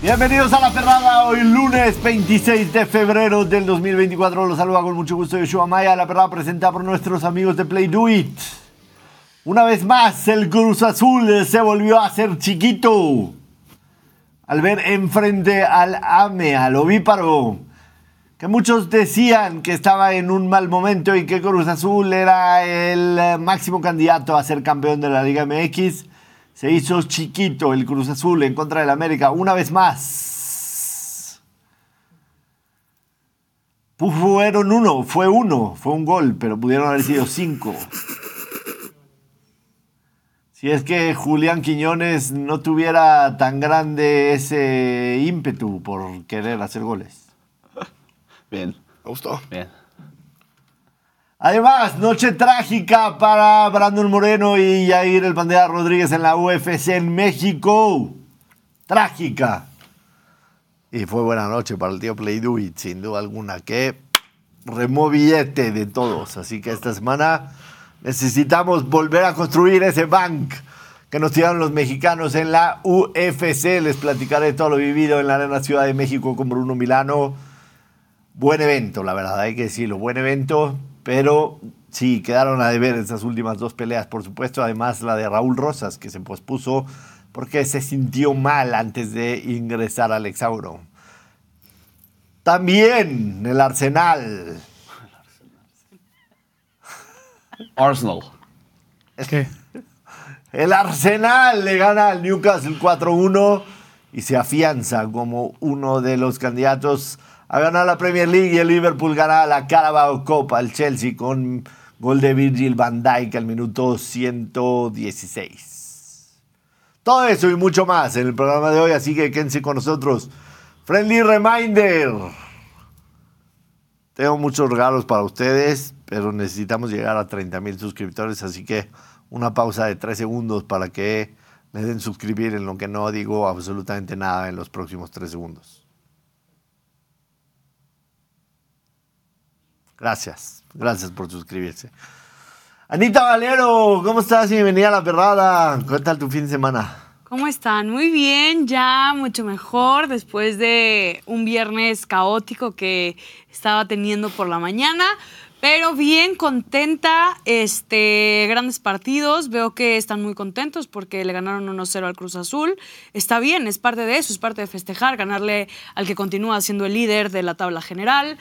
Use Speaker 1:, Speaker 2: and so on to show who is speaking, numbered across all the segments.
Speaker 1: Bienvenidos a La Perrada, hoy lunes 26 de febrero del 2024. Los saluda con mucho gusto Yoshua Maya. La Perrada presenta por nuestros amigos de Play Do It. Una vez más, el Cruz Azul se volvió a hacer chiquito al ver enfrente al AME, al ovíparo. Que muchos decían que estaba en un mal momento y que Cruz Azul era el eh, máximo candidato a ser campeón de la Liga MX. Se hizo chiquito el Cruz Azul en contra del América una vez más. Fueron uno, fue uno, fue un gol, pero pudieron haber sido cinco. Si es que Julián Quiñones no tuviera tan grande ese ímpetu por querer hacer goles.
Speaker 2: Bien,
Speaker 3: Me gustó.
Speaker 2: bien.
Speaker 1: Además, noche trágica para Brandon Moreno y Jair El Bandera Rodríguez en la UFC en México. Trágica. Y fue buena noche para el tío Play Do It, sin duda alguna, que remó billete de todos. Así que esta semana necesitamos volver a construir ese bank que nos tiraron los mexicanos en la UFC. Les platicaré todo lo vivido en la Arena Ciudad de México con Bruno Milano. Buen evento, la verdad, hay que decirlo, buen evento, pero sí, quedaron a deber esas últimas dos peleas, por supuesto, además la de Raúl Rosas, que se pospuso porque se sintió mal antes de ingresar al hexágono. También el Arsenal.
Speaker 2: Arsenal.
Speaker 4: ¿Qué?
Speaker 1: El Arsenal le gana al Newcastle 4-1 y se afianza como uno de los candidatos a ganar la Premier League y el Liverpool gana la Carabao Copa al Chelsea con gol de Virgil van Dijk al minuto 116. Todo eso y mucho más en el programa de hoy, así que quédense con nosotros. Friendly reminder. Tengo muchos regalos para ustedes, pero necesitamos llegar a 30 mil suscriptores, así que una pausa de 3 segundos para que le den suscribir en lo que no digo absolutamente nada en los próximos 3 segundos. Gracias, gracias por suscribirse. Anita Valero, ¿cómo estás? Bienvenida a la perrada. ¿Qué tal tu fin de semana?
Speaker 5: ¿Cómo están? Muy bien, ya mucho mejor después de un viernes caótico que estaba teniendo por la mañana. Pero bien contenta, este, grandes partidos, veo que están muy contentos porque le ganaron 1-0 al Cruz Azul. Está bien, es parte de eso, es parte de festejar, ganarle al que continúa siendo el líder de la tabla general.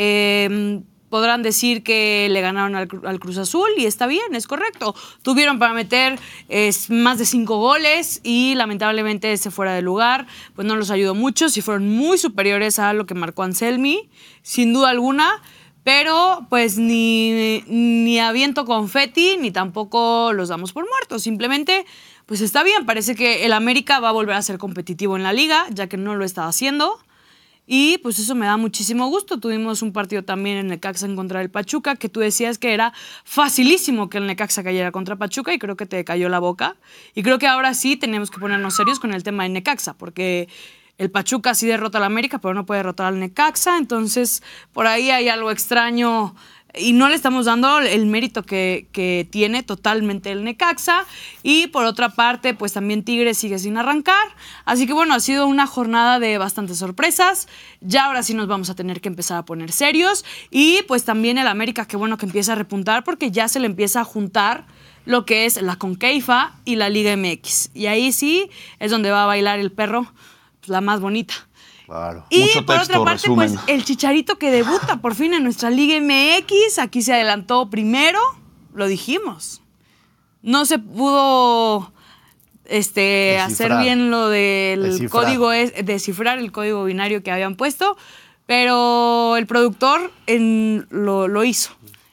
Speaker 5: Eh, podrán decir que le ganaron al, Cru- al Cruz Azul y está bien, es correcto. Tuvieron para meter es, más de cinco goles y lamentablemente ese fuera de lugar pues no los ayudó mucho, sí fueron muy superiores a lo que marcó Anselmi, sin duda alguna. Pero pues ni, ni aviento confeti ni tampoco los damos por muertos. Simplemente pues está bien. Parece que el América va a volver a ser competitivo en la liga, ya que no lo estaba haciendo. Y pues eso me da muchísimo gusto. Tuvimos un partido también en Necaxa en contra del Pachuca, que tú decías que era facilísimo que el Necaxa cayera contra Pachuca y creo que te cayó la boca. Y creo que ahora sí tenemos que ponernos serios con el tema de Necaxa, porque el Pachuca sí derrota al América, pero no puede derrotar al Necaxa. Entonces, por ahí hay algo extraño y no le estamos dando el mérito que, que tiene totalmente el Necaxa. Y por otra parte, pues también Tigres sigue sin arrancar. Así que bueno, ha sido una jornada de bastantes sorpresas. Ya ahora sí nos vamos a tener que empezar a poner serios. Y pues también el América, que bueno que empieza a repuntar porque ya se le empieza a juntar lo que es la Conqueifa y la Liga MX. Y ahí sí es donde va a bailar el perro, pues, la más bonita.
Speaker 1: Claro.
Speaker 5: Y
Speaker 2: Mucho
Speaker 5: por
Speaker 2: texto,
Speaker 5: otra parte,
Speaker 2: resumen.
Speaker 5: pues el Chicharito que debuta por fin en nuestra Liga MX, aquí se adelantó primero, lo dijimos. No se pudo este,
Speaker 1: Descifrar.
Speaker 5: hacer bien lo del
Speaker 1: Descifrar.
Speaker 5: código, es, descifrar el código binario que habían puesto, pero el productor en- lo, lo hizo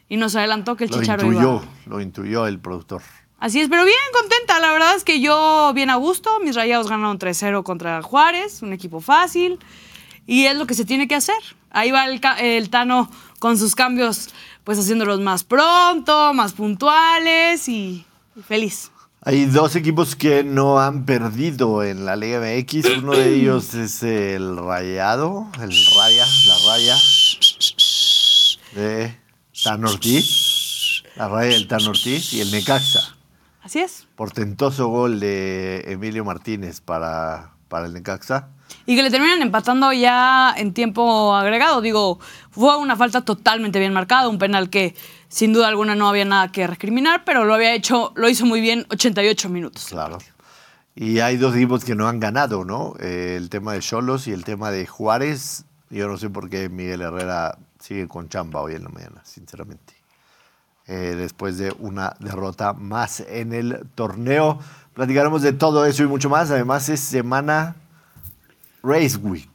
Speaker 5: y nos adelantó que el
Speaker 1: Lo
Speaker 5: Chicharo
Speaker 1: intuyó,
Speaker 5: iba.
Speaker 1: lo intuyó el productor.
Speaker 5: Así es, pero bien contenta. La verdad es que yo bien a gusto. Mis rayados ganaron 3-0 contra Juárez, un equipo fácil. Y es lo que se tiene que hacer. Ahí va el, ca- el Tano con sus cambios, pues haciéndolos más pronto, más puntuales y, y feliz.
Speaker 1: Hay dos equipos que no han perdido en la Liga MX. Uno de ellos es el Rayado, el Raya, la Raya de Tan Ortiz, la Raya del Tan Ortiz y el Necaxa.
Speaker 5: Así es.
Speaker 1: Portentoso gol de Emilio Martínez para, para el Necaxa.
Speaker 5: Y que le terminan empatando ya en tiempo agregado. Digo, fue una falta totalmente bien marcada, un penal que sin duda alguna no había nada que recriminar, pero lo había hecho, lo hizo muy bien 88 minutos.
Speaker 1: Claro. Y hay dos equipos que no han ganado, ¿no? Eh, el tema de Cholos y el tema de Juárez. Yo no sé por qué Miguel Herrera sigue con chamba hoy en la mañana, sinceramente. Eh, después de una derrota más en el torneo. Platicaremos de todo eso y mucho más. Además es semana Race Week.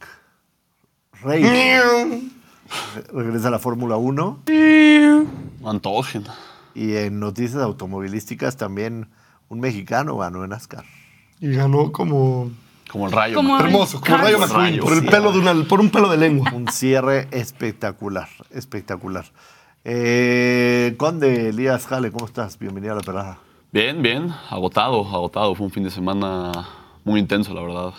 Speaker 1: Race Week. Regresa la Fórmula 1.
Speaker 2: Antojen.
Speaker 1: Y en noticias automovilísticas también un mexicano ganó en NASCAR.
Speaker 3: Y ganó como
Speaker 2: Como el rayo.
Speaker 5: Como-
Speaker 3: hermoso, como Rayo
Speaker 2: Rayo,
Speaker 3: McQueen, por el
Speaker 2: sí.
Speaker 3: pelo de una, por un pelo de lengua.
Speaker 1: Un cierre espectacular, espectacular. Eh, Conde Elías Jale, ¿cómo estás? Bienvenido a la perrada.
Speaker 2: Bien, bien. Agotado, agotado. Fue un fin de semana muy intenso, la verdad.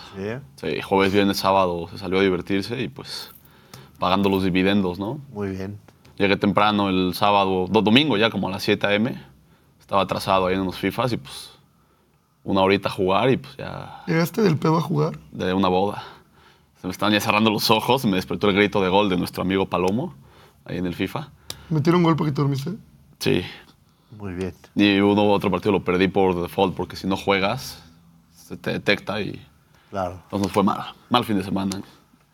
Speaker 1: ¿Sí?
Speaker 2: Sí, jueves, viernes, sábado. Se salió a divertirse y pues pagando los dividendos, ¿no?
Speaker 1: Muy bien.
Speaker 2: Llegué temprano el sábado, do- domingo ya como a las 7 a.m. Estaba atrasado ahí en unos FIFAs y pues una horita a jugar y pues ya
Speaker 3: ¿Llegaste del pedo a jugar?
Speaker 2: de una boda. Se me estaban ya cerrando los ojos, me despertó el grito de gol de nuestro amigo Palomo ahí en el FIFA.
Speaker 3: ¿Metieron gol porque te dormiste?
Speaker 2: Sí,
Speaker 1: Muy bien.
Speaker 2: y uno u otro partido lo perdí por default porque si no juegas se te detecta y
Speaker 1: Claro.
Speaker 2: entonces fue mal, mal fin de semana.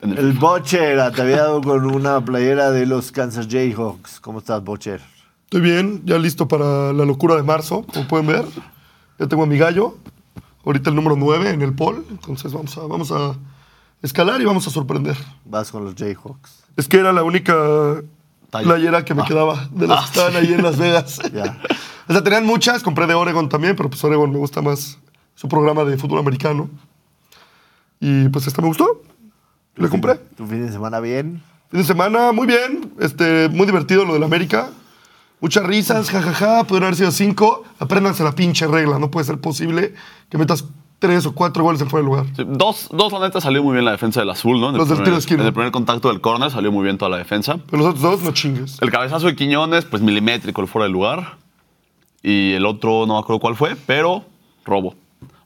Speaker 2: En el-
Speaker 1: El Bocher, te había dado con una playera de los Kansas Jayhawks. ¿Cómo estás, Bocher?
Speaker 3: Estoy bien, ya listo para la locura de marzo, como pueden ver. Ya tengo a mi gallo, ahorita el número 9 en el poll, entonces vamos a, vamos a escalar y vamos a sorprender.
Speaker 1: Vas con los Jayhawks.
Speaker 3: Es que era la única
Speaker 2: Talla. Ah.
Speaker 3: playera que me quedaba de las que estaban ahí en Las Vegas.
Speaker 1: Ya.
Speaker 3: O sea, tenían muchas, compré de Oregon también, pero pues Oregon me gusta más su programa de fútbol americano. Y pues esta me gustó, la compré.
Speaker 1: ¿Tu fin de semana bien?
Speaker 3: Fin de semana, muy bien. Este, muy divertido lo del América. Muchas risas, jajaja. Pudieron haber sido cinco. Apréndanse la pinche regla. No puede ser posible que metas tres o cuatro goles en fuera de lugar.
Speaker 2: Sí, Dos, dos, la neta, salió muy bien la defensa del azul, ¿no? En el
Speaker 3: Los del
Speaker 2: primer-
Speaker 3: tiro de esquina.
Speaker 2: En el primer contacto del córner salió muy bien toda la defensa.
Speaker 3: Pero los otros dos, no chingues.
Speaker 2: El cabezazo de Quiñones, pues milimétrico, el fuera de lugar. Y el otro, no me acuerdo cuál fue, pero robo.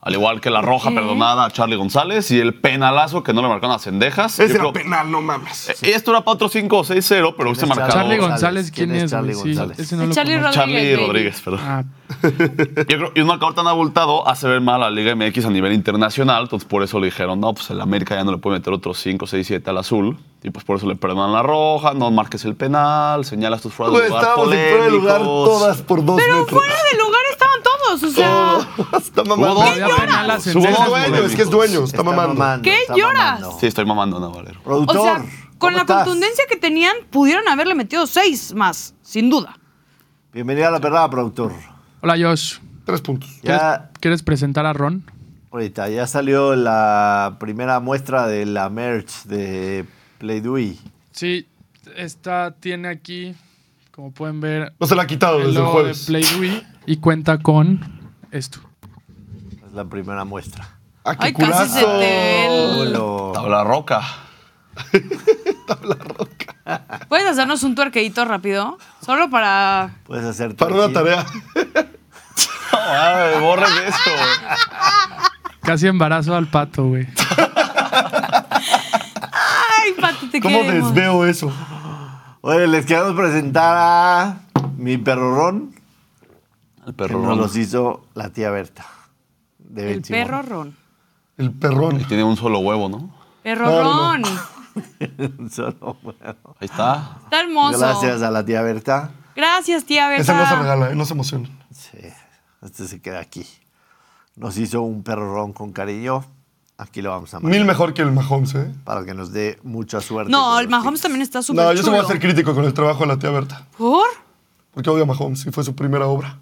Speaker 2: Al igual que la roja
Speaker 5: Ok.
Speaker 2: perdonada a Charlie González y el penalazo que no le marcaron a Cendejas.
Speaker 3: Ese
Speaker 2: Yo
Speaker 3: era
Speaker 2: creo-
Speaker 3: penal, no mames.
Speaker 2: Eh, Esto era para otro 5 o 6-0, pero este
Speaker 1: es
Speaker 2: marcador.
Speaker 1: Charlie
Speaker 4: Charlie
Speaker 1: González.
Speaker 4: González, ¿quién,
Speaker 1: ¿Quién es
Speaker 4: es? güey?
Speaker 1: Charlie
Speaker 4: Sí,
Speaker 1: González?
Speaker 4: ese no lo
Speaker 5: Charlie
Speaker 4: conozco.
Speaker 5: Rodríguez,
Speaker 2: Charlie
Speaker 5: baby.
Speaker 2: Rodríguez, perdón.
Speaker 4: Ah,
Speaker 2: Yo creo, y un marcador tan abultado hace ver mal a la Liga MX a nivel internacional, entonces por eso le dijeron, no, pues el América ya no le puede meter otros 5, 6, 7 al azul, y pues por eso le perdonan la roja, no marques el penal, señalas tus fuera de
Speaker 3: Güey,
Speaker 2: lugar
Speaker 3: estábamos en fuera de
Speaker 2: polémicos.
Speaker 3: lugar todas por dos
Speaker 5: Pero
Speaker 3: metros.
Speaker 5: fuera de lugar estaban todos, o sea.
Speaker 3: Está
Speaker 2: Hubo dos-
Speaker 3: mamando.
Speaker 4: todavía penal a
Speaker 2: Hubo
Speaker 3: Es
Speaker 2: dos
Speaker 4: Cendejas, güey.
Speaker 3: dueño, es que es
Speaker 2: polémicos.
Speaker 3: dueño. Está, mamando.
Speaker 5: ¿Qué? ¿Lloras?
Speaker 2: Sí, estoy mamando, no, Valero.
Speaker 3: Oh,
Speaker 1: Productor.
Speaker 5: O sea, con
Speaker 1: ¿cómo
Speaker 5: la
Speaker 1: estás?
Speaker 5: contundencia que tenían, pudieron haberle metido seis más, sin duda.
Speaker 1: Bienvenido a la perrada, productor.
Speaker 4: Hola, Josh.
Speaker 3: Tres puntos.
Speaker 4: ¿Quieres,
Speaker 1: Ya,
Speaker 4: quieres presentar a Ron?
Speaker 1: ahorita, ya salió la primera muestra de la merch de Playdui.
Speaker 4: Sí, esta tiene aquí, como pueden ver,
Speaker 3: No se la ha quitado
Speaker 4: el
Speaker 3: desde el
Speaker 4: logo de
Speaker 3: jueves.
Speaker 4: Play y cuenta con esto.
Speaker 1: Es la primera muestra.
Speaker 3: Ah, qué
Speaker 5: Ay, casi se
Speaker 3: culazo.
Speaker 5: te.
Speaker 1: Hola.
Speaker 2: Tabla roca.
Speaker 5: ¿Puedes hacernos un tuerqueíto rápido? Solo para.
Speaker 1: Puedes hacer tu
Speaker 3: Para una
Speaker 1: equipo.
Speaker 3: tarea.
Speaker 2: No, ay, borren esto.
Speaker 4: Casi embarazo al pato, güey.
Speaker 5: Ay, Pati, te
Speaker 3: ¿Cómo
Speaker 5: queremos.
Speaker 3: desveo eso?
Speaker 1: Oye, les queremos presentar a mi perrorón
Speaker 2: El
Speaker 1: que
Speaker 2: perro
Speaker 1: nos
Speaker 2: rojo.
Speaker 1: los hizo la tía Berta. De
Speaker 5: El
Speaker 1: Ben Simón.
Speaker 5: perro ron.
Speaker 3: El perrón.
Speaker 2: Tiene un solo huevo, ¿no?
Speaker 5: Perro
Speaker 3: No, no,
Speaker 5: ron.
Speaker 3: no.
Speaker 1: Solo, bueno.
Speaker 2: Ahí está.
Speaker 5: Está hermoso.
Speaker 1: Gracias
Speaker 5: Gracias.
Speaker 1: a la tía Berta.
Speaker 5: tía Berta.
Speaker 3: Esa no se regala, eh, no se emociona.
Speaker 1: Sí, este se queda aquí. Nos hizo un perrorón con cariño. Aquí lo vamos a mandar
Speaker 3: Mil mejor que el Mahomes, ¿eh?
Speaker 1: para que nos dé mucha suerte.
Speaker 5: No,
Speaker 1: con
Speaker 5: el
Speaker 1: los
Speaker 5: Mahomes
Speaker 1: tips.
Speaker 5: también está súper
Speaker 3: No, yo se
Speaker 5: chulo.
Speaker 3: voy a ser crítico con el trabajo de la tía Berta.
Speaker 5: ¿Por?
Speaker 3: Porque odio a Mahomes y fue su primera obra.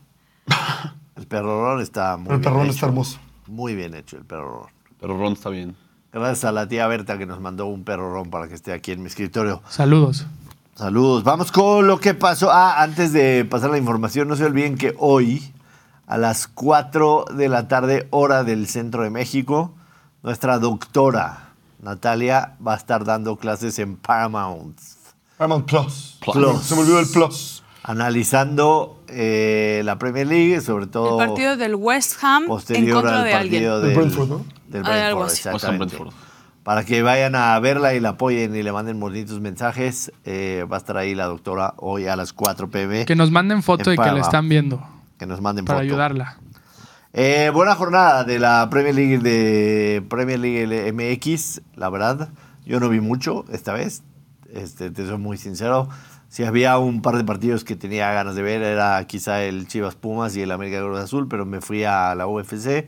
Speaker 1: El perrorón está muy
Speaker 3: Pero el
Speaker 1: bien
Speaker 3: perrón
Speaker 1: hecho.
Speaker 3: está hermoso.
Speaker 1: Muy bien hecho el perrorón.
Speaker 2: Pero Ron está bien.
Speaker 1: Gracias a la tía Berta que nos mandó un perrorón para que esté aquí en mi escritorio.
Speaker 4: Saludos.
Speaker 1: Saludos. Vamos con lo que pasó. Ah, antes de pasar la información, no se olviden que hoy, a las 4 de la tarde, hora del centro de México, nuestra doctora Natalia va a estar dando clases en Paramount,
Speaker 3: Paramount Plus.
Speaker 2: Plus.
Speaker 1: Plus.
Speaker 3: Se me olvidó el Plus.
Speaker 1: analizando eh, la Premier League, sobre
Speaker 5: El
Speaker 1: todo
Speaker 5: partido del West Ham en
Speaker 1: posterior
Speaker 5: contra
Speaker 1: al
Speaker 5: de alguien.
Speaker 1: partido
Speaker 3: Del
Speaker 1: del
Speaker 3: Brentford, ¿no?
Speaker 1: del
Speaker 5: Ah, de algo
Speaker 1: Brentford,
Speaker 5: así.
Speaker 2: O sea,
Speaker 1: exactamente.
Speaker 2: Brentford.
Speaker 1: para que vayan a verla y la apoyen y le manden bonitos mensajes. Eh, va a estar ahí la doctora hoy a las 4 pm.
Speaker 4: Que
Speaker 1: Que,
Speaker 4: nos manden
Speaker 1: En
Speaker 4: foto de que la
Speaker 1: Panamá.
Speaker 4: están viendo
Speaker 1: nos manden
Speaker 4: para
Speaker 1: foto.
Speaker 4: ayudarla.
Speaker 1: Eh, buena jornada de la Premier League de Premier League MX, la verdad. Yo no vi mucho esta vez, este, te soy muy sincero. Si había un par de partidos que tenía ganas de ver, era quizá el Chivas Pumas y el América Cruz Azul, pero me fui a la UFC.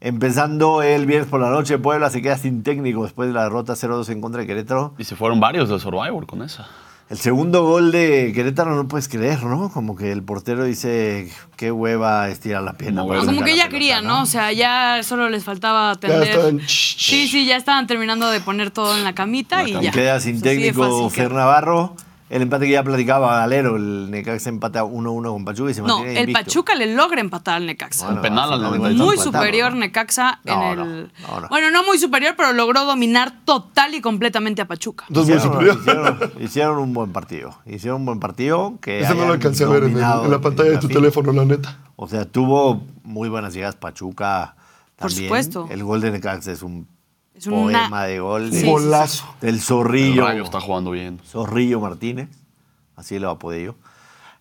Speaker 1: Empezando el viernes por la noche, Puebla se queda sin técnico después de la derrota 0-2 en contra de Querétaro.
Speaker 2: Y se fueron varios de Survivor con esa.
Speaker 1: El segundo gol de Querétaro no puedes creer, ¿no? Como que el portero dice, qué hueva estirar la pierna.
Speaker 2: No,
Speaker 1: para
Speaker 2: güey.
Speaker 5: Ah, como
Speaker 1: sacar
Speaker 5: que
Speaker 1: la
Speaker 5: ya
Speaker 1: pelota",
Speaker 5: querían, ¿no? O sea, ya solo les faltaba
Speaker 3: Ya
Speaker 5: atender.
Speaker 3: están-
Speaker 5: Sí, sí, ya estaban terminando de poner todo en la camita y
Speaker 2: cama.
Speaker 5: ya.
Speaker 1: Pues, Queda sin
Speaker 5: O sea, así de
Speaker 1: técnico
Speaker 5: fácil que-
Speaker 1: Fer Navarro. El empate que ya platicaba Galero, el Necaxa empata 1-1 con Pachuca y se
Speaker 5: No,
Speaker 1: mantiene
Speaker 5: el
Speaker 1: invicto.
Speaker 5: Pachuca le logra empatar al Necaxa.
Speaker 1: Bueno,
Speaker 2: Un penal
Speaker 1: al
Speaker 2: al
Speaker 1: final
Speaker 2: 90.
Speaker 5: muy
Speaker 1: empatado,
Speaker 5: superior
Speaker 1: ¿no?
Speaker 5: Necaxa
Speaker 1: No,
Speaker 5: en
Speaker 1: no,
Speaker 5: el...
Speaker 1: no, no.
Speaker 5: Bueno, no muy superior, pero logró dominar total y completamente a Pachuca.
Speaker 3: Entonces, muy
Speaker 1: Hicieron,
Speaker 3: superior.
Speaker 1: hicieron, hicieron un buen partido. Hicieron un buen partido que
Speaker 3: Esa no
Speaker 1: hayan
Speaker 3: la alcancé a ver en, el-
Speaker 1: dominado
Speaker 3: en la pantalla de
Speaker 1: la
Speaker 3: tu
Speaker 1: fin.
Speaker 3: teléfono, la neta.
Speaker 1: O sea, tuvo muy buenas llegadas Pachuca
Speaker 5: Por
Speaker 1: también.
Speaker 5: supuesto.
Speaker 1: El gol de Necaxa es un
Speaker 5: Es una-
Speaker 1: poema de gol.
Speaker 5: Sí,
Speaker 3: Un
Speaker 5: sí,
Speaker 1: de-
Speaker 5: sí.
Speaker 3: Golazo.
Speaker 1: Del
Speaker 2: El
Speaker 1: zorrillo.
Speaker 2: Rayo está jugando bien.
Speaker 1: Zorrillo Martínez, así lo apodé yo.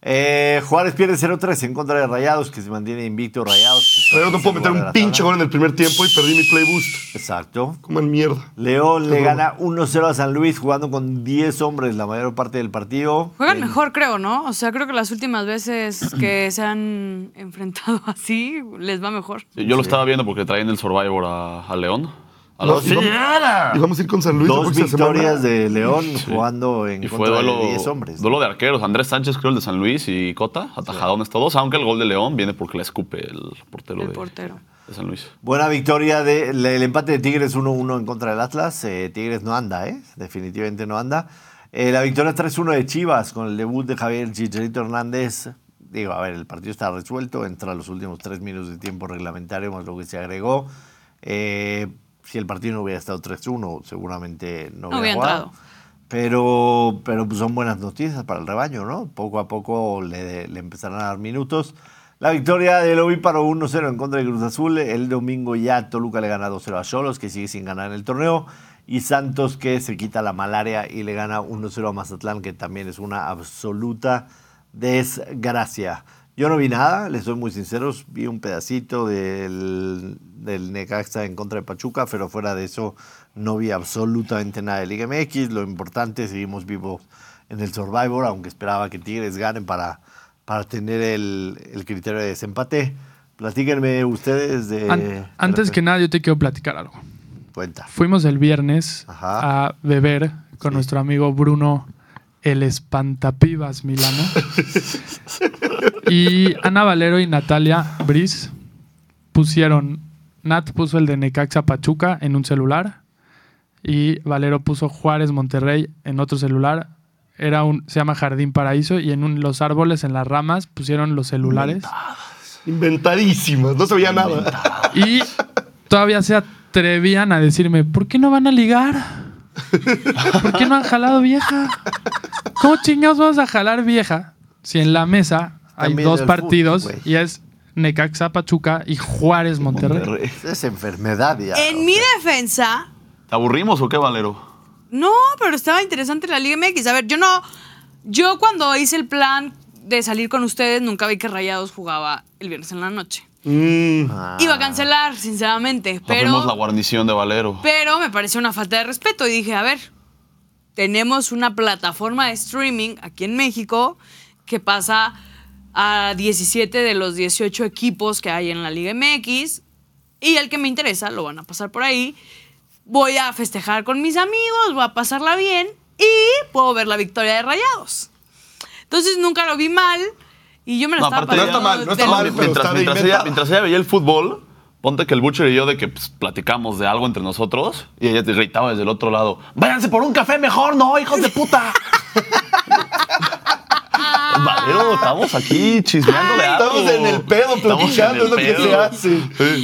Speaker 1: Eh, Juárez pierde 0-3 en contra de Rayados, que se mantiene invicto Rayados. que está
Speaker 3: Pero no
Speaker 1: en
Speaker 3: puedo
Speaker 1: tercer
Speaker 3: meter
Speaker 1: lugar de
Speaker 3: un
Speaker 1: la
Speaker 3: pinche
Speaker 1: tabla.
Speaker 3: gol en el primer tiempo y perdí mi play boost.
Speaker 1: Exacto.
Speaker 3: Coman mierda.
Speaker 1: León le
Speaker 3: Qué
Speaker 1: gana 1-0 a San Luis jugando con 10 hombres la mayor parte del partido.
Speaker 5: Juegan
Speaker 1: El-
Speaker 5: mejor, creo, ¿no? O sea, creo que las últimas veces que se han enfrentado así, les va mejor.
Speaker 2: Sí, Yo lo estaba viendo porque traían el Survivor a, a León. A
Speaker 3: No,
Speaker 2: la-
Speaker 3: y,
Speaker 2: Ah.
Speaker 3: vamos, y vamos a ir con San Luis la
Speaker 1: Dos
Speaker 3: próxima
Speaker 1: victorias
Speaker 3: semana.
Speaker 1: de León jugando en
Speaker 2: Y fue
Speaker 1: contra
Speaker 2: duelo,
Speaker 1: de 10 hombres.
Speaker 2: duelo de arqueros. Andrés Sánchez, creo, el de San Luis y Cota, atajadones todos. Aunque el gol de León viene porque le escupe el portero,
Speaker 5: El
Speaker 2: de,
Speaker 5: portero.
Speaker 2: de San Luis.
Speaker 1: Buena victoria del empate de Tigres 1-1 en contra del Atlas. Eh, Tigres no anda, ¿eh? Definitivamente no anda. Eh, la victoria 3-1 de Chivas con el debut de Javier Chicharito Hernández. Digo, a ver, el partido está resuelto. Entra los últimos tres minutos de tiempo reglamentario más lo que se agregó. Eh, si el partido no hubiera estado 3-1, seguramente no, hubiera
Speaker 5: No hubiera
Speaker 1: jugado.
Speaker 5: entrado.
Speaker 1: Pero, pero pues, son buenas noticias para el rebaño, ¿no? Poco a poco le, le empezarán a dar minutos. La victoria del Ovíparo 1-0 en contra de Cruz Azul. El domingo ya Toluca le gana 2-0 a Cholos, que sigue sin ganar en el torneo. Y Santos, que se quita la malaria y le gana 1-0 a Mazatlán, que también es una absoluta desgracia. Yo no vi nada, les soy muy sinceros. Vi un pedacito del, del Necaxa en contra de Pachuca, pero fuera de eso no vi absolutamente nada de Liga MX. Lo importante, seguimos vivos en el Survivor, aunque esperaba que Tigres ganen para, para tener el, el criterio de desempate. Platíquenme ustedes de...
Speaker 4: An-
Speaker 1: de la
Speaker 4: antes que
Speaker 1: pre-
Speaker 4: nada, yo te quiero platicar algo.
Speaker 1: Cuenta.
Speaker 4: Fuimos el viernes
Speaker 1: Ajá.
Speaker 4: a beber con nuestro amigo Bruno, el espantapivas Milano. y Ana Valero y Natalia Briz pusieron, Nat puso el de Necaxa Pachuca en un celular y Valero puso Juárez Monterrey en otro celular. Era un, se llama Jardín Paraíso y en un- los árboles, en las ramas, pusieron los celulares.
Speaker 3: Inventadísimas. No se veía nada.
Speaker 4: Y todavía se atrevían a decirme, ¿por qué no van a ligar? ¿Por qué no han jalado vieja? ¿Cómo chingados vamos a jalar vieja si en la mesa hay
Speaker 1: viendo
Speaker 4: dos
Speaker 1: el
Speaker 4: partidos
Speaker 1: fútbol, güey.
Speaker 4: y es Necaxa Pachucuca y Juárez Monterrey?
Speaker 1: Es enfermedad ya. o
Speaker 5: En mi
Speaker 1: sea.
Speaker 5: defensa,
Speaker 2: ¿Te aburrimos o qué, Valero?
Speaker 5: No, pero estaba interesante la Liga MX. A ver, yo no. Yo cuando hice el plan de salir con ustedes, nunca vi que Rayados jugaba el viernes en la noche.
Speaker 3: Mm.
Speaker 5: Iba a cancelar, sinceramente.
Speaker 2: O sea, Ah. fuimos la
Speaker 5: Pero,
Speaker 2: guarnición de Valero.
Speaker 5: pero me pareció una falta de respeto. Y dije, a ver, tenemos una plataforma de streaming aquí en México que pasa a 17 de los 18 equipos que hay en la Liga MX. Y el que me interesa lo van a pasar por ahí. Voy a festejar con mis amigos, voy a pasarla bien y puedo ver la victoria de Rayados. Entonces nunca lo vi mal y yo me la
Speaker 2: No,
Speaker 5: estaba
Speaker 2: aparte
Speaker 3: No
Speaker 2: ya-
Speaker 3: está
Speaker 5: pasando
Speaker 3: mal, no está
Speaker 5: de la
Speaker 3: mal,
Speaker 5: mejor-
Speaker 3: pero
Speaker 2: mientras,
Speaker 3: está de
Speaker 2: mientras
Speaker 3: inventada.
Speaker 2: ella, mientras ella veía el fútbol, ponte que el Butcher y yo de que pues, platicamos de algo entre nosotros y ella te gritaba desde el otro lado, váyanse por un café mejor, no, hijos de puta. Valero, estamos aquí chismeando de algo.
Speaker 3: Estamos en el pedo
Speaker 2: Estamos
Speaker 3: platicando,
Speaker 2: en
Speaker 3: es lo
Speaker 2: el
Speaker 3: que
Speaker 2: pedo.
Speaker 3: se hace.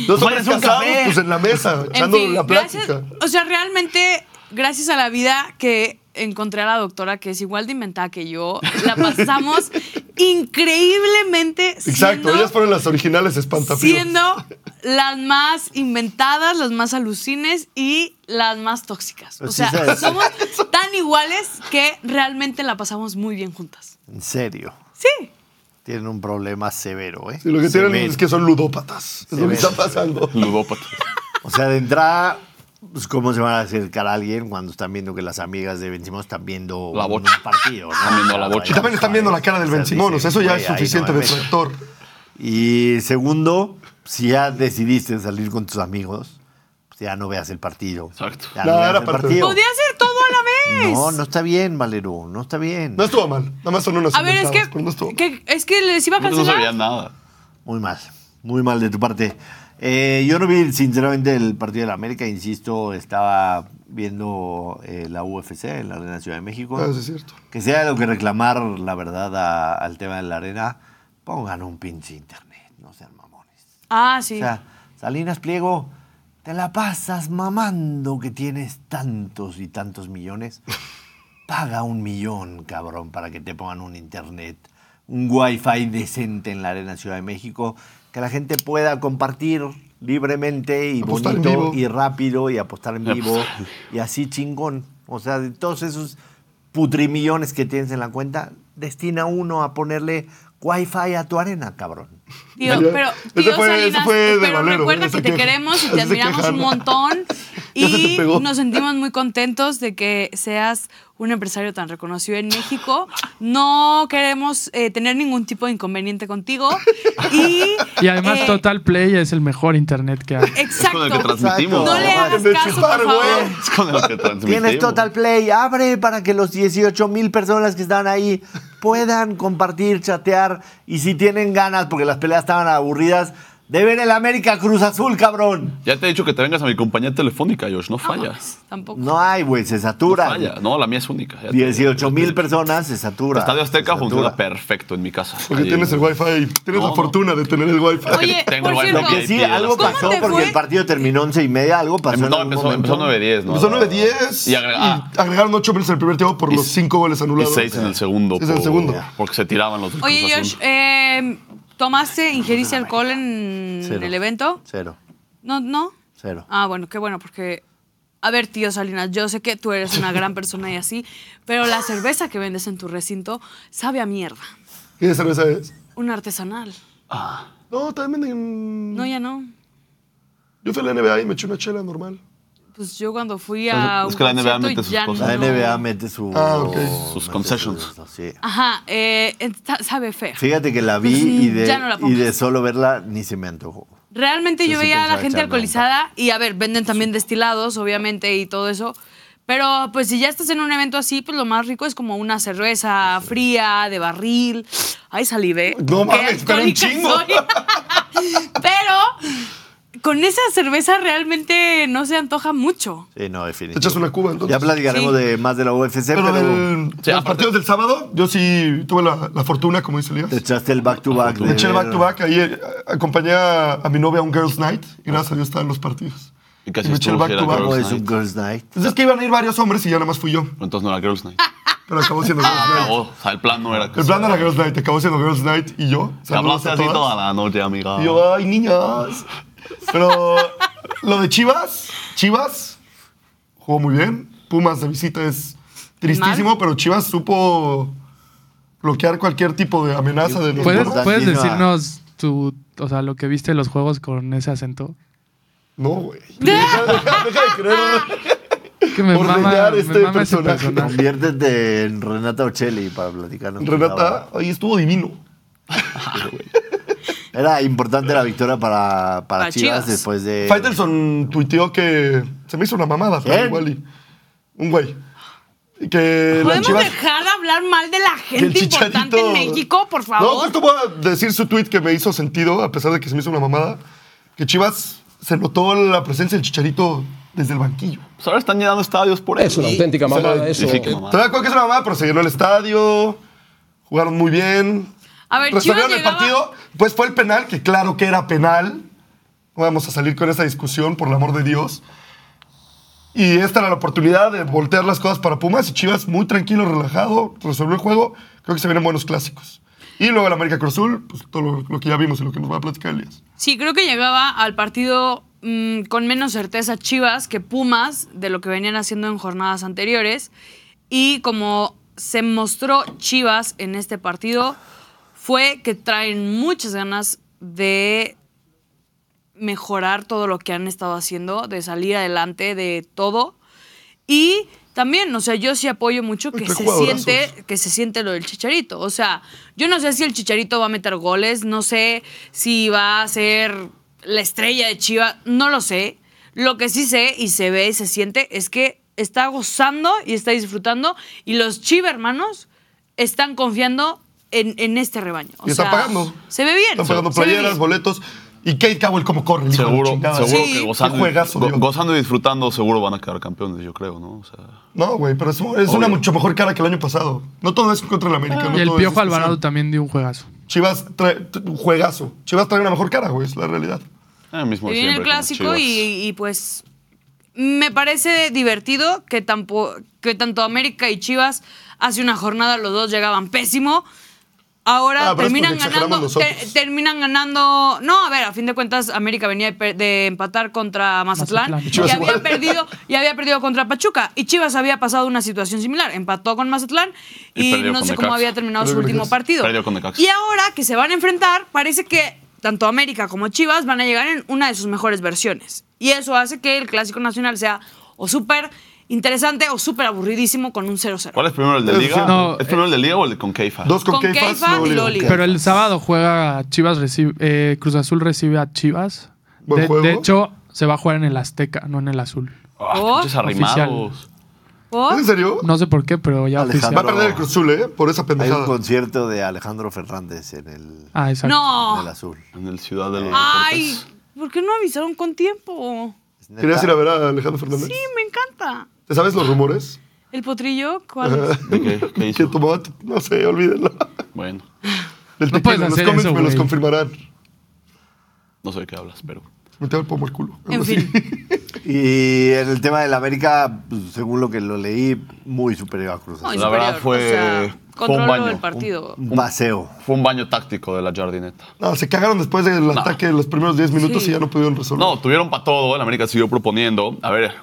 Speaker 3: No somos
Speaker 2: Váyanse a un
Speaker 3: casados,
Speaker 2: café.
Speaker 3: pues en la mesa,
Speaker 5: En
Speaker 3: echando
Speaker 5: fin,
Speaker 3: la plática.
Speaker 5: gracias. O sea, realmente, gracias a la vida que encontré a la doctora, que es igual de inventada que yo, la pasamos increíblemente
Speaker 3: Exacto,
Speaker 5: siendo-
Speaker 3: ellas fueron las originales espantapíos.
Speaker 5: siendo las más inventadas, las más alucines y las más tóxicas. O
Speaker 1: Sí,
Speaker 5: sea,
Speaker 1: ¿sabes?
Speaker 5: somos tan iguales que realmente la pasamos muy bien juntas.
Speaker 1: En serio.
Speaker 5: Sí.
Speaker 1: Tienen un problema severo, ¿eh?
Speaker 3: Y lo que
Speaker 1: Severo.
Speaker 3: tienen es que son ludópatas. Es lo
Speaker 1: ven.
Speaker 3: que está pasando.
Speaker 2: Ludópata.
Speaker 1: O sea, de entrada, pues, ¿cómo se van a acercar a alguien cuando están viendo que las amigas de Benzimón están viendo
Speaker 2: La
Speaker 1: un
Speaker 2: bocha.
Speaker 1: partido? ¿no?
Speaker 2: Están viendo la bocha.
Speaker 3: Y también están viendo la cara del
Speaker 1: O sea,
Speaker 3: Benzimón, o sea, eso
Speaker 1: dicen,
Speaker 3: ya es
Speaker 1: "Güey, ahí
Speaker 3: suficiente
Speaker 1: no me meto".
Speaker 3: distractor.
Speaker 1: Y segundo, si ya decidiste salir con tus amigos, pues ya no veas el partido.
Speaker 2: Exacto.
Speaker 1: Ya
Speaker 3: No,
Speaker 1: veas
Speaker 3: era
Speaker 1: el
Speaker 3: parte-
Speaker 5: Podía ser todo a la vez.
Speaker 1: No, no está bien, Valero, no está bien.
Speaker 3: No estuvo mal, nada más son unas
Speaker 5: A ver, es
Speaker 3: inventadas, pero no estuvo
Speaker 5: que, que- es que les iba a
Speaker 2: No se veía
Speaker 5: cancelar.
Speaker 2: nada.
Speaker 1: Muy mal, muy mal de tu parte. Eh, yo no vi, sinceramente, el partido de la América, insisto, estaba viendo eh, la UFC en la Arena Ciudad de México.
Speaker 3: mal. Ah, sí, es cierto.
Speaker 1: Que sea lo que reclamar, la verdad, a- al tema de la arena, pongan un pinche internet, no sean mamones.
Speaker 5: Ah, sí.
Speaker 1: O sea, Salinas Pliego, te la pasas mamando que tienes tantos y tantos millones. Paga un millón, cabrón, para que te pongan un internet, un wifi decente en la arena Ciudad de México, que la gente pueda compartir libremente y
Speaker 3: Apostar en
Speaker 1: bonito
Speaker 3: vivo.
Speaker 1: y rápido y apostar en
Speaker 2: Y
Speaker 1: vivo
Speaker 2: apostar en
Speaker 1: y así chingón. O sea, de todos esos putrimillones que tienes en la cuenta, destina uno a ponerle wifi a tu arena, cabrón.
Speaker 5: Tío,
Speaker 3: Ya.
Speaker 5: pero
Speaker 3: Ese
Speaker 5: tío
Speaker 3: fue- ese
Speaker 5: Salinas,
Speaker 3: fue de
Speaker 5: pero
Speaker 3: Valero,
Speaker 5: recuerda
Speaker 3: ese
Speaker 5: que te
Speaker 3: que-
Speaker 5: queremos y
Speaker 3: ese
Speaker 5: te
Speaker 3: que
Speaker 5: admiramos un
Speaker 3: jala.
Speaker 5: montón
Speaker 3: Ya se te
Speaker 5: y
Speaker 3: pegó.
Speaker 5: nos sentimos muy contentos de que seas un empresario tan reconocido en México. No queremos eh, tener ningún tipo de inconveniente contigo y,
Speaker 4: Y además
Speaker 5: eh,
Speaker 4: Total Play es el mejor internet que hay.
Speaker 2: Es con el que
Speaker 5: Exacto.
Speaker 2: transmitimos.
Speaker 5: No le hagas
Speaker 3: Me
Speaker 5: caso, por
Speaker 3: chuparon,
Speaker 5: favor.
Speaker 3: güey.
Speaker 2: Es con el que transmitimos.
Speaker 1: Tienes Total Play, abre para que los 18 mil personas que están ahí puedan compartir, chatear y si tienen ganas, porque las peleas estaban aburridas, de ver el América Cruz Azul, cabrón.
Speaker 2: Ya te he dicho que te vengas a mi compañía telefónica, Josh. No
Speaker 5: No,
Speaker 2: fallas.
Speaker 5: mames, tampoco.
Speaker 1: No hay, güey, se
Speaker 2: No
Speaker 1: satura.
Speaker 2: falla. No, la mía es única. Ya te-
Speaker 1: 18 mil personas se satura.
Speaker 2: Estadio Azteca
Speaker 1: se
Speaker 2: funciona
Speaker 1: satura.
Speaker 2: perfecto en mi casa.
Speaker 3: Porque
Speaker 2: Ahí-
Speaker 3: tienes el wifi, tienes
Speaker 2: No,
Speaker 3: la
Speaker 2: no.
Speaker 3: fortuna de tener el wifi.
Speaker 5: Oye,
Speaker 2: Tengo el
Speaker 5: por
Speaker 2: wifi
Speaker 5: cierto,
Speaker 1: Que sí,
Speaker 2: Pide las
Speaker 1: algo
Speaker 2: cosas.
Speaker 1: pasó
Speaker 5: ¿Cómo te
Speaker 1: porque
Speaker 5: fue?
Speaker 1: el partido terminó 11 y media, algo pasó. en
Speaker 2: No,
Speaker 1: algún
Speaker 2: empezó, empezó
Speaker 1: momento.
Speaker 2: 9-10. ¿no?
Speaker 3: Empezó 9-10
Speaker 2: Y agregaron-
Speaker 3: y agregaron 8 minutos en el primer tiempo por los 5 goles
Speaker 2: Y
Speaker 3: anulados.
Speaker 2: 6 en el segundo.
Speaker 3: Seis en el
Speaker 2: por-
Speaker 3: segundo.
Speaker 2: Porque se tiraban los del
Speaker 5: Oye,
Speaker 2: Cruz
Speaker 5: Josh,
Speaker 2: Azul.
Speaker 5: eh, ¿tomaste, ingeriste alcohol en
Speaker 1: Cero.
Speaker 5: el evento?
Speaker 1: Cero,
Speaker 5: No, no.
Speaker 1: cero.
Speaker 5: Ah, bueno, qué bueno, porque. A ver, tío Salinas, yo sé que tú eres una gran persona y así, pero la cerveza que vendes en tu recinto sabe a mierda.
Speaker 3: ¿Qué cerveza es?
Speaker 5: Una artesanal.
Speaker 3: No, también en...
Speaker 5: No, ya no.
Speaker 3: Yo fui a la NBA y me eché una chela normal.
Speaker 5: Pues yo cuando fui
Speaker 2: sea,
Speaker 5: a.
Speaker 2: es
Speaker 5: un
Speaker 2: que la NBA
Speaker 5: concierto
Speaker 2: mete sus
Speaker 5: ya
Speaker 2: cosas.
Speaker 1: La
Speaker 5: no.
Speaker 1: NBA mete su-
Speaker 3: Ah, ok.
Speaker 2: Sus
Speaker 1: mete
Speaker 2: concessions.
Speaker 1: su- sí.
Speaker 5: Ajá, eh, esta- sabe fea.
Speaker 1: Fíjate que la vi
Speaker 5: Entonces,
Speaker 1: y de,
Speaker 5: Pues ya no la
Speaker 1: y
Speaker 5: pongas.
Speaker 1: de solo verla ni se me antojó.
Speaker 5: Realmente
Speaker 1: Yo
Speaker 5: yo
Speaker 1: sí
Speaker 5: veía a la
Speaker 1: pensaba
Speaker 5: gente
Speaker 1: echarme
Speaker 5: alcoholizada y a ver, venden también destilados, obviamente, y todo eso. Pero pues si ya estás en un evento así, pues lo más rico es como una cerveza fría, de barril. Ay, salivé.
Speaker 3: No
Speaker 5: Qué
Speaker 3: mames, pero un
Speaker 5: alcohólica
Speaker 3: chingo.
Speaker 5: soy. pero con esa cerveza realmente no se antoja mucho.
Speaker 1: Sí, no,
Speaker 3: Te
Speaker 1: definitivamente.
Speaker 3: echas una cuba, entonces.
Speaker 1: Ya platicaremos
Speaker 5: Sí.
Speaker 1: de más de la UFC, pero,
Speaker 3: Pero del-
Speaker 2: Sí,
Speaker 3: los
Speaker 2: aparte-
Speaker 3: partidos del sábado, yo sí tuve la, la fortuna, como dice Elías.
Speaker 1: te echaste el back to back.
Speaker 3: Me
Speaker 1: de
Speaker 3: eché el
Speaker 1: ver-
Speaker 3: back to back. Ahí eh, acompañé a, a mi novia a un Girls Night y gracias a Dios estaban los partidos.
Speaker 2: Y casi
Speaker 3: me eché el
Speaker 2: estuvo
Speaker 3: back
Speaker 2: si era
Speaker 3: to back.
Speaker 1: ¿Cómo
Speaker 2: Girls
Speaker 1: es un
Speaker 2: Night.
Speaker 1: Girls Night?
Speaker 3: Entonces es que iban a ir varios hombres y ya nada más fui yo.
Speaker 2: Entonces no era Girls Night.
Speaker 3: Pero acabó siendo Girls Night.
Speaker 2: Acabó. O sea, el plan no era.
Speaker 3: El plan era Girls Night, acabó siendo Girls Night y yo.
Speaker 2: Te hablaste así
Speaker 3: todas.
Speaker 2: toda la noche, amiga.
Speaker 3: Y yo, ay, niñas. Pero lo de Chivas, Chivas jugó muy bien. Pumas de visita es tristísimo,
Speaker 5: Mal.
Speaker 3: pero Chivas supo bloquear cualquier tipo de amenaza de los
Speaker 4: ¿Puedes,
Speaker 1: Importantísima.
Speaker 4: puedes decirnos tu, o sea, lo que viste de los juegos con ese acento?
Speaker 3: No, güey. Deja, deja- deja de creer.
Speaker 4: Que me
Speaker 3: Por
Speaker 4: mama,
Speaker 3: negar
Speaker 4: me
Speaker 3: este
Speaker 4: mama ese
Speaker 3: personaje.
Speaker 4: personaje.
Speaker 1: Conviértete en Renata Ocelli para platicarnos. con
Speaker 3: Renata, ahí estuvo divino.
Speaker 1: Laura. Era importante la victoria para, para
Speaker 5: Para
Speaker 1: Chivas,
Speaker 5: Chivas.
Speaker 1: después de.
Speaker 2: Eh.
Speaker 3: Faitelson tuiteó que se me hizo una mamada, pero
Speaker 1: ¿Quién?
Speaker 3: igual y- un güey. Que las
Speaker 5: ¿Podemos
Speaker 3: Chivas-
Speaker 5: dejar de hablar mal de la
Speaker 3: que el
Speaker 5: gente importante en México, por
Speaker 3: No,
Speaker 5: favor?
Speaker 3: justo voy a decir su tweet que me hizo sentido, a pesar de que se me hizo una mamada. Que Chivas se notó la presencia del chicharito desde el banquillo.
Speaker 2: Pues ahora están llenando estadios por
Speaker 6: Es
Speaker 2: eso.
Speaker 6: una auténtica mamada eso.
Speaker 2: Y sí, qué
Speaker 3: Te
Speaker 2: mamada.
Speaker 3: das cuenta que es una mamada, pero se llenó el estadio, jugaron muy bien.
Speaker 5: A ver,
Speaker 3: resolvieron
Speaker 5: Chivas
Speaker 3: el
Speaker 5: llegaba-
Speaker 3: partido. Pues fue el penal, que claro que era penal. No vamos a salir con esa discusión, por el amor de Dios. Y esta era la oportunidad de voltear las cosas para Pumas y Chivas muy tranquilo, relajado, resolvió el juego. Creo que se vienen buenos clásicos. Y luego el América Cruz Azul, pues todo lo, lo que ya vimos y lo que nos va a platicar Elías.
Speaker 5: Sí, creo que llegaba al partido mm, con menos certeza Chivas que Pumas de lo que venían haciendo en jornadas anteriores. Y como se mostró Chivas en este partido, fue que traen muchas ganas de mejorar todo lo que han estado haciendo, de salir adelante de todo. Y también, o sea, yo sí apoyo mucho que
Speaker 3: Entre
Speaker 5: se
Speaker 3: jugadorazos.
Speaker 5: siente que se siente lo del chicharito. O sea, yo no sé si el chicharito va a meter goles, no sé si va a ser la estrella de Chivas, no lo sé. Lo que sí sé y se ve y se siente es que está gozando y está disfrutando y los Chiva hermanos están confiando en, en este rebaño. O
Speaker 3: Y están
Speaker 5: sea,
Speaker 3: pagando.
Speaker 5: Se ve bien.
Speaker 3: Están pagando
Speaker 5: se ve
Speaker 3: playeras,
Speaker 5: bien.
Speaker 3: boletos. Y Kate Cowell como corre. hijo de
Speaker 2: Seguro,
Speaker 3: chingada.
Speaker 2: seguro
Speaker 5: Sí.
Speaker 2: que gozando,
Speaker 3: Qué juegazo,
Speaker 2: go-
Speaker 3: Dios.
Speaker 2: gozando y disfrutando, seguro van a quedar campeones, yo creo, ¿no? O sea,
Speaker 3: No, güey, pero es, es una mucho mejor cara que el año pasado. No todo es contra el
Speaker 5: Ah.
Speaker 3: América. no
Speaker 4: Y el
Speaker 3: todo es
Speaker 4: Piojo
Speaker 3: discusión.
Speaker 4: Alvarado también dio un juegazo.
Speaker 3: Chivas trae t- un juegazo. Chivas trae una mejor cara, güey, es la realidad.
Speaker 2: el mismo
Speaker 5: Se
Speaker 2: de
Speaker 5: viene el
Speaker 2: siempre con
Speaker 5: clásico
Speaker 2: Chivas.
Speaker 5: y, y, pues me parece divertido que, tampo- que tanto América y Chivas hace una jornada los dos llegaban pésimo. Ahora
Speaker 3: Ah, pero es
Speaker 5: terminan
Speaker 3: porque exageramos
Speaker 5: ganando, te-
Speaker 3: nosotros.
Speaker 5: terminan ganando. No, a ver, a fin de cuentas América venía de, per- de empatar contra Mazatlán,
Speaker 4: Mazatlán. Y
Speaker 5: y
Speaker 3: Chivas
Speaker 5: había
Speaker 3: igual.
Speaker 5: perdido y había perdido contra Pachuca y Chivas había pasado una situación similar, empató con Mazatlán
Speaker 2: Y
Speaker 5: y,
Speaker 2: perdió
Speaker 5: no
Speaker 2: con
Speaker 5: sé cómo
Speaker 2: Necaxa.
Speaker 5: había terminado
Speaker 3: Perdió
Speaker 5: su
Speaker 3: con
Speaker 5: último
Speaker 3: Necaxa.
Speaker 5: partido.
Speaker 2: Perdió con Necaxa.
Speaker 5: Y ahora que se van a enfrentar, parece que tanto América como Chivas van a llegar en una de sus mejores versiones. Y eso hace que el Clásico Nacional sea o súper interesante o súper aburridísimo con un 0-0.
Speaker 2: ¿Cuál es primero el de
Speaker 3: Sí,
Speaker 2: Liga?
Speaker 4: no,
Speaker 2: ¿Es primero el de Liga o el de con Keifa?
Speaker 3: Dos con,
Speaker 5: Con
Speaker 3: K-Fax,
Speaker 5: K-Fax y
Speaker 3: luego
Speaker 5: luego
Speaker 3: Liga.
Speaker 5: Liga.
Speaker 4: Pero el sábado juega Chivas, recibe, eh, Cruz Azul recibe a Chivas.
Speaker 3: Buen
Speaker 4: De,
Speaker 3: juego.
Speaker 4: de hecho, se va a jugar en el Azteca, no en el Azul.
Speaker 2: Ah,
Speaker 5: Oh.
Speaker 2: pinches arrimados.
Speaker 5: ¿Por?
Speaker 3: ¿Es en serio?
Speaker 4: No sé por qué, pero ya
Speaker 1: Alejandro.
Speaker 3: Va a
Speaker 4: oficial.
Speaker 3: perder el Cruz Azul, ¿eh? Por esa
Speaker 1: Hay un
Speaker 3: pendejada.
Speaker 1: concierto de Alejandro Fernández en el,
Speaker 4: Ah, exacto.
Speaker 1: en el
Speaker 5: No.
Speaker 1: azul.
Speaker 2: En el Ciudad de los
Speaker 5: Ay,
Speaker 2: Deportes.
Speaker 5: ¿por qué no avisaron con tiempo?
Speaker 1: Es neta.
Speaker 3: ¿Querías ir a ver a Alejandro Fernández?
Speaker 5: Sí, me encanta.
Speaker 3: ¿Te sabes los rumores?
Speaker 5: El potrillo, ¿cuál? es?
Speaker 2: ¿De qué? ¿Qué
Speaker 3: Que
Speaker 2: hizo?
Speaker 3: tomaba, no sé, olvídenlo.
Speaker 2: Bueno,
Speaker 3: Del
Speaker 4: No
Speaker 3: tequila,
Speaker 4: puedes
Speaker 3: los
Speaker 4: hacer
Speaker 3: comments
Speaker 4: eso,
Speaker 3: me los
Speaker 4: güey.
Speaker 3: confirmarán.
Speaker 2: no sé de qué hablas, pero...
Speaker 3: Me tengo el pomo al culo.
Speaker 5: En fin.
Speaker 1: Y en el tema del América, pues, según lo que lo leí, muy superior a Cruz
Speaker 5: Muy
Speaker 1: Azul.
Speaker 2: La verdad
Speaker 5: superior,
Speaker 2: fue-
Speaker 5: o sea,
Speaker 2: fue un
Speaker 5: controló
Speaker 2: baño,
Speaker 5: el
Speaker 2: un-
Speaker 5: partido.
Speaker 1: Un paseo.
Speaker 2: Fue un baño táctico de la jardineta.
Speaker 3: No, se cagaron después del ataque de los primeros 10 minutos
Speaker 5: Sí.
Speaker 3: y ya no pudieron resolver.
Speaker 2: No, tuvieron para todo. El América siguió proponiendo. A ver.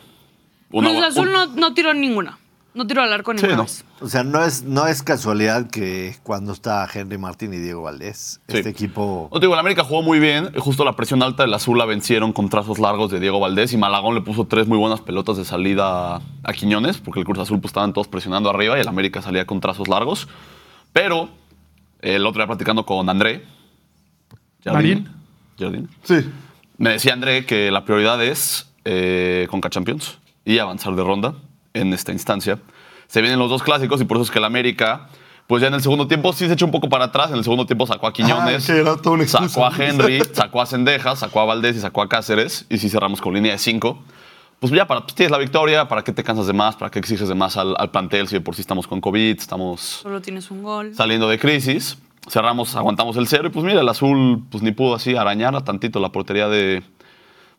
Speaker 2: una-
Speaker 5: Cruz Azul
Speaker 2: un-
Speaker 5: no, no tiró ninguna. No tiró al arco
Speaker 2: Sí,
Speaker 5: ninguna.
Speaker 2: no.
Speaker 5: vez.
Speaker 1: O sea, no es, no es casualidad que cuando está Henry Martín y Diego Valdés,
Speaker 2: Sí.
Speaker 1: este equipo
Speaker 2: No te digo, el América jugó muy bien. y Justo la presión alta del Azul la vencieron con trazos largos de Diego Valdés y Malagón le puso tres muy buenas pelotas de salida a- a Quiñones, porque el Cruz Azul pues, estaban todos presionando arriba y el América salía con trazos largos. Pero eh, el otro día platicando con André.
Speaker 4: Marín.
Speaker 2: Jardín.
Speaker 3: Sí.
Speaker 2: Me decía André que la prioridad es eh, Conca Champions y avanzar de ronda en esta instancia. Se vienen los dos clásicos y por eso es que el América, pues ya en el segundo tiempo sí se echó un poco para atrás. En el segundo tiempo sacó a Quiñones,
Speaker 3: Ah, que era toda una excusa.
Speaker 2: sacó a Henry, sacó a Sendejas, sacó a Valdés y sacó a Cáceres. Y si cerramos con línea de cinco, pues ya para, pues tienes la victoria, ¿para qué te cansas de más? ¿Para qué exiges de más al, al plantel si de por sí estamos con COVID, estamos
Speaker 5: Solo tienes un gol.
Speaker 2: saliendo de crisis. Cerramos, aguantamos el cero y pues mira, el azul pues ni pudo así arañar a tantito la portería de,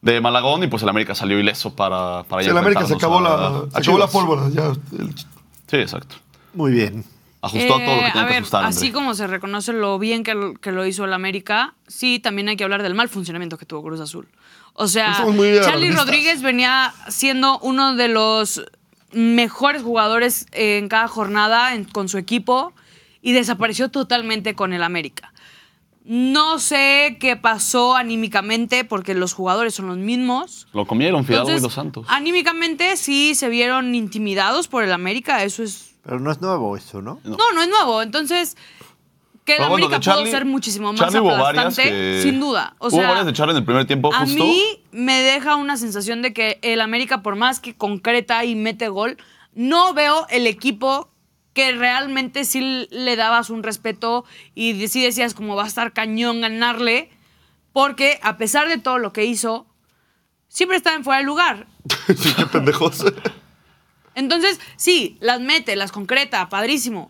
Speaker 2: de Malagón y pues el América salió ileso para, para
Speaker 3: Sí,
Speaker 2: ya
Speaker 3: el América se acabó
Speaker 2: enfrentarnos a-
Speaker 3: la,
Speaker 2: a
Speaker 3: se acabó la
Speaker 2: Chivas.
Speaker 3: pólvora. Ya, el-
Speaker 2: Sí, exacto.
Speaker 1: muy bien.
Speaker 2: Ajustó todo lo que
Speaker 5: Eh,
Speaker 2: tenía
Speaker 5: a
Speaker 2: que
Speaker 5: ver,
Speaker 2: ajustar.
Speaker 5: Así
Speaker 2: André.
Speaker 5: como se reconoce lo bien que, lo- que lo hizo el América, sí, también hay que hablar del mal funcionamiento que tuvo Cruz Azul. O sea,
Speaker 3: Pues Somos muy
Speaker 5: Charlie
Speaker 3: alarmistas.
Speaker 5: Rodríguez venía siendo uno de los mejores jugadores en cada jornada en- con su equipo y desapareció totalmente con el América. No sé qué pasó anímicamente porque los jugadores son los mismos.
Speaker 2: Lo comieron Fidalgo y
Speaker 5: Entonces,
Speaker 2: los Santos.
Speaker 5: Anímicamente sí se vieron intimidados por el América, eso es.
Speaker 1: Pero no es nuevo eso, ¿no?
Speaker 2: No.
Speaker 5: No, no es nuevo. Entonces, que
Speaker 2: Pero
Speaker 5: el
Speaker 2: bueno,
Speaker 5: América
Speaker 2: de Charlie-
Speaker 5: pudo ser muchísimo más
Speaker 2: Charlie hubo varias
Speaker 5: aplastante,
Speaker 2: que-
Speaker 5: sin duda. O
Speaker 2: hubo
Speaker 5: sea,
Speaker 2: varias de Charlie en el primer tiempo
Speaker 5: a
Speaker 2: justo.
Speaker 5: mí me deja una sensación de que el América, por más que concreta y mete gol, no veo el equipo que realmente sí le dabas un respeto y de- sí decías como va a estar cañón ganarle, porque a pesar de todo lo que hizo, siempre estaba en fuera de lugar.
Speaker 3: sí, qué pendejos.
Speaker 5: Entonces, sí, las mete, las concreta, padrísimo.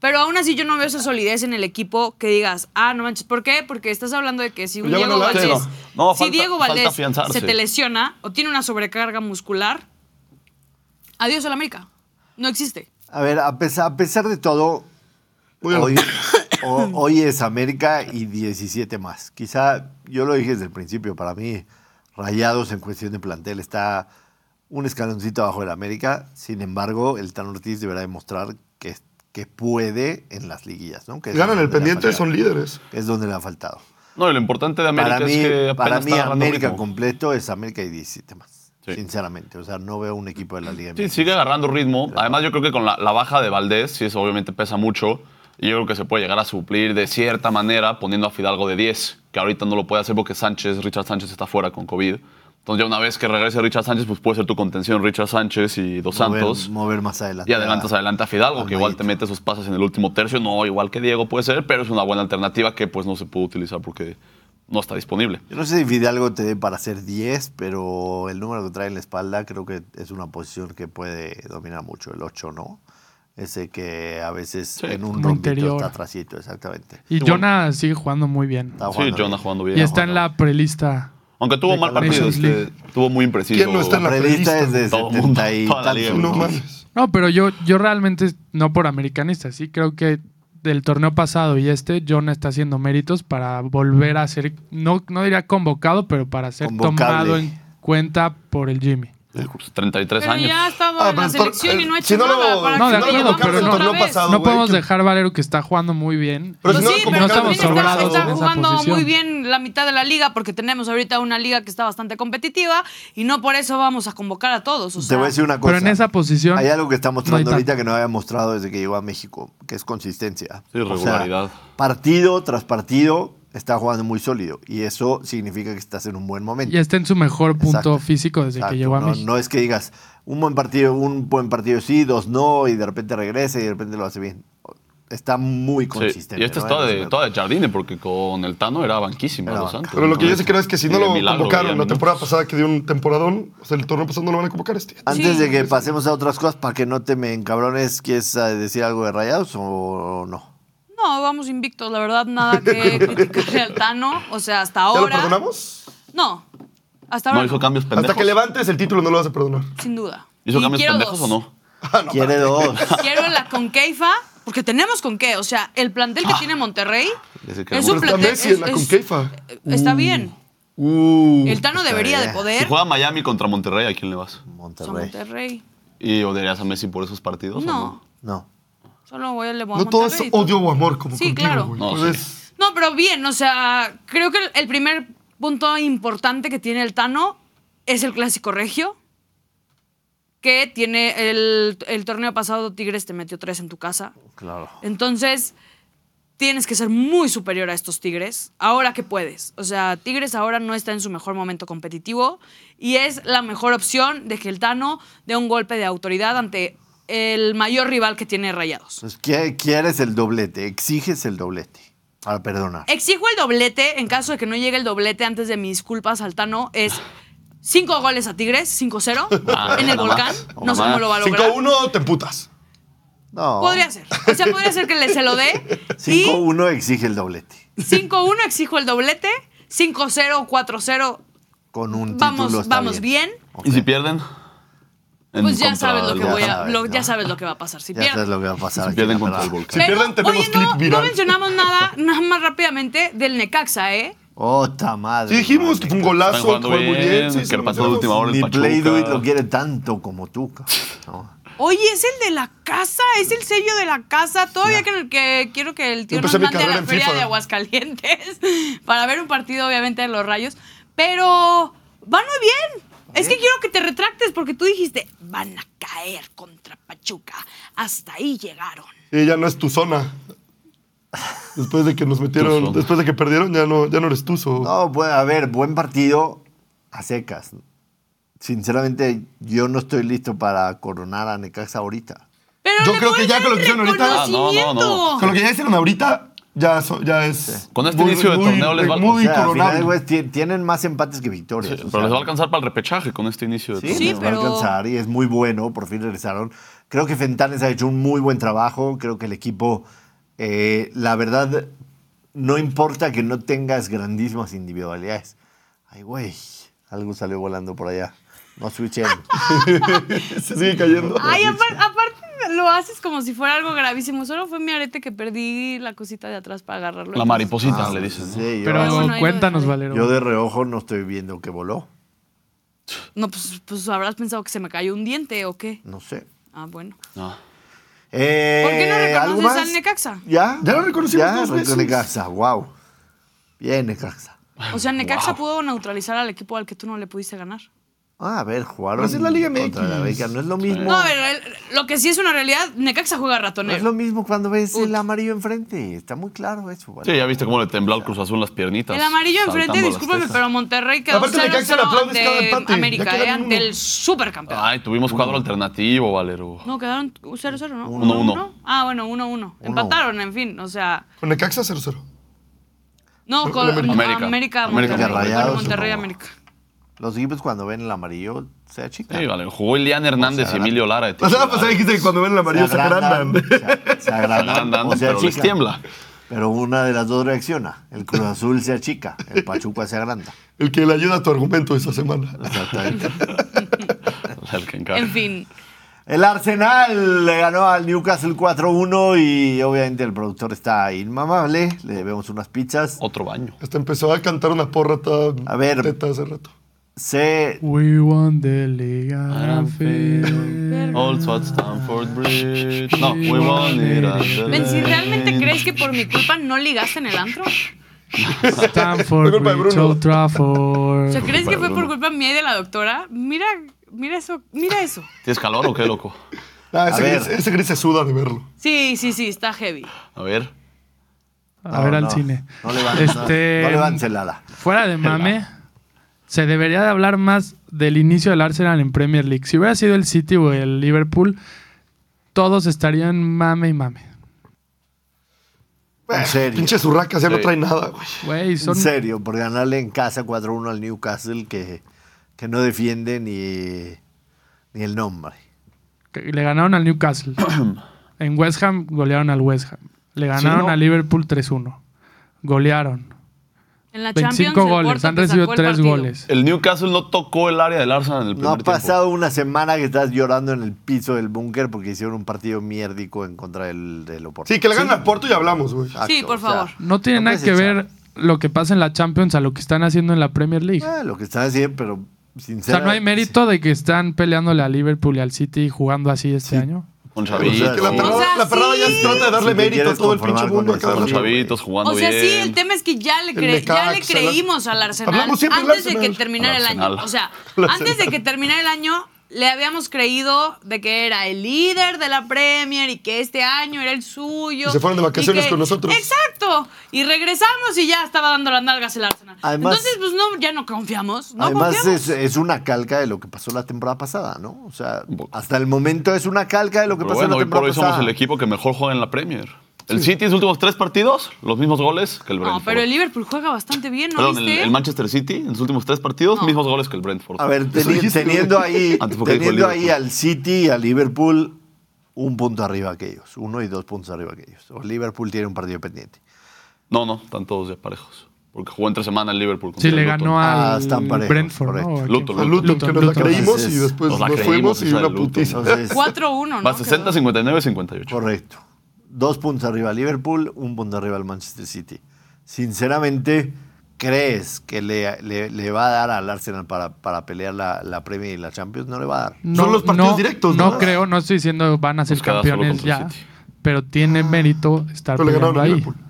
Speaker 5: Pero aún así yo no veo esa solidez en el equipo que digas, ah, no manches, ¿por qué? Porque estás hablando de que si un
Speaker 3: Pues Ya van
Speaker 5: Diego
Speaker 3: a la-
Speaker 5: Valdés,
Speaker 2: Sí, no. No,
Speaker 5: si
Speaker 2: falta-
Speaker 5: Diego
Speaker 2: falta
Speaker 5: Valdés
Speaker 2: afianzarse.
Speaker 5: se te lesiona o tiene una sobrecarga muscular, adiós al América. No existe.
Speaker 1: A ver, a pesar, a pesar de todo,
Speaker 3: Muy
Speaker 1: hoy, O- hoy es América y 17 más. Quizá, yo lo dije desde el principio, para mí, Rayados en cuestión de plantel está un escaloncito abajo del América. Sin embargo, el Tan Ortiz deberá demostrar que, que puede en las liguillas. ¿no? Que es
Speaker 3: Ganan el
Speaker 1: donde le ha
Speaker 3: pendiente,
Speaker 1: faltado.
Speaker 3: son líderes.
Speaker 1: Es donde le ha faltado.
Speaker 2: No, y lo importante de América
Speaker 1: para mí,
Speaker 2: es que apenas
Speaker 1: para mí
Speaker 2: está agarrando
Speaker 1: América
Speaker 2: ritmo.
Speaker 1: completo es América y 17 más.
Speaker 2: Sí.
Speaker 1: Sinceramente, o sea, no veo un equipo de la Liga
Speaker 2: Sí,
Speaker 1: MX.
Speaker 2: sigue agarrando ritmo. Además, yo creo que con la, la baja de Valdés, sí, eso obviamente pesa mucho. Y yo creo que se puede llegar a suplir de cierta manera poniendo a Fidalgo de 10, que ahorita no lo puede hacer porque Sánchez, Richard Sánchez está fuera con COVID. Entonces, ya una vez que regrese Richard Sánchez, pues puede ser tu contención Richard Sánchez y Dos
Speaker 1: Mover-
Speaker 2: Santos.
Speaker 1: Mover más adelante.
Speaker 2: Y adelantas
Speaker 1: a-
Speaker 2: adelante a Fidalgo, que igual te
Speaker 1: Alvarito.
Speaker 2: mete sus pases en el último tercio. No igual que Diego puede ser, pero es una buena alternativa que pues no se pudo utilizar porque no está disponible.
Speaker 1: Yo no sé si Fidalgo te dé para ser 10, pero el número que trae en la espalda creo que es una posición que puede dominar mucho, el 8, ¿no? Ese que a veces
Speaker 2: Sí,
Speaker 1: en un
Speaker 4: como
Speaker 1: rompito
Speaker 4: interior.
Speaker 1: está atrasito, exactamente.
Speaker 4: Y Jonah sigue jugando muy bien.
Speaker 1: Está
Speaker 2: Sí,
Speaker 1: jugando
Speaker 2: Jonah
Speaker 1: bien.
Speaker 2: jugando Ah, bien.
Speaker 4: Y está en la prelista.
Speaker 2: Aunque tuvo
Speaker 4: de
Speaker 2: mal partido,
Speaker 4: Nations
Speaker 2: este,
Speaker 4: League.
Speaker 2: tuvo muy impreciso.
Speaker 3: ¿Quién no está en la-
Speaker 1: Prelista es de
Speaker 2: Todo mundo,
Speaker 1: 70 y
Speaker 2: toda la liga,
Speaker 1: tantos,
Speaker 3: No
Speaker 1: ¿no?
Speaker 3: mames.
Speaker 4: No, pero yo, yo realmente, no por americanista, sí creo que del torneo pasado y este, Jonah está haciendo méritos para volver a ser, no, no diría convocado, pero para ser
Speaker 1: Convocable.
Speaker 4: tomado en cuenta por el Jimmy.
Speaker 2: Pues, 33
Speaker 5: Pero
Speaker 2: años.
Speaker 5: ya estamos
Speaker 3: Ah,
Speaker 5: en
Speaker 3: pero
Speaker 5: la
Speaker 3: el tor-
Speaker 5: selección y no ha
Speaker 3: eh,
Speaker 5: hecho
Speaker 3: si no lo-
Speaker 5: nada.
Speaker 3: si
Speaker 5: para que
Speaker 4: no lo
Speaker 5: lo
Speaker 4: convocamos
Speaker 5: convocamos
Speaker 4: el
Speaker 5: otra
Speaker 4: torneo
Speaker 5: vez.
Speaker 3: pasado. Ah,
Speaker 4: no
Speaker 3: güey,
Speaker 4: podemos
Speaker 3: que-
Speaker 4: dejar Valero que está jugando muy bien.
Speaker 3: Pero
Speaker 5: Pues
Speaker 3: si no lo
Speaker 5: sí, pero
Speaker 3: convocan,
Speaker 5: también
Speaker 4: estamos
Speaker 5: está,
Speaker 4: sobrados
Speaker 5: está
Speaker 4: en esa
Speaker 5: jugando
Speaker 4: posición.
Speaker 5: muy bien la mitad de la liga porque tenemos ahorita una liga que está bastante competitiva y no por eso vamos a convocar a todos. o
Speaker 1: Te
Speaker 5: sea,
Speaker 1: voy a decir una cosa.
Speaker 4: Pero en esa posición,
Speaker 1: Hay algo que está mostrando
Speaker 4: No hay
Speaker 1: ahorita que
Speaker 4: tanto.
Speaker 1: no había mostrado desde que llegó a México, que es consistencia.
Speaker 2: Sí, regularidad.
Speaker 1: partido tras partido está jugando muy sólido y eso significa que estás en un buen momento.
Speaker 4: y está en su mejor punto
Speaker 1: Exacto.
Speaker 4: físico desde
Speaker 1: Exacto,
Speaker 4: que llegó a
Speaker 1: no,
Speaker 4: México.
Speaker 1: no es que digas un buen partido, un buen partido sí, dos no, y de repente regresa y de repente lo hace bien. Está muy
Speaker 2: Sí,
Speaker 1: consistente.
Speaker 2: Y esta
Speaker 1: ¿no?
Speaker 2: está
Speaker 1: En ese
Speaker 2: de,
Speaker 1: mercado.
Speaker 2: toda de Jardine, porque con el Tano era banquísimo
Speaker 1: Era
Speaker 2: Los
Speaker 1: banca.
Speaker 2: Santos.
Speaker 3: Pero lo que yo sí creo es que si no
Speaker 2: Y de
Speaker 3: lo
Speaker 2: milagro,
Speaker 3: convocaron
Speaker 2: veía
Speaker 3: la temporada
Speaker 2: minutos.
Speaker 3: pasada que pues, dio un temporadón, o sea, el torneo pasado no lo van a convocar este.
Speaker 1: Antes
Speaker 5: Sí.
Speaker 1: de que pasemos a otras cosas, para que no te me encabrones, ¿quieres eh, decir algo de Rayados o no?
Speaker 5: No, vamos invictos, la verdad, nada que criticarle al Tano. O sea, hasta
Speaker 3: ¿Ya lo
Speaker 5: ahora.
Speaker 3: perdonamos?
Speaker 5: No, hasta ahora.
Speaker 2: No hizo
Speaker 5: no,
Speaker 2: cambios pendejos.
Speaker 3: Hasta que levantes el título no lo vas a perdonar.
Speaker 5: Sin duda.
Speaker 2: ¿Hizo
Speaker 5: Y
Speaker 2: cambios
Speaker 5: quiero
Speaker 2: pendejos
Speaker 5: dos.
Speaker 2: o Ah, no?
Speaker 1: Quiere dos.
Speaker 5: Quiero la Conqueifa, porque tenemos con qué. O sea, el plantel
Speaker 2: Ah.
Speaker 5: que tiene Monterrey
Speaker 2: Ese Ah, que
Speaker 5: es
Speaker 2: no-
Speaker 5: un
Speaker 3: Pero está
Speaker 5: plantel.
Speaker 3: Messi en la
Speaker 5: es- es-
Speaker 3: Conqueifa.
Speaker 5: Está bien.
Speaker 3: Uh,
Speaker 5: El Tano debería de
Speaker 1: bien.
Speaker 2: Si
Speaker 5: poder.
Speaker 2: juega Miami contra Monterrey, ¿a quién le vas?
Speaker 5: Son
Speaker 1: Monterrey.
Speaker 5: Monterrey.
Speaker 2: ¿Y odiarías a Messi por esos partidos? o
Speaker 5: No,
Speaker 1: No.
Speaker 5: solo voy a le voy
Speaker 3: no
Speaker 5: a
Speaker 3: todo es
Speaker 5: Monterrey.
Speaker 3: odio o amor como
Speaker 5: Sí,
Speaker 3: contigo,
Speaker 5: claro.
Speaker 3: güey.
Speaker 2: No,
Speaker 3: Entonces,
Speaker 2: sí.
Speaker 5: No, pero bien, o sea, creo que el- el primer punto importante que tiene el Tano es el clásico regio. Que tiene el, el torneo pasado, Tigres te metió tres en tu casa.
Speaker 1: Claro.
Speaker 5: Entonces, tienes que ser muy superior a estos Tigres, ahora que puedes. O sea, Tigres ahora no está en su mejor momento competitivo y es la mejor opción de que el Tano dé un golpe de autoridad ante el mayor rival que tiene Rayados.
Speaker 1: Entonces, Pues, ¿qué- quieres el doblete, exiges el doblete para perdonar.
Speaker 5: Exijo el doblete, en caso de que no llegue el doblete antes de mis disculpas al Tano, es cinco goles a Tigres, 5-0,
Speaker 2: Ah,
Speaker 5: en el
Speaker 2: nada
Speaker 5: volcán.
Speaker 2: más,
Speaker 5: No sé
Speaker 2: nada
Speaker 5: cómo lo va a lograr.
Speaker 3: 5-1, te emputas.
Speaker 1: No.
Speaker 5: Podría ser. O sea, podría ser que le se lo dé. y
Speaker 1: 5-1 exige el doblete.
Speaker 5: 5-1 exijo el doblete. 5-0, 4-0,
Speaker 1: Con un
Speaker 5: vamos,
Speaker 1: título está
Speaker 5: vamos bien.
Speaker 1: Ok.
Speaker 2: ¿Y si pierden? En
Speaker 5: Pues ya
Speaker 2: contra
Speaker 5: sabes lo
Speaker 2: del
Speaker 5: que voy
Speaker 1: Ya
Speaker 5: a.
Speaker 1: sabes,
Speaker 5: lo-
Speaker 1: ¿no?
Speaker 5: ya sabes lo que va a pasar. Si
Speaker 1: Ya sabes
Speaker 5: pierden.
Speaker 1: lo que va a pasar.
Speaker 2: Si
Speaker 1: aquí en
Speaker 2: pierden
Speaker 1: la
Speaker 2: contra el
Speaker 1: perrada.
Speaker 2: Volcán.
Speaker 3: Si pierden, tenemos
Speaker 5: oye, no,
Speaker 3: clip viral.
Speaker 5: no mencionamos nada, nada más rápidamente del Necaxa, ¿eh?
Speaker 1: Ota madre.
Speaker 3: Sí, dijimos que fue
Speaker 2: Están
Speaker 3: un golazo, que
Speaker 2: jugando
Speaker 3: fue muy bien.
Speaker 2: bien,
Speaker 3: sí,
Speaker 2: que
Speaker 3: sí,
Speaker 2: el
Speaker 3: sí,
Speaker 2: pasado de
Speaker 3: sí.
Speaker 2: última hora el
Speaker 1: Ni Play Do It
Speaker 2: Pachuca.
Speaker 1: lo quiere tanto como tú, cabrón. No.
Speaker 5: Oye, es el de la casa, es el sello de la casa. Todavía que, que quiero que el tío nos
Speaker 3: Empecé mi
Speaker 5: mande a
Speaker 3: carrera
Speaker 5: la
Speaker 3: en
Speaker 5: feria
Speaker 3: FIFA.
Speaker 5: de Aguascalientes para ver un partido, obviamente, de los rayos. Pero van muy bien. Es que quiero que te retractes porque tú dijiste, van a caer contra Pachuca. Hasta ahí llegaron.
Speaker 3: Sí, ya no es tu zona. Después de que nos metieron,
Speaker 2: zona.
Speaker 3: después de que perdieron, ya no, ya no eres tú. so-
Speaker 1: No, puede haber buen partido a secas. Sinceramente, yo no estoy listo para coronar a Necaxa ahorita.
Speaker 5: Pero
Speaker 3: Yo
Speaker 5: le
Speaker 3: creo que
Speaker 5: voy
Speaker 3: ya
Speaker 5: a
Speaker 3: con lo que
Speaker 5: dar
Speaker 3: hicieron ahorita-
Speaker 2: Ah, no, no, no.
Speaker 5: reconocimiento.
Speaker 3: Con lo que ya hicieron ahorita, ya, so- ya es.
Speaker 2: Con este inicio de torneo les va-
Speaker 1: O
Speaker 3: muy
Speaker 1: sea, al final,
Speaker 3: coronable.
Speaker 1: güey, ti- tienen más empates que victorias. o sea,
Speaker 2: Pero les va a alcanzar para el repechaje con este inicio de
Speaker 1: Sí,
Speaker 2: torneo.
Speaker 5: Sí,
Speaker 1: les
Speaker 5: pero-
Speaker 1: va a alcanzar y es muy bueno, por fin regresaron. Creo que Fentanes ha hecho un muy buen trabajo, creo que el equipo, eh, la verdad, no importa que no tengas grandísimas individualidades. Ay, güey, algo salió volando por allá. No switchen.
Speaker 3: Se sigue cayendo.
Speaker 5: Ay, apar- aparte, lo haces como si fuera algo gravísimo. Solo fue mi arete que perdí la cosita de atrás para agarrarlo.
Speaker 2: La
Speaker 5: Entonces,
Speaker 3: Ah,
Speaker 2: mariposita, le dicen. ¿no?
Speaker 1: Ah, Sí, yo,
Speaker 4: Pero
Speaker 5: bueno, ahí lo
Speaker 4: cuéntanos,
Speaker 5: dejaré.
Speaker 4: Valero.
Speaker 1: yo de reojo no estoy viendo que voló.
Speaker 5: No, pues, pues habrás pensado que se me cayó un diente o qué.
Speaker 1: No sé.
Speaker 5: Ah, bueno.
Speaker 2: No.
Speaker 1: Eh,
Speaker 5: ¿Por qué no
Speaker 1: ¿algo
Speaker 5: reconoces
Speaker 1: más?
Speaker 5: al Necaxa?
Speaker 1: ¿Ya?
Speaker 3: Ya lo reconocimos
Speaker 1: Ya,
Speaker 3: dos veces.
Speaker 1: Necaxa, wow. Bien, Necaxa.
Speaker 5: O sea, Necaxa
Speaker 2: Wow.
Speaker 5: pudo neutralizar al equipo al que tú no le pudiste ganar.
Speaker 1: Ah, a ver, jugaron.
Speaker 3: Pero así es la Liga
Speaker 1: contra
Speaker 3: MX.
Speaker 1: la América. No es lo mismo.
Speaker 5: No, a ver, el- lo que sí es una realidad, Necaxa juega
Speaker 1: no es lo
Speaker 5: ratonero.
Speaker 1: mismo cuando ves el
Speaker 5: Ut.
Speaker 1: amarillo enfrente. Está muy claro eso. ¿vale?
Speaker 2: Sí, ya viste cómo le tembló al Cruz Azul las piernitas.
Speaker 5: El amarillo enfrente,
Speaker 2: saltando las
Speaker 5: discúlpame,
Speaker 2: testas.
Speaker 5: pero Monterrey quedó
Speaker 3: Aparte, Necaxa le
Speaker 5: 0-0
Speaker 3: aplaudes cada
Speaker 5: ante
Speaker 3: empate, ya
Speaker 5: América,
Speaker 3: quedan
Speaker 5: eh, ante
Speaker 3: uno.
Speaker 5: el supercampeón.
Speaker 2: Ay, tuvimos cuadro alternativo, Valero.
Speaker 5: No, quedaron 0-0, ¿no?
Speaker 1: Uno,
Speaker 5: ¿Uno,
Speaker 2: uno.
Speaker 5: uno? Ah, bueno, 1-1. Empataron, en fin, o sea...
Speaker 3: Con Necaxa 0-0.
Speaker 5: No,
Speaker 3: Con
Speaker 5: con
Speaker 2: América.
Speaker 3: América.
Speaker 5: América, América Monterrey.
Speaker 1: América Rayados,
Speaker 5: Bueno, Monterrey,
Speaker 1: uno.
Speaker 5: América.
Speaker 1: Los equipos cuando ven el amarillo se achican.
Speaker 2: Sí, Valero. Jugó Elian
Speaker 1: Pues,
Speaker 2: Hernández y Emilio Lara. de
Speaker 3: La semana
Speaker 2: titulares.
Speaker 3: pasada dijiste que pues, cuando ven el amarillo se agrandan.
Speaker 1: Se, se agrandan.
Speaker 2: Agrandan,
Speaker 1: o se
Speaker 2: pero les
Speaker 1: achican.
Speaker 2: tiembla.
Speaker 1: Pero una de las dos reacciona. El Cruz Azul se achica, el Pachuca se agranda.
Speaker 3: El que le ayuda a tu argumento esta semana.
Speaker 1: Exactamente.
Speaker 2: El que encarga.
Speaker 5: En fin,
Speaker 1: El Arsenal le ganó al Newcastle 4-1 y obviamente el productor está inmamable. Le debemos unas pizzas.
Speaker 2: Otro baño.
Speaker 3: Hasta empezó a cantar una porra toda
Speaker 1: A ver.
Speaker 3: teta hace rato.
Speaker 1: Se
Speaker 4: We won the Liga.
Speaker 2: Also at Stamford Bridge. No, we won it at the-
Speaker 5: Ben, si realmente crees que por mi culpa no ligaste en el antro, o
Speaker 4: Stanford,
Speaker 3: Fue culpa de
Speaker 4: Bridge,
Speaker 3: Bruno.
Speaker 4: Old Trafford.
Speaker 5: sea, ¿crees que fue por
Speaker 2: Bruno.
Speaker 5: culpa mía y de la doctora? Mira, mira eso, mira eso.
Speaker 2: ¿Tienes calor o qué, loco?
Speaker 3: Ah, ese,
Speaker 1: A ver.
Speaker 3: gris, ese gris se suda de verlo.
Speaker 5: Sí, sí, sí, está heavy.
Speaker 2: A ver.
Speaker 4: A ver
Speaker 1: No,
Speaker 4: al
Speaker 1: no,
Speaker 4: cine.
Speaker 1: No le van,
Speaker 4: Este,
Speaker 1: no, no le van celada.
Speaker 4: Fuera de mame, se debería de hablar más del inicio del Arsenal en Premier League. Si hubiera sido el City o el Liverpool, todos estarían mame y mame.
Speaker 1: En serio.
Speaker 3: Pinches urracas, ya no
Speaker 2: Sí.
Speaker 3: trae nada, güey.
Speaker 4: Güey,
Speaker 1: En
Speaker 4: son
Speaker 1: serio, por ganarle en casa 4-1 al Newcastle que, que no defiende ni, ni el nombre.
Speaker 4: que le ganaron al Newcastle. en West Ham golearon al West Ham. Le ganaron
Speaker 1: ¿no?
Speaker 4: al Liverpool 3-1. Golearon.
Speaker 5: En la
Speaker 4: 25
Speaker 5: Champions, el
Speaker 4: goles.
Speaker 5: Porto
Speaker 4: Han
Speaker 5: te
Speaker 4: recibido
Speaker 5: sacó el
Speaker 4: 3
Speaker 5: partido.
Speaker 4: goles.
Speaker 2: El Newcastle no tocó el área del Arsenal en el primer
Speaker 1: No ha
Speaker 2: tiempo.
Speaker 1: pasado una semana que estás llorando en el piso del búnker porque hicieron un partido mierdico en contra del, del Oporto.
Speaker 3: Sí, que le ganan al Porto y hablamos, güey.
Speaker 1: Exacto,
Speaker 5: Sí, por
Speaker 1: o sea,
Speaker 5: favor.
Speaker 4: No tiene
Speaker 1: no
Speaker 4: nada
Speaker 1: puedes
Speaker 4: que
Speaker 1: echar.
Speaker 4: ver lo que pasa en la Champions a lo que están haciendo en la Premier League.
Speaker 1: Ah, lo que están haciendo, pero
Speaker 4: O sea,
Speaker 1: sinceramente.
Speaker 4: no hay mérito de que están peleándole a Liverpool y al City jugando así este año.
Speaker 2: Con
Speaker 1: O sea,
Speaker 3: Que la
Speaker 1: sí.
Speaker 3: perrada,
Speaker 5: O sea,
Speaker 3: la perrada ya
Speaker 5: sí.
Speaker 3: trata de darle
Speaker 1: Si te
Speaker 3: mérito a
Speaker 1: quieres
Speaker 3: todo el pinche
Speaker 1: conformar
Speaker 3: mundo
Speaker 1: con
Speaker 3: acá.
Speaker 1: eso,
Speaker 2: Con
Speaker 1: sí.
Speaker 2: chavitos jugando
Speaker 5: O sea,
Speaker 2: bien.
Speaker 5: sí, el tema es que ya le,
Speaker 3: El
Speaker 5: cre- ya
Speaker 3: Necaxa,
Speaker 5: le
Speaker 3: la-
Speaker 5: creímos al Arsenal
Speaker 3: Hablamos
Speaker 5: antes
Speaker 3: siempre del
Speaker 5: de que
Speaker 3: Arsenal.
Speaker 5: terminara
Speaker 2: Al
Speaker 5: el año.
Speaker 2: Arsenal.
Speaker 5: O sea,
Speaker 3: Al
Speaker 5: antes de
Speaker 3: Arsenal.
Speaker 5: que terminara el año, le habíamos creído de que era el líder de la Premier y que este año era el suyo.
Speaker 3: Y se fueron de
Speaker 5: y
Speaker 3: vacaciones
Speaker 5: que-
Speaker 3: con nosotros.
Speaker 5: Exacto. Y regresamos y ya estaba dando las nalgas el Arsenal.
Speaker 1: Además-
Speaker 5: Entonces, pues no, ya no confiamos. No
Speaker 1: Además,
Speaker 5: confiamos.
Speaker 1: es, es una calca de lo que pasó la temporada pasada, ¿no? O sea,
Speaker 2: Un poco.
Speaker 1: hasta el momento es una calca de lo que
Speaker 2: Pero
Speaker 1: pasó
Speaker 2: bueno,
Speaker 1: la
Speaker 2: hoy por
Speaker 1: temporada
Speaker 2: hoy
Speaker 1: pasada.
Speaker 2: somos el equipo que mejor juega en la Premier. El City en sus últimos tres partidos, los mismos goles que el
Speaker 5: No,
Speaker 2: Brentford.
Speaker 5: pero el Liverpool juega bastante bien, ¿no
Speaker 2: Perdón, el,
Speaker 5: viste?
Speaker 2: el Manchester City en sus últimos tres partidos,
Speaker 5: No.
Speaker 2: mismos goles que el Brentford.
Speaker 1: A ver, teni-
Speaker 3: dijiste,
Speaker 1: teniendo
Speaker 3: güey.
Speaker 1: ahí,
Speaker 2: Antes porque dijo
Speaker 1: teniendo
Speaker 2: el
Speaker 1: ahí
Speaker 2: Liverpool.
Speaker 1: al City y al Liverpool un punto arriba que ellos, uno y dos puntos arriba que ellos. O Liverpool tiene un partido pendiente.
Speaker 2: No, no, están todos ya parejos. Porque jugó entre semana el Liverpool. contra
Speaker 4: Sí,
Speaker 2: el
Speaker 4: le
Speaker 2: Luton.
Speaker 4: ganó
Speaker 1: Ah,
Speaker 4: al
Speaker 1: están parejos,
Speaker 4: Brentford, ¿no?
Speaker 1: correcto.
Speaker 4: ¿A quién
Speaker 2: Luton,
Speaker 4: fue?
Speaker 3: Al Luton, que nos la
Speaker 4: Luton.
Speaker 3: creímos
Speaker 1: Entonces,
Speaker 3: y después
Speaker 2: nos
Speaker 3: nos,
Speaker 2: la creímos,
Speaker 3: fuimos y
Speaker 2: esa
Speaker 3: una
Speaker 2: del Luton.
Speaker 3: putiza.
Speaker 1: Entonces,
Speaker 5: 4-1, ¿no?
Speaker 2: Va 60, 59, 58.
Speaker 1: correcto. Dos puntos arriba al Liverpool, un punto arriba al Manchester City. Sinceramente, ¿crees que le, le- le va a dar al Arsenal para, para pelear la, la Premier y la Champions? No le va a dar.
Speaker 3: Son los partidos directos, ¿no?
Speaker 4: creo, no estoy diciendo van a ser
Speaker 2: Nos queda solo
Speaker 4: campeones
Speaker 2: contra el
Speaker 4: ya,
Speaker 2: City.
Speaker 4: pero tiene mérito
Speaker 3: Ah.
Speaker 4: estar
Speaker 3: Pero le
Speaker 4: peleando
Speaker 3: ganaron al
Speaker 4: ahí.
Speaker 3: Liverpool.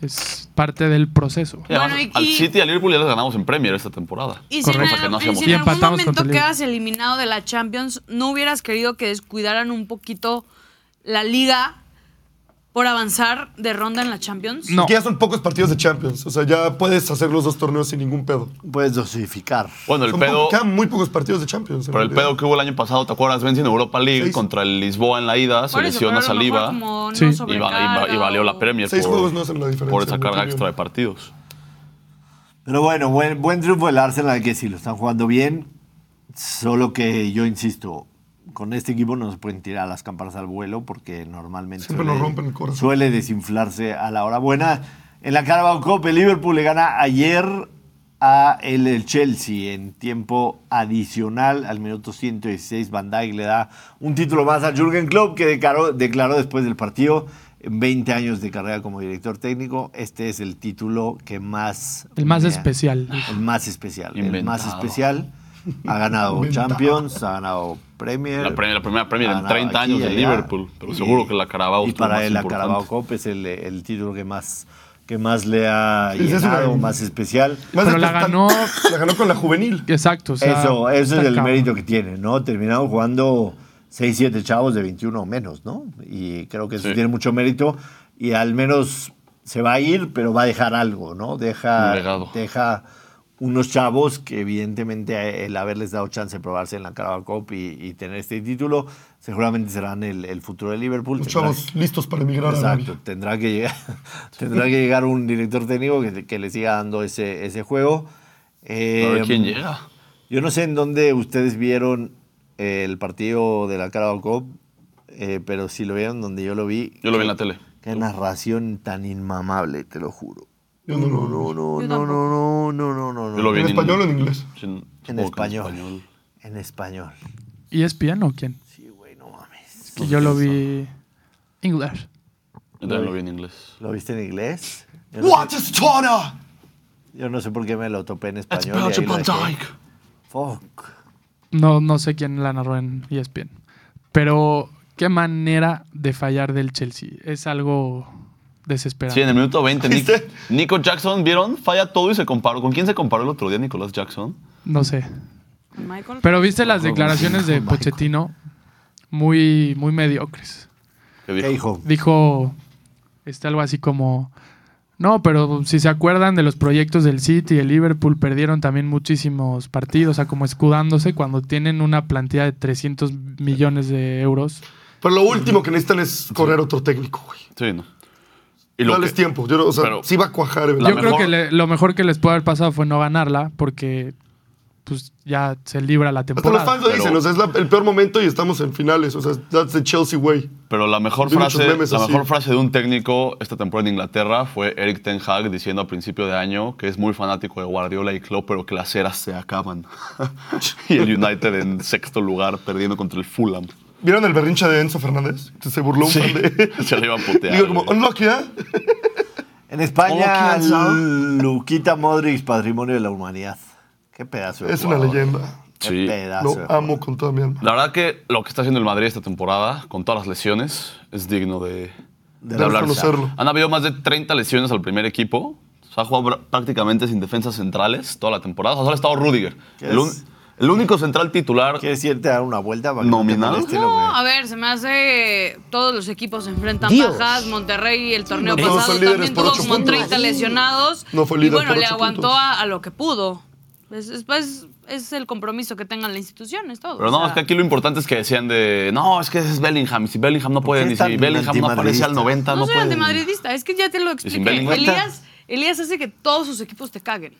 Speaker 4: Es parte del proceso.
Speaker 2: Y además,
Speaker 5: Bueno, y-
Speaker 2: Al
Speaker 5: y-
Speaker 2: City y al Liverpool ya les ganamos en Premier esta temporada.
Speaker 5: Y si, en,
Speaker 4: Correcto.
Speaker 5: al-
Speaker 2: Que no
Speaker 5: y
Speaker 2: hacíamos.
Speaker 5: si en
Speaker 4: Y
Speaker 5: algún
Speaker 4: empatamos contra
Speaker 5: momento
Speaker 4: el Liverpool.
Speaker 5: quedas eliminado de la Champions, ¿no hubieras querido que descuidaran un poquito la liga por avanzar de ronda en la Champions?
Speaker 4: No.
Speaker 3: Es que ya son pocos partidos de Champions. O sea, ya puedes hacer los dos torneos sin ningún pedo.
Speaker 1: Puedes dosificar.
Speaker 2: Bueno, el
Speaker 3: Son
Speaker 2: pedo.
Speaker 3: po- quedan muy pocos partidos de Champions. en
Speaker 2: Pero el
Speaker 3: realidad.
Speaker 2: pedo que hubo el año pasado, ¿te acuerdas? Vence en Europa League
Speaker 3: Seis.
Speaker 2: contra el Lisboa en la ida, se
Speaker 5: Por eso,
Speaker 2: lesiona
Speaker 5: pero a lo mejor
Speaker 2: Saliba
Speaker 5: como no
Speaker 4: Sí. Y va-
Speaker 2: y, va- y va- y
Speaker 5: sobrecarga
Speaker 2: valió la
Speaker 5: o-
Speaker 2: Premier
Speaker 3: Seis
Speaker 2: por,
Speaker 3: juegos no hacen la diferencia,
Speaker 2: por esa
Speaker 3: en mi
Speaker 2: carga
Speaker 3: opinión.
Speaker 2: extra de partidos.
Speaker 1: Pero bueno, buen, buen triunfo el Arsenal, que sí, lo están jugando bien. Solo que yo insisto, con este equipo no se pueden tirar las campanas al vuelo porque normalmente
Speaker 3: Siempre nos rompen el corazón.
Speaker 1: suele desinflarse a la hora buena. En la Carabao Cup, el Liverpool le gana ayer a el, del Chelsea en tiempo adicional. Al minuto 116, Van Dijk le da un título más a Jürgen Klopp, que declaró, declaró después del partido, en 20 años de carrera como director técnico, este es el título que más...
Speaker 4: El más
Speaker 1: me ha-
Speaker 4: especial.
Speaker 1: El más especial. El más
Speaker 2: Inventado.
Speaker 1: especial. Ha ganado
Speaker 3: Inventado.
Speaker 1: Champions, ha ganado Premier.
Speaker 3: Eh,
Speaker 2: La, pre- la primera Premier
Speaker 1: ha
Speaker 2: en
Speaker 1: ganado
Speaker 2: 30
Speaker 1: aquí
Speaker 2: años
Speaker 1: y
Speaker 2: de
Speaker 1: allá.
Speaker 2: Liverpool, pero seguro que la Carabao
Speaker 1: Y
Speaker 2: estuvo más
Speaker 1: para él la
Speaker 2: importante.
Speaker 1: Carabao Cup es el, el título que más, que más le ha
Speaker 3: Sí, ese es
Speaker 1: llenado,
Speaker 3: una-
Speaker 1: más especial.
Speaker 3: Más
Speaker 4: Pero la
Speaker 3: espectac-
Speaker 4: ganó-
Speaker 3: La ganó con la juvenil.
Speaker 4: Exacto. o sea,
Speaker 1: eso eso es
Speaker 4: está
Speaker 1: el
Speaker 4: cabrón.
Speaker 1: mérito que tiene, ¿no? Terminaron jugando 6, 7 chavos de 21 o menos, ¿no? Y creo que eso
Speaker 2: Sí.
Speaker 1: tiene mucho mérito y al menos se va a ir, pero va a dejar algo, ¿no? Deja,
Speaker 2: Un legado.
Speaker 1: deja unos chavos que evidentemente el haberles dado chance de probarse en la Carabao Cup y, y tener este título, seguramente serán el, el futuro de Liverpool.
Speaker 3: Los
Speaker 1: Tendrán-
Speaker 3: chavos listos para emigrar a
Speaker 1: Exacto,
Speaker 3: Arabia.
Speaker 1: tendrá que llegar, tendrá que llegar un director técnico que, que le siga dando ese, ese juego.
Speaker 2: A ver
Speaker 1: Eh,
Speaker 2: quién llega.
Speaker 1: Yo no sé en dónde ustedes vieron eh, el partido de la Carabao Cup, eh, pero si lo vieron donde yo lo vi,
Speaker 2: Yo lo vi en la tele.
Speaker 1: qué narración tan inmamable, te lo juro.
Speaker 3: Yo no lo-
Speaker 1: No, no,
Speaker 5: Yo
Speaker 1: no,
Speaker 5: tampoco.
Speaker 1: no, no, no, no, no.
Speaker 2: Yo lo vi
Speaker 3: ¿En español o en inglés?
Speaker 2: sin-
Speaker 1: En
Speaker 2: supongo que
Speaker 1: español. En español.
Speaker 4: ¿ESPN o quién?
Speaker 1: Sí, güey, no mames.
Speaker 4: Que yo lo vi. English.
Speaker 2: Yo también lo vi en inglés.
Speaker 1: ¿Lo viste en inglés? Yo no,
Speaker 3: What is China?
Speaker 1: yo no sé por qué me lo topé en
Speaker 2: That's
Speaker 1: español. y ahí
Speaker 2: Belgium
Speaker 1: lo
Speaker 2: Van
Speaker 1: dejé.
Speaker 2: Dijk.
Speaker 1: Fuck.
Speaker 4: No, no sé quién la narró en E ESPN. Pero qué manera de fallar del Chelsea. Es algo desesperante.
Speaker 2: Sí, en el minuto 20. Nic-
Speaker 3: ¿Viste?
Speaker 2: Nico Jackson, ¿vieron? Falla todo y se comparó. ¿Con quién se comparó el otro día Nicolás Jackson?
Speaker 4: No sé.
Speaker 5: Con Michael.
Speaker 4: Pero viste las declaraciones de Pochettino muy, muy mediocres.
Speaker 2: Que
Speaker 1: ¿Qué
Speaker 2: dijo,
Speaker 1: dijo?
Speaker 4: Dijo este, algo así como. No, pero si se acuerdan de los proyectos del City y el Liverpool, perdieron también muchísimos partidos, o sea, como escudándose cuando tienen una plantilla de 300 millones de euros.
Speaker 3: Pero lo último que necesitan es correr otro técnico, güey.
Speaker 2: Sí, no. Y lo
Speaker 3: Dales
Speaker 2: que-
Speaker 3: tiempo. Yo, no- o sea,
Speaker 2: Pero-
Speaker 3: sí va a
Speaker 2: La
Speaker 3: cuajar.
Speaker 4: Yo
Speaker 3: eventualmente.
Speaker 4: creo
Speaker 2: mejor-
Speaker 4: que le- lo mejor que les puede haber pasado fue no ganarla, porque pues ya se libra la
Speaker 3: Hasta los
Speaker 4: temporada.
Speaker 3: fans lo
Speaker 2: Pero-
Speaker 3: dicen, o sea, es la- el peor momento y estamos en finales. O sea, that's the Chelsea way.
Speaker 2: Pero la mejor,
Speaker 3: Vi muchos
Speaker 2: frase,
Speaker 3: memes
Speaker 2: la
Speaker 3: así.
Speaker 2: mejor frase de un técnico esta temporada en Inglaterra fue Eric Ten Hag diciendo a principio de año que es muy fanático de Guardiola y Klopp, pero que las eras se acaban. y el United en sexto lugar perdiendo contra el Fulham.
Speaker 3: ¿Vieron el berrinche de Enzo Fernández? Que Se burló un fan de.
Speaker 2: Se le iba a putear.
Speaker 3: Digo, como,
Speaker 2: güey.
Speaker 3: unlucky, ¿eh?
Speaker 1: En España,
Speaker 3: Oh, qué lanzado.
Speaker 1: Luquita Modric, patrimonio de la humanidad. Qué pedazo. de
Speaker 3: Es una
Speaker 1: jugador.
Speaker 3: leyenda.
Speaker 1: Qué
Speaker 2: Sí.
Speaker 1: pedazo.
Speaker 3: Lo
Speaker 1: de
Speaker 3: amo con toda mi alma.
Speaker 2: La verdad que lo que está haciendo el Madrid esta temporada, con todas las lesiones, es digno de,
Speaker 1: De
Speaker 2: de hablarse.
Speaker 3: reconocerlo.
Speaker 2: Han habido más de 30 lesiones al primer equipo. O sea, ha jugado pr- prácticamente sin defensas centrales toda la temporada. O sea, solo ha estado Rudiger.
Speaker 1: ¿Qué
Speaker 2: El, un-
Speaker 1: es?
Speaker 2: el único central titular.
Speaker 1: ¿Quieres irte a dar una vuelta para que
Speaker 2: Nominal.
Speaker 1: No, te moleste lo que-
Speaker 5: No, a ver, se me hace. Todos los equipos enfrentan bajas. Monterrey el torneo
Speaker 3: no, todos
Speaker 5: pasado
Speaker 3: son líderes
Speaker 5: también
Speaker 3: por
Speaker 5: tuvo
Speaker 3: ocho
Speaker 5: como
Speaker 3: puntos.
Speaker 5: 30 lesionados.
Speaker 3: No fue
Speaker 5: y
Speaker 3: líder
Speaker 5: bueno,
Speaker 3: por
Speaker 5: le
Speaker 3: ocho
Speaker 5: aguantó
Speaker 3: puntos.
Speaker 5: a, a lo que pudo. Es, es- pues, es el compromiso que tengan la institución, es todo.
Speaker 2: Pero
Speaker 5: o
Speaker 2: no,
Speaker 5: sea.
Speaker 2: es que aquí lo importante es que decían de. No, es que ese es Bellingham. Y si Bellingham no puede,
Speaker 1: qué
Speaker 2: ni
Speaker 1: tan
Speaker 2: si Bellingham no aparece al
Speaker 1: antimadridista?
Speaker 2: 90,
Speaker 5: No,
Speaker 2: no,
Speaker 5: soy
Speaker 2: puede.
Speaker 5: antimadridista, es que ya te lo expliqué.
Speaker 2: Bellingham.
Speaker 5: Elías, Elías hace que todos sus equipos te caguen.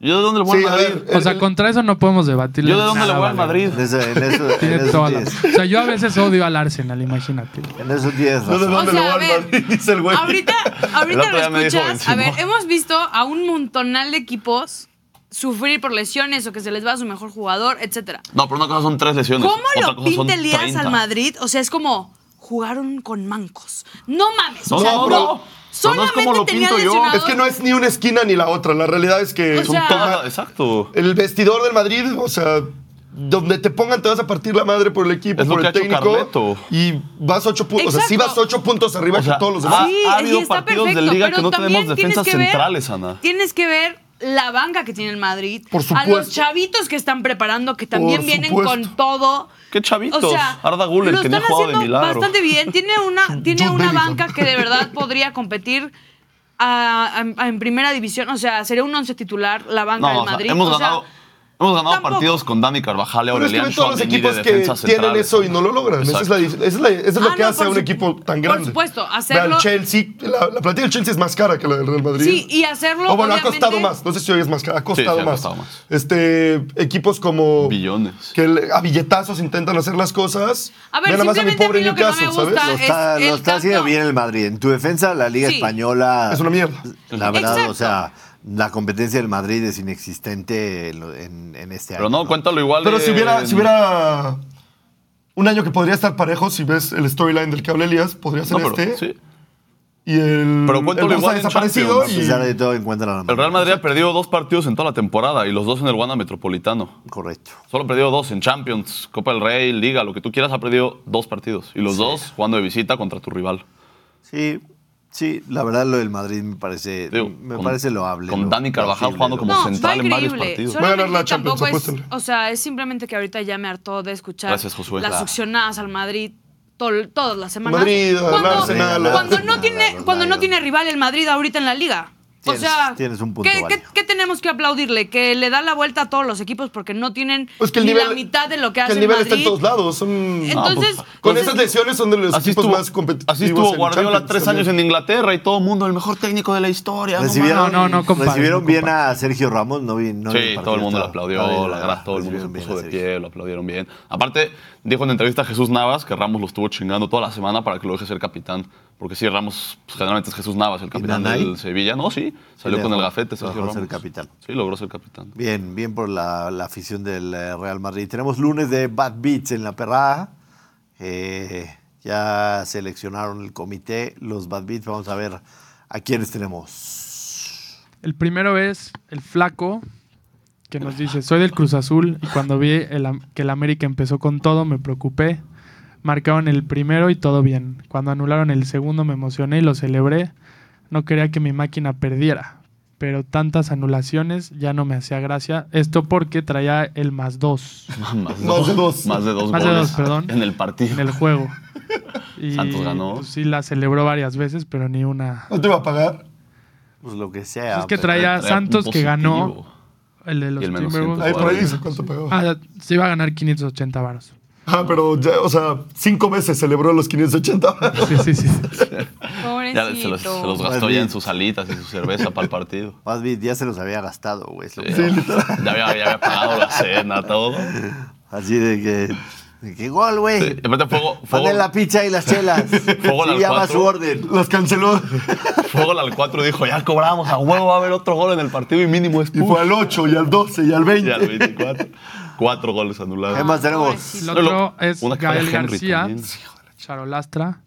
Speaker 2: ¿Yo de dónde le voy
Speaker 3: Sí,
Speaker 2: al
Speaker 3: a
Speaker 2: Madrid?
Speaker 3: ver.
Speaker 4: O sea, contra eso no podemos debatir.
Speaker 2: ¿Yo de dónde le voy al Madrid?
Speaker 1: En eso, en eso, en
Speaker 4: Tiene
Speaker 1: eso
Speaker 4: toda la- O
Speaker 1: tienes,
Speaker 4: sea, yo a veces odio al Arsenal, imagínate.
Speaker 1: en eso tienes
Speaker 3: No sé
Speaker 1: razón.
Speaker 3: dónde
Speaker 5: O sea,
Speaker 3: lo va
Speaker 5: a
Speaker 3: al
Speaker 5: ver,
Speaker 3: Madrid, dice el güey.
Speaker 5: Ahorita,
Speaker 2: El otro
Speaker 5: ahorita
Speaker 2: día
Speaker 5: lo
Speaker 2: me dijo
Speaker 5: escuchas. A ver, eh,
Speaker 2: Benzema.
Speaker 5: hemos visto a un montonal de equipos sufrir por lesiones o que se les va a su mejor jugador, etcétera.
Speaker 2: No, pero una cosa son tres lesiones.
Speaker 5: ¿Cómo
Speaker 2: otra
Speaker 5: lo
Speaker 2: cosa son
Speaker 5: pinta Elías
Speaker 2: 30.
Speaker 5: al Madrid? O sea, es como jugaron con mancos. No mames. o
Speaker 2: No,
Speaker 5: sea,
Speaker 2: no,
Speaker 5: no.
Speaker 2: bro. No, no es como
Speaker 5: Solamente
Speaker 2: lo
Speaker 5: tenía
Speaker 2: pinto yo.
Speaker 5: lesionados.
Speaker 3: Es que no es ni una esquina ni la otra. La realidad es que
Speaker 5: O
Speaker 2: Son
Speaker 5: sea-
Speaker 2: todas- Exacto.
Speaker 3: el vestidor del Madrid, o sea, donde te pongan te vas a partir la madre por el equipo,
Speaker 2: Es lo
Speaker 3: por
Speaker 2: que
Speaker 3: el
Speaker 2: ha hecho
Speaker 3: técnico.
Speaker 2: Carleto.
Speaker 3: Y vas ocho puntos. O sea, sí
Speaker 5: Exacto.
Speaker 3: vas ocho puntos arriba
Speaker 2: O sea,
Speaker 3: que todos los
Speaker 2: ah,
Speaker 3: demás.
Speaker 5: Pues Sí,
Speaker 2: Ha
Speaker 5: y
Speaker 2: habido
Speaker 5: está
Speaker 2: partidos de
Speaker 5: perfecto,
Speaker 2: liga que
Speaker 5: pero
Speaker 2: no tenemos
Speaker 5: también tienes
Speaker 2: defensas
Speaker 5: que ver-
Speaker 2: centrales, Ana.
Speaker 5: Tienes que ver la banca que tiene el Madrid.
Speaker 3: Por
Speaker 5: A los
Speaker 3: supuesto.
Speaker 5: chavitos que están preparando, que también
Speaker 3: Por
Speaker 5: vienen
Speaker 3: supuesto.
Speaker 5: con todo.
Speaker 2: ¿Qué chavitos?
Speaker 5: O sea,
Speaker 2: Arda Güler,
Speaker 5: lo
Speaker 2: que ni ha
Speaker 5: están
Speaker 2: jugado de
Speaker 5: haciendo
Speaker 2: milagro.
Speaker 5: bastante bien. Tiene una, tiene
Speaker 3: Jude
Speaker 5: una
Speaker 3: Bellingham.
Speaker 5: banca que de verdad podría competir a- a- a- en primera división. O sea, sería un once titular la banca
Speaker 2: No, o
Speaker 5: del
Speaker 2: sea,
Speaker 5: Madrid.
Speaker 2: hemos
Speaker 5: O sea,
Speaker 2: ganado, hemos ganado
Speaker 5: tampoco.
Speaker 2: partidos con Dani Carvajal,
Speaker 3: Pero es que
Speaker 2: Aurelian
Speaker 3: ven todos los
Speaker 2: Schoen, y de
Speaker 3: equipos que
Speaker 2: defensas
Speaker 3: tienen
Speaker 2: centrales.
Speaker 3: eso y no lo logran. Esa es, la, dif- esa es la- esa es lo
Speaker 5: Ah,
Speaker 3: que
Speaker 5: no,
Speaker 3: hace a
Speaker 5: por
Speaker 3: un
Speaker 5: su-
Speaker 3: equipo tan
Speaker 5: por
Speaker 3: grande.
Speaker 5: supuesto,
Speaker 3: Ve al
Speaker 5: hacerlo-
Speaker 3: Chelsea, la, la plantilla del Chelsea es más cara que la del Real Madrid.
Speaker 5: Sí, y hacerlo,
Speaker 3: O bueno, ha
Speaker 5: obviamente-
Speaker 3: costado más. No sé si hoy es más cara. Ha costado,
Speaker 2: sí, ha
Speaker 3: más.
Speaker 2: costado más.
Speaker 3: Este, equipos como.
Speaker 2: Billones.
Speaker 3: Que le- a billetazos intentan hacer las cosas.
Speaker 5: A ver,
Speaker 3: Ve nada más a mi
Speaker 5: simplemente a
Speaker 3: pobre
Speaker 5: mí lo que no me
Speaker 3: Newcastle, ¿sabes?
Speaker 5: gusta
Speaker 1: Lo está,
Speaker 5: Es el
Speaker 1: lo está haciendo
Speaker 5: cambio.
Speaker 1: bien el Madrid. En tu defensa, la Liga
Speaker 5: Sí.
Speaker 1: Española.
Speaker 3: Es una mierda.
Speaker 1: La verdad,
Speaker 5: Exacto.
Speaker 1: o sea, la competencia del Madrid es inexistente en, lo- en- en este
Speaker 2: Pero
Speaker 1: año.
Speaker 2: no, cuéntalo igual.
Speaker 3: Pero
Speaker 2: de-
Speaker 3: si hubiera, si hubiera un año que podría estar parejo, si ves el storyline del que habla Elías, podría
Speaker 2: No,
Speaker 3: ser
Speaker 2: pero,
Speaker 3: este.
Speaker 2: sí.
Speaker 3: Y el,
Speaker 2: Pero
Speaker 3: el
Speaker 2: cuéntalo
Speaker 3: Barça
Speaker 2: igual en
Speaker 3: desaparecido.
Speaker 1: A
Speaker 2: Champions,
Speaker 3: y-
Speaker 1: pesar de todo, encuentran la
Speaker 2: El
Speaker 1: manera.
Speaker 2: Real Madrid ha perdido dos partidos en toda la temporada y los dos en el Wanda Metropolitano.
Speaker 1: Correcto.
Speaker 2: Solo ha perdido dos en Champions, Copa del Rey, Liga, lo que tú quieras, ha perdido dos partidos. Y los dos jugando de visita contra tu rival.
Speaker 1: Sí, sí, la verdad lo del Madrid me parece,
Speaker 2: Digo,
Speaker 1: me
Speaker 2: con-
Speaker 1: parece loable.
Speaker 2: con
Speaker 1: lo-
Speaker 2: Dani Carvajal
Speaker 1: plausible,
Speaker 2: jugando
Speaker 1: lo-
Speaker 2: como
Speaker 5: no,
Speaker 2: central
Speaker 5: va
Speaker 2: en varios
Speaker 5: increíble.
Speaker 2: partidos.
Speaker 5: Solo
Speaker 3: Va a ganar la
Speaker 5: que tampoco
Speaker 3: Champions,
Speaker 5: es,
Speaker 3: apuéstale.
Speaker 5: o sea, es simplemente que ahorita ya me hartó de escuchar
Speaker 2: Gracias, Josué. Ah.
Speaker 5: las
Speaker 2: Claro.
Speaker 5: succionadas al Madrid tol- todas las semanas.
Speaker 3: Madrid, al
Speaker 5: cuando,
Speaker 3: Arsenal,
Speaker 1: al-
Speaker 5: cuando no
Speaker 1: Arsenal,
Speaker 5: tiene,
Speaker 1: a los
Speaker 5: cuando no
Speaker 1: Lions.
Speaker 5: tiene rival el Madrid ahorita en la liga. O
Speaker 1: Tienes-
Speaker 5: sea,
Speaker 1: tienes un punto
Speaker 5: ¿qué, qué,
Speaker 1: válido.
Speaker 5: qué tenemos que aplaudirle? Que le da la vuelta a todos los equipos porque no tienen
Speaker 3: Pues que el
Speaker 5: ni
Speaker 3: nivel,
Speaker 5: la mitad de lo que,
Speaker 3: que
Speaker 5: hace
Speaker 3: el nivel
Speaker 5: el Madrid.
Speaker 3: está en todos lados. son-
Speaker 5: Entonces,
Speaker 2: Ah, pues,
Speaker 3: con
Speaker 5: entonces-
Speaker 3: esas lesiones son de los
Speaker 2: Así
Speaker 3: equipos
Speaker 2: estuvo,
Speaker 3: más competitivos.
Speaker 2: así estuvo
Speaker 3: en
Speaker 2: Guardiola
Speaker 3: Champions
Speaker 2: tres
Speaker 3: también. Pues
Speaker 2: años en Inglaterra y todo el mundo, el mejor técnico de la historia. no
Speaker 1: Recibieron,
Speaker 4: No, no, no comparen,
Speaker 1: recibieron
Speaker 4: no
Speaker 1: bien a Sergio Ramos, no vi, no vi
Speaker 2: sí, todo
Speaker 1: partido,
Speaker 2: el mundo
Speaker 1: estaba-
Speaker 2: lo
Speaker 1: estaba
Speaker 2: aplaudió,
Speaker 1: bien,
Speaker 2: la
Speaker 1: la
Speaker 2: verdad, todo el mundo se
Speaker 1: recibieron bien a
Speaker 2: puso de
Speaker 1: Sergio.
Speaker 2: pie, lo aplaudieron bien. Aparte, dijo en entrevista a Jesús Navas que Ramos lo estuvo chingando toda la semana para que lo deje ser capitán. Porque sí, Ramos pues, generalmente es Jesús Navas, el capitán
Speaker 1: Nanay?
Speaker 2: del Sevilla. No, sí, salió
Speaker 1: le
Speaker 2: con el
Speaker 1: dejó-
Speaker 2: gafete Sergio
Speaker 1: dejó ser
Speaker 2: Ramos.
Speaker 1: capitán.
Speaker 2: Sí, logró ser capitán.
Speaker 1: Bien, bien por la, la afición del eh, Real Madrid. Tenemos lunes de Bad Beats en la perrada. Eh, ya seleccionaron el comité, los Bad Beats. Vamos a ver a quiénes tenemos.
Speaker 4: El primero es el flaco que nos dice, soy del Cruz Azul y cuando vi el am- que el América empezó con todo me preocupé. Marcaron el primero y todo bien. Cuando anularon el segundo me emocioné y lo celebré. No quería que mi máquina perdiera, pero tantas anulaciones ya no me hacía gracia. Esto porque traía el más dos
Speaker 2: Más,
Speaker 3: Más de dos.
Speaker 2: Más de dos
Speaker 4: Más de
Speaker 2: goles
Speaker 4: dos, perdón.
Speaker 2: en el partido.
Speaker 4: en el juego. Y,
Speaker 2: Santos ganó.
Speaker 4: pues, sí, la celebró varias veces, pero ni una.
Speaker 3: ¿No te iba a pagar?
Speaker 1: Pues lo que sea.
Speaker 4: Es que
Speaker 1: pero-
Speaker 4: traía
Speaker 2: Traía
Speaker 4: Santos
Speaker 2: un
Speaker 4: que ganó
Speaker 2: positivo.
Speaker 4: el de los
Speaker 2: Y el menos
Speaker 4: Timberwolves.
Speaker 3: Ahí por ahí
Speaker 2: Pues Guardiola.
Speaker 3: dice cuánto pagó.
Speaker 4: Ah, se iba a ganar 580 varos.
Speaker 3: Ah, pero ya, o sea, cinco veces celebró los 580.
Speaker 4: Sí, sí, sí.
Speaker 2: Ya se los, se los
Speaker 5: Pobrecito.
Speaker 2: gastó ya en sus alitas y su cerveza para el partido.
Speaker 1: Bad Beats ya se los había gastado, güey. es lo
Speaker 2: Sí,
Speaker 1: que-
Speaker 2: ya, había, ya había pagado la cena, todo.
Speaker 1: Así de que. De que gol, güey.
Speaker 2: Sí, y aparte fue, go- fue,
Speaker 1: Manden
Speaker 2: gol-
Speaker 1: la pizza y las chelas.
Speaker 2: Fuego
Speaker 1: Sí,
Speaker 2: al
Speaker 1: ya va
Speaker 2: cuatro.
Speaker 1: su orden.
Speaker 3: Las canceló
Speaker 2: fue gol al 4 dijo, ya cobramos, a huevo va a haber otro gol en el partido y mínimo es
Speaker 3: y fue al 8 y al 12 y al 20.
Speaker 2: Y al 24. Cuatro goles
Speaker 1: ¿Qué
Speaker 2: anulados.
Speaker 1: más tenemos?
Speaker 5: pobrecito.
Speaker 4: El
Speaker 2: No, lo-
Speaker 4: otro es
Speaker 2: una que falla
Speaker 4: Gael
Speaker 2: Henry
Speaker 4: García,
Speaker 2: también.
Speaker 4: charolastra.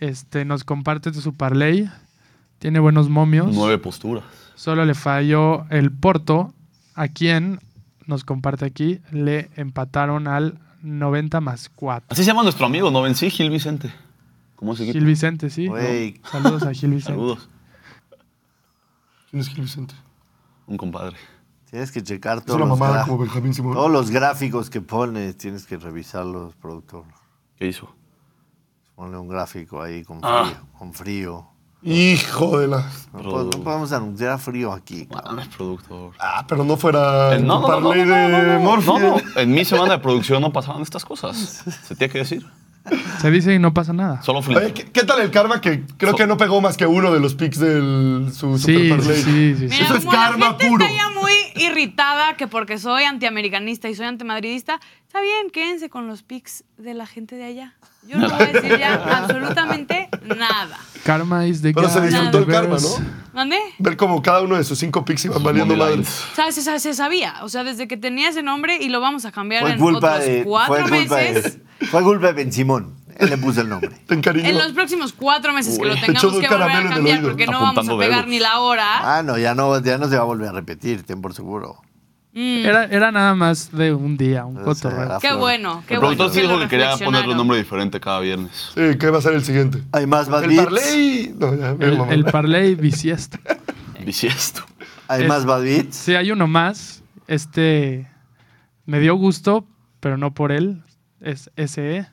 Speaker 4: Este, nos comparte su parlay. Tiene buenos momios.
Speaker 2: Nueve posturas.
Speaker 4: Solo le falló el Porto, a quien nos comparte aquí, le empataron al 90 más 4.
Speaker 2: Así se llama nuestro amigo, ¿no? En sí, Gil Vicente. ¿Cómo se
Speaker 4: Gil
Speaker 2: equipo?
Speaker 4: Vicente, sí.
Speaker 1: Güey.
Speaker 4: Saludos a Gil Vicente.
Speaker 2: Saludos.
Speaker 3: ¿Quién es Gil Vicente?
Speaker 2: Un compadre.
Speaker 1: Tienes que checar
Speaker 3: Es
Speaker 1: todos
Speaker 3: una
Speaker 1: los,
Speaker 3: mamada
Speaker 1: gra-
Speaker 3: como Benjamín Simón.
Speaker 1: todos los gráficos que pones. Tienes que revisarlos, productor.
Speaker 2: ¿Qué hizo?
Speaker 1: Ponle un gráfico ahí con frío.
Speaker 2: Ah.
Speaker 1: Con frío.
Speaker 3: Hijo de la.
Speaker 1: No,
Speaker 2: Pero-
Speaker 1: pod- no podemos anunciar a frío aquí. cabrón.
Speaker 2: Mames, productor.
Speaker 3: Ah, pero no fuera
Speaker 2: Eh,
Speaker 3: el
Speaker 2: No, no, no, no,
Speaker 3: parlay
Speaker 2: no, no, no,
Speaker 3: de
Speaker 2: no,
Speaker 3: Morphy. ¿eh?
Speaker 2: no, no. En mi semana de producción no pasaban estas cosas. Se tiene que decir.
Speaker 4: Se dice y no pasa nada.
Speaker 2: Solo
Speaker 3: Oye,
Speaker 2: Flint.
Speaker 3: ¿qué, qué tal el karma? Que creo que no pegó más que uno de los picks del su
Speaker 4: Sí,
Speaker 3: super parlay.
Speaker 4: sí, sí, sí.
Speaker 5: Mira,
Speaker 3: Eso es
Speaker 5: como la
Speaker 3: karma
Speaker 5: gente
Speaker 3: puro.
Speaker 5: Está ya muy irritada que porque soy antiamericanista y soy antimadridista. Está bien, quédense con los pics de la gente de allá. Yo no voy a decir ya absolutamente nada.
Speaker 4: Karma is the
Speaker 3: Pero se
Speaker 4: guy
Speaker 3: disfrutó
Speaker 4: that
Speaker 3: el karma,
Speaker 4: bears.
Speaker 3: ¿no?
Speaker 5: ¿Dónde?
Speaker 3: Ver como cada uno de sus cinco picks iban valiendo
Speaker 2: Money
Speaker 3: madre.
Speaker 2: lines.
Speaker 5: O sea, se, se sabía. O sea, desde que tenía ese nombre y lo vamos a cambiar
Speaker 1: Fue
Speaker 5: en
Speaker 1: culpa
Speaker 5: otros
Speaker 1: de. Fue
Speaker 5: cuatro
Speaker 1: culpa
Speaker 5: meses.
Speaker 1: de. Fue culpa de Ben Simón. Él le puso el nombre.
Speaker 3: Te encariñó.
Speaker 5: En los próximos cuatro meses que
Speaker 2: Uy,
Speaker 5: lo
Speaker 2: te
Speaker 5: tengamos
Speaker 3: echó un
Speaker 5: que volver
Speaker 3: caramelo
Speaker 5: a
Speaker 3: en el
Speaker 5: cambiar
Speaker 3: oído.
Speaker 5: porque no vamos a
Speaker 2: Apuntando
Speaker 5: pegar
Speaker 2: dedos.
Speaker 5: ni la hora.
Speaker 1: Ah, no, ya no, ya no se va a volver a repetir, ten por seguro.
Speaker 4: Era, era nada más de un día, un
Speaker 1: O sea,
Speaker 4: cotorreo.
Speaker 5: Mm, Qué
Speaker 1: Flor.
Speaker 5: bueno, qué
Speaker 2: El
Speaker 5: bueno.
Speaker 2: productor sí dijo
Speaker 5: lo
Speaker 2: que quería ponerle
Speaker 5: reflexionaron.
Speaker 2: un nombre diferente cada viernes.
Speaker 3: Sí, ¿qué va a ser el siguiente?
Speaker 1: Hay más Bad
Speaker 3: El
Speaker 1: Beats.
Speaker 3: parlay. No, ya, me
Speaker 4: El,
Speaker 3: mamá.
Speaker 4: el parlay bisiesto.
Speaker 2: Bisiesto.
Speaker 1: Hay
Speaker 4: Es-
Speaker 1: más Bad Beats.
Speaker 4: Sí, hay uno más. Este me dio gusto, pero no por él. Es SE.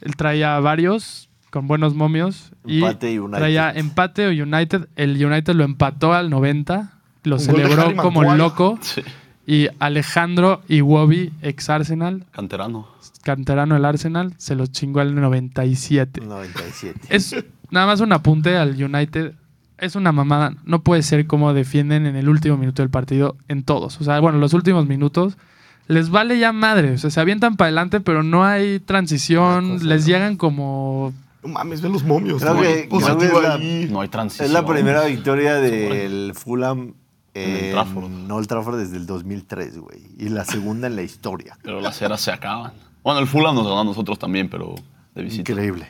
Speaker 4: Él traía varios con buenos momios. Y
Speaker 1: Empate y United.
Speaker 4: Traía empate o United. El United lo empató al 90. Lo
Speaker 3: Un gol de Harry
Speaker 4: celebró como
Speaker 3: Maguire.
Speaker 4: loco.
Speaker 2: Sí.
Speaker 4: Y Alejandro Iwobi, ex Arsenal,
Speaker 2: Canterano.
Speaker 4: canterano del Arsenal, se los chingó al 97.
Speaker 1: 97.
Speaker 4: Es nada más un apunte al United. Es una mamada. No puede ser como defienden en el último minuto del partido en todos. O sea, bueno, los últimos minutos les vale ya madre. O sea, se avientan para adelante, pero no hay
Speaker 1: Ah,
Speaker 4: transición. les llegan como.
Speaker 3: No mames, ve los momios.
Speaker 1: Creo
Speaker 3: ¿no?
Speaker 1: que-
Speaker 3: Positivo
Speaker 1: creo que es la-
Speaker 3: pues, ahí.
Speaker 2: No hay transición.
Speaker 1: Es la primera victoria del Fulham
Speaker 2: En el
Speaker 1: Eh,
Speaker 2: Trafford.
Speaker 1: No, el Trafford desde el 2003, güey. Y la segunda en la historia.
Speaker 2: Pero las eras se acaban. Bueno, el Fulham nos ganó a nosotros también, pero de visita.
Speaker 1: Increíble.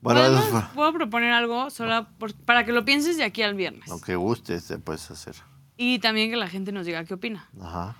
Speaker 1: Bueno, eso
Speaker 5: ¿Podemos-
Speaker 1: fue
Speaker 5: ¿Puedo proponer algo solo por- para que lo pienses de aquí al viernes?
Speaker 1: lo que guste, se puedes hacer.
Speaker 5: Y también que la gente nos diga qué opina.
Speaker 1: Ajá.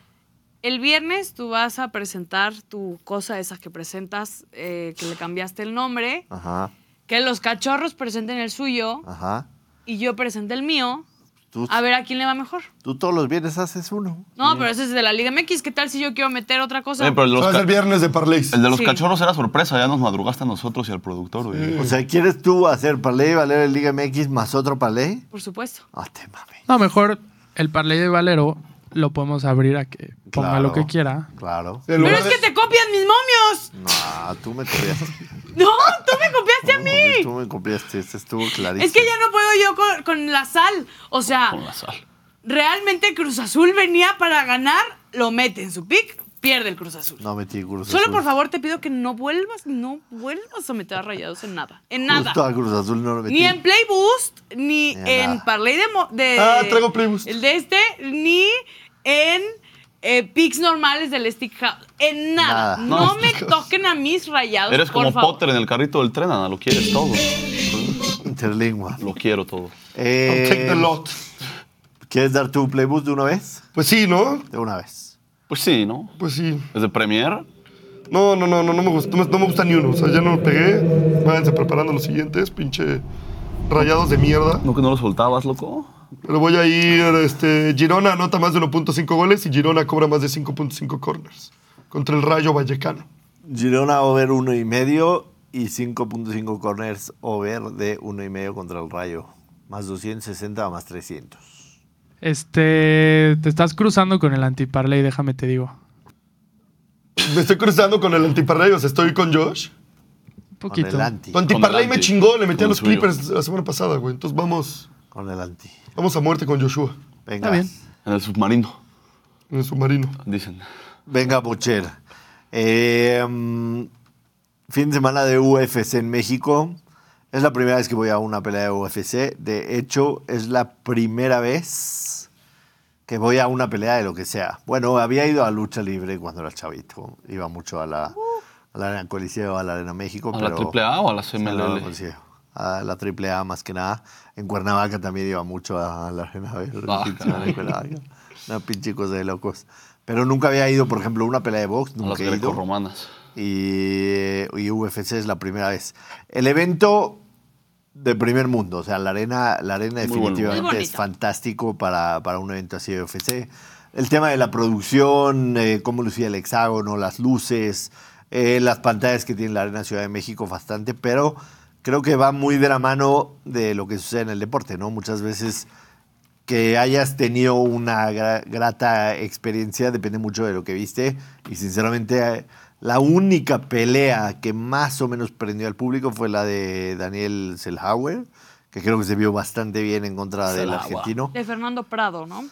Speaker 5: El viernes tú vas a presentar tu cosa, esas que presentas, eh, que le cambiaste el nombre,
Speaker 1: Ajá.
Speaker 5: que los cachorros presenten el suyo
Speaker 1: Ajá.
Speaker 5: y yo presente el mío,
Speaker 1: Tú,
Speaker 5: a ver a quién le va mejor.
Speaker 1: tú todos los viernes haces uno.
Speaker 5: No, pero ese es de la Liga MX, ¿qué tal si yo quiero meter otra cosa?
Speaker 2: Oye, pero el de
Speaker 3: Eso
Speaker 2: los,
Speaker 3: va a ser
Speaker 2: ca-
Speaker 3: viernes de parlays.
Speaker 2: el de los
Speaker 5: Sí.
Speaker 2: cachorros era sorpresa, ya nos madrugaste a nosotros y al productor. güey.
Speaker 1: O sea, ¿quieres tú hacer palé, valer el Liga MX más otro palé?
Speaker 5: Por supuesto.
Speaker 1: Ah, te mame.
Speaker 4: No, mejor el parlay de Valero lo podemos abrir a que ponga
Speaker 1: Claro.
Speaker 4: lo que quiera.
Speaker 1: Claro.
Speaker 3: En
Speaker 5: Pero
Speaker 3: lugar
Speaker 5: es
Speaker 3: de-
Speaker 5: que te copias mis momios.
Speaker 1: No, tú me copiaste.
Speaker 5: No, tú me copiaste a mí.
Speaker 1: Tú me copiaste. Este estuvo clarísimo.
Speaker 5: Es que ya no puedo yo con, con la sal. O sea,
Speaker 2: Con la sal.
Speaker 5: realmente Cruz Azul venía para ganar, lo mete en su pick, pierde el Cruz Azul.
Speaker 1: No metí Cruz
Speaker 5: Solo
Speaker 1: Azul.
Speaker 5: por favor te pido que no vuelvas, no vuelvas a meter a rayados en nada. En nada.
Speaker 1: Justo a Cruz Azul no lo metí.
Speaker 5: Ni en Play Boost,
Speaker 1: Ni
Speaker 5: ni
Speaker 1: en
Speaker 5: en
Speaker 1: nada.
Speaker 5: Parley de, mo- de-
Speaker 3: Ah, traigo Play Boost.
Speaker 5: El de este, ni en eh, picks normales del Stick House. En
Speaker 1: Nada.
Speaker 5: nada. No,
Speaker 2: No,
Speaker 5: me toquen a mis rayados.
Speaker 2: Eres
Speaker 5: por
Speaker 2: como
Speaker 5: favor.
Speaker 2: Potter en el carrito del tren, Ana. Lo quieres todo.
Speaker 1: Interlingua.
Speaker 2: Lo quiero todo.
Speaker 1: Eh,
Speaker 3: I'll take the lot.
Speaker 1: ¿Quieres dar tu playboost de una vez?
Speaker 3: Pues sí, ¿no?
Speaker 1: De una vez.
Speaker 2: Pues sí, ¿no?
Speaker 3: Pues sí.
Speaker 2: ¿Es de Premier?
Speaker 3: No, no, no, no, no me gusta, no me- no me gusta ni uno. O sea, ya no lo pegué. Váyanse preparando los siguientes, pinche rayados de mierda.
Speaker 2: ¿No que no lo soltabas, loco?
Speaker 3: Pero voy a ir, este, Girona anota más de 1.5 goles y Girona cobra más de 5.5 corners contra el Rayo Vallecano.
Speaker 1: Girona over uno y medio y 5.5 corners over de uno y medio contra el Rayo. Más 260 más 300.
Speaker 4: Este, te estás cruzando con el antiparley, déjame te digo.
Speaker 3: Me estoy cruzando con el antiparrayos, estoy con Josh.
Speaker 1: Con
Speaker 4: Un poquito.
Speaker 1: el anti.
Speaker 3: Tu antiparray
Speaker 2: Con el
Speaker 3: me
Speaker 2: anti.
Speaker 3: chingó, le metí a
Speaker 2: Con
Speaker 3: los
Speaker 2: el suyo.
Speaker 3: Clippers la semana pasada, güey. Entonces vamos,
Speaker 1: Con el anti.
Speaker 3: vamos a muerte con Joshua
Speaker 1: Venga.
Speaker 4: Está bien.
Speaker 2: En el submarino,
Speaker 3: en el submarino.
Speaker 2: dicen.
Speaker 1: Venga, Pocher. Eh, mm, fin de semana de UFC en México. Es la primera vez que voy a una pelea de UFC. De hecho, es la primera vez que voy a una pelea de lo que sea. Bueno, había ido a lucha libre cuando era chavito. Iba mucho a la, a la Arena Coliseo, a la Arena México.
Speaker 2: ¿A
Speaker 1: Oh, pero pues,
Speaker 2: la AAA o a la
Speaker 1: Salvador
Speaker 2: CMLL?
Speaker 1: Coliseo. A la triple A más que nada. En Cuernavaca también iba mucho a la arena. de-
Speaker 2: Ah,
Speaker 1: pinche
Speaker 2: caray.
Speaker 1: de Cuernavaca. Una pinche cosa de locos. Pero nunca había ido, por ejemplo, a una pelea de box.
Speaker 2: A las
Speaker 1: Nunca he ido.
Speaker 2: greco-romanas.
Speaker 1: Y, y UFC es la primera vez. El evento de primer mundo. O sea, la arena, la arena
Speaker 2: Muy buen lugar.
Speaker 1: definitivamente
Speaker 5: Muy
Speaker 1: es
Speaker 5: bonito.
Speaker 1: fantástico para, para un evento así de UFC. El tema de la producción, eh, cómo lucía el hexágono, las luces, eh, las pantallas que tiene la Arena Ciudad de México, bastante, pero creo que va muy de la mano de lo que sucede en el deporte, ¿no? Muchas veces que hayas tenido una gra- grata experiencia depende mucho de lo que viste. Y sinceramente, eh, la única pelea que más o menos prendió al público fue la de Daniel Selhauer, que creo que se vio bastante bien en contra del
Speaker 2: Selhauer.
Speaker 1: argentino.
Speaker 5: De Fernando Prado, ¿no?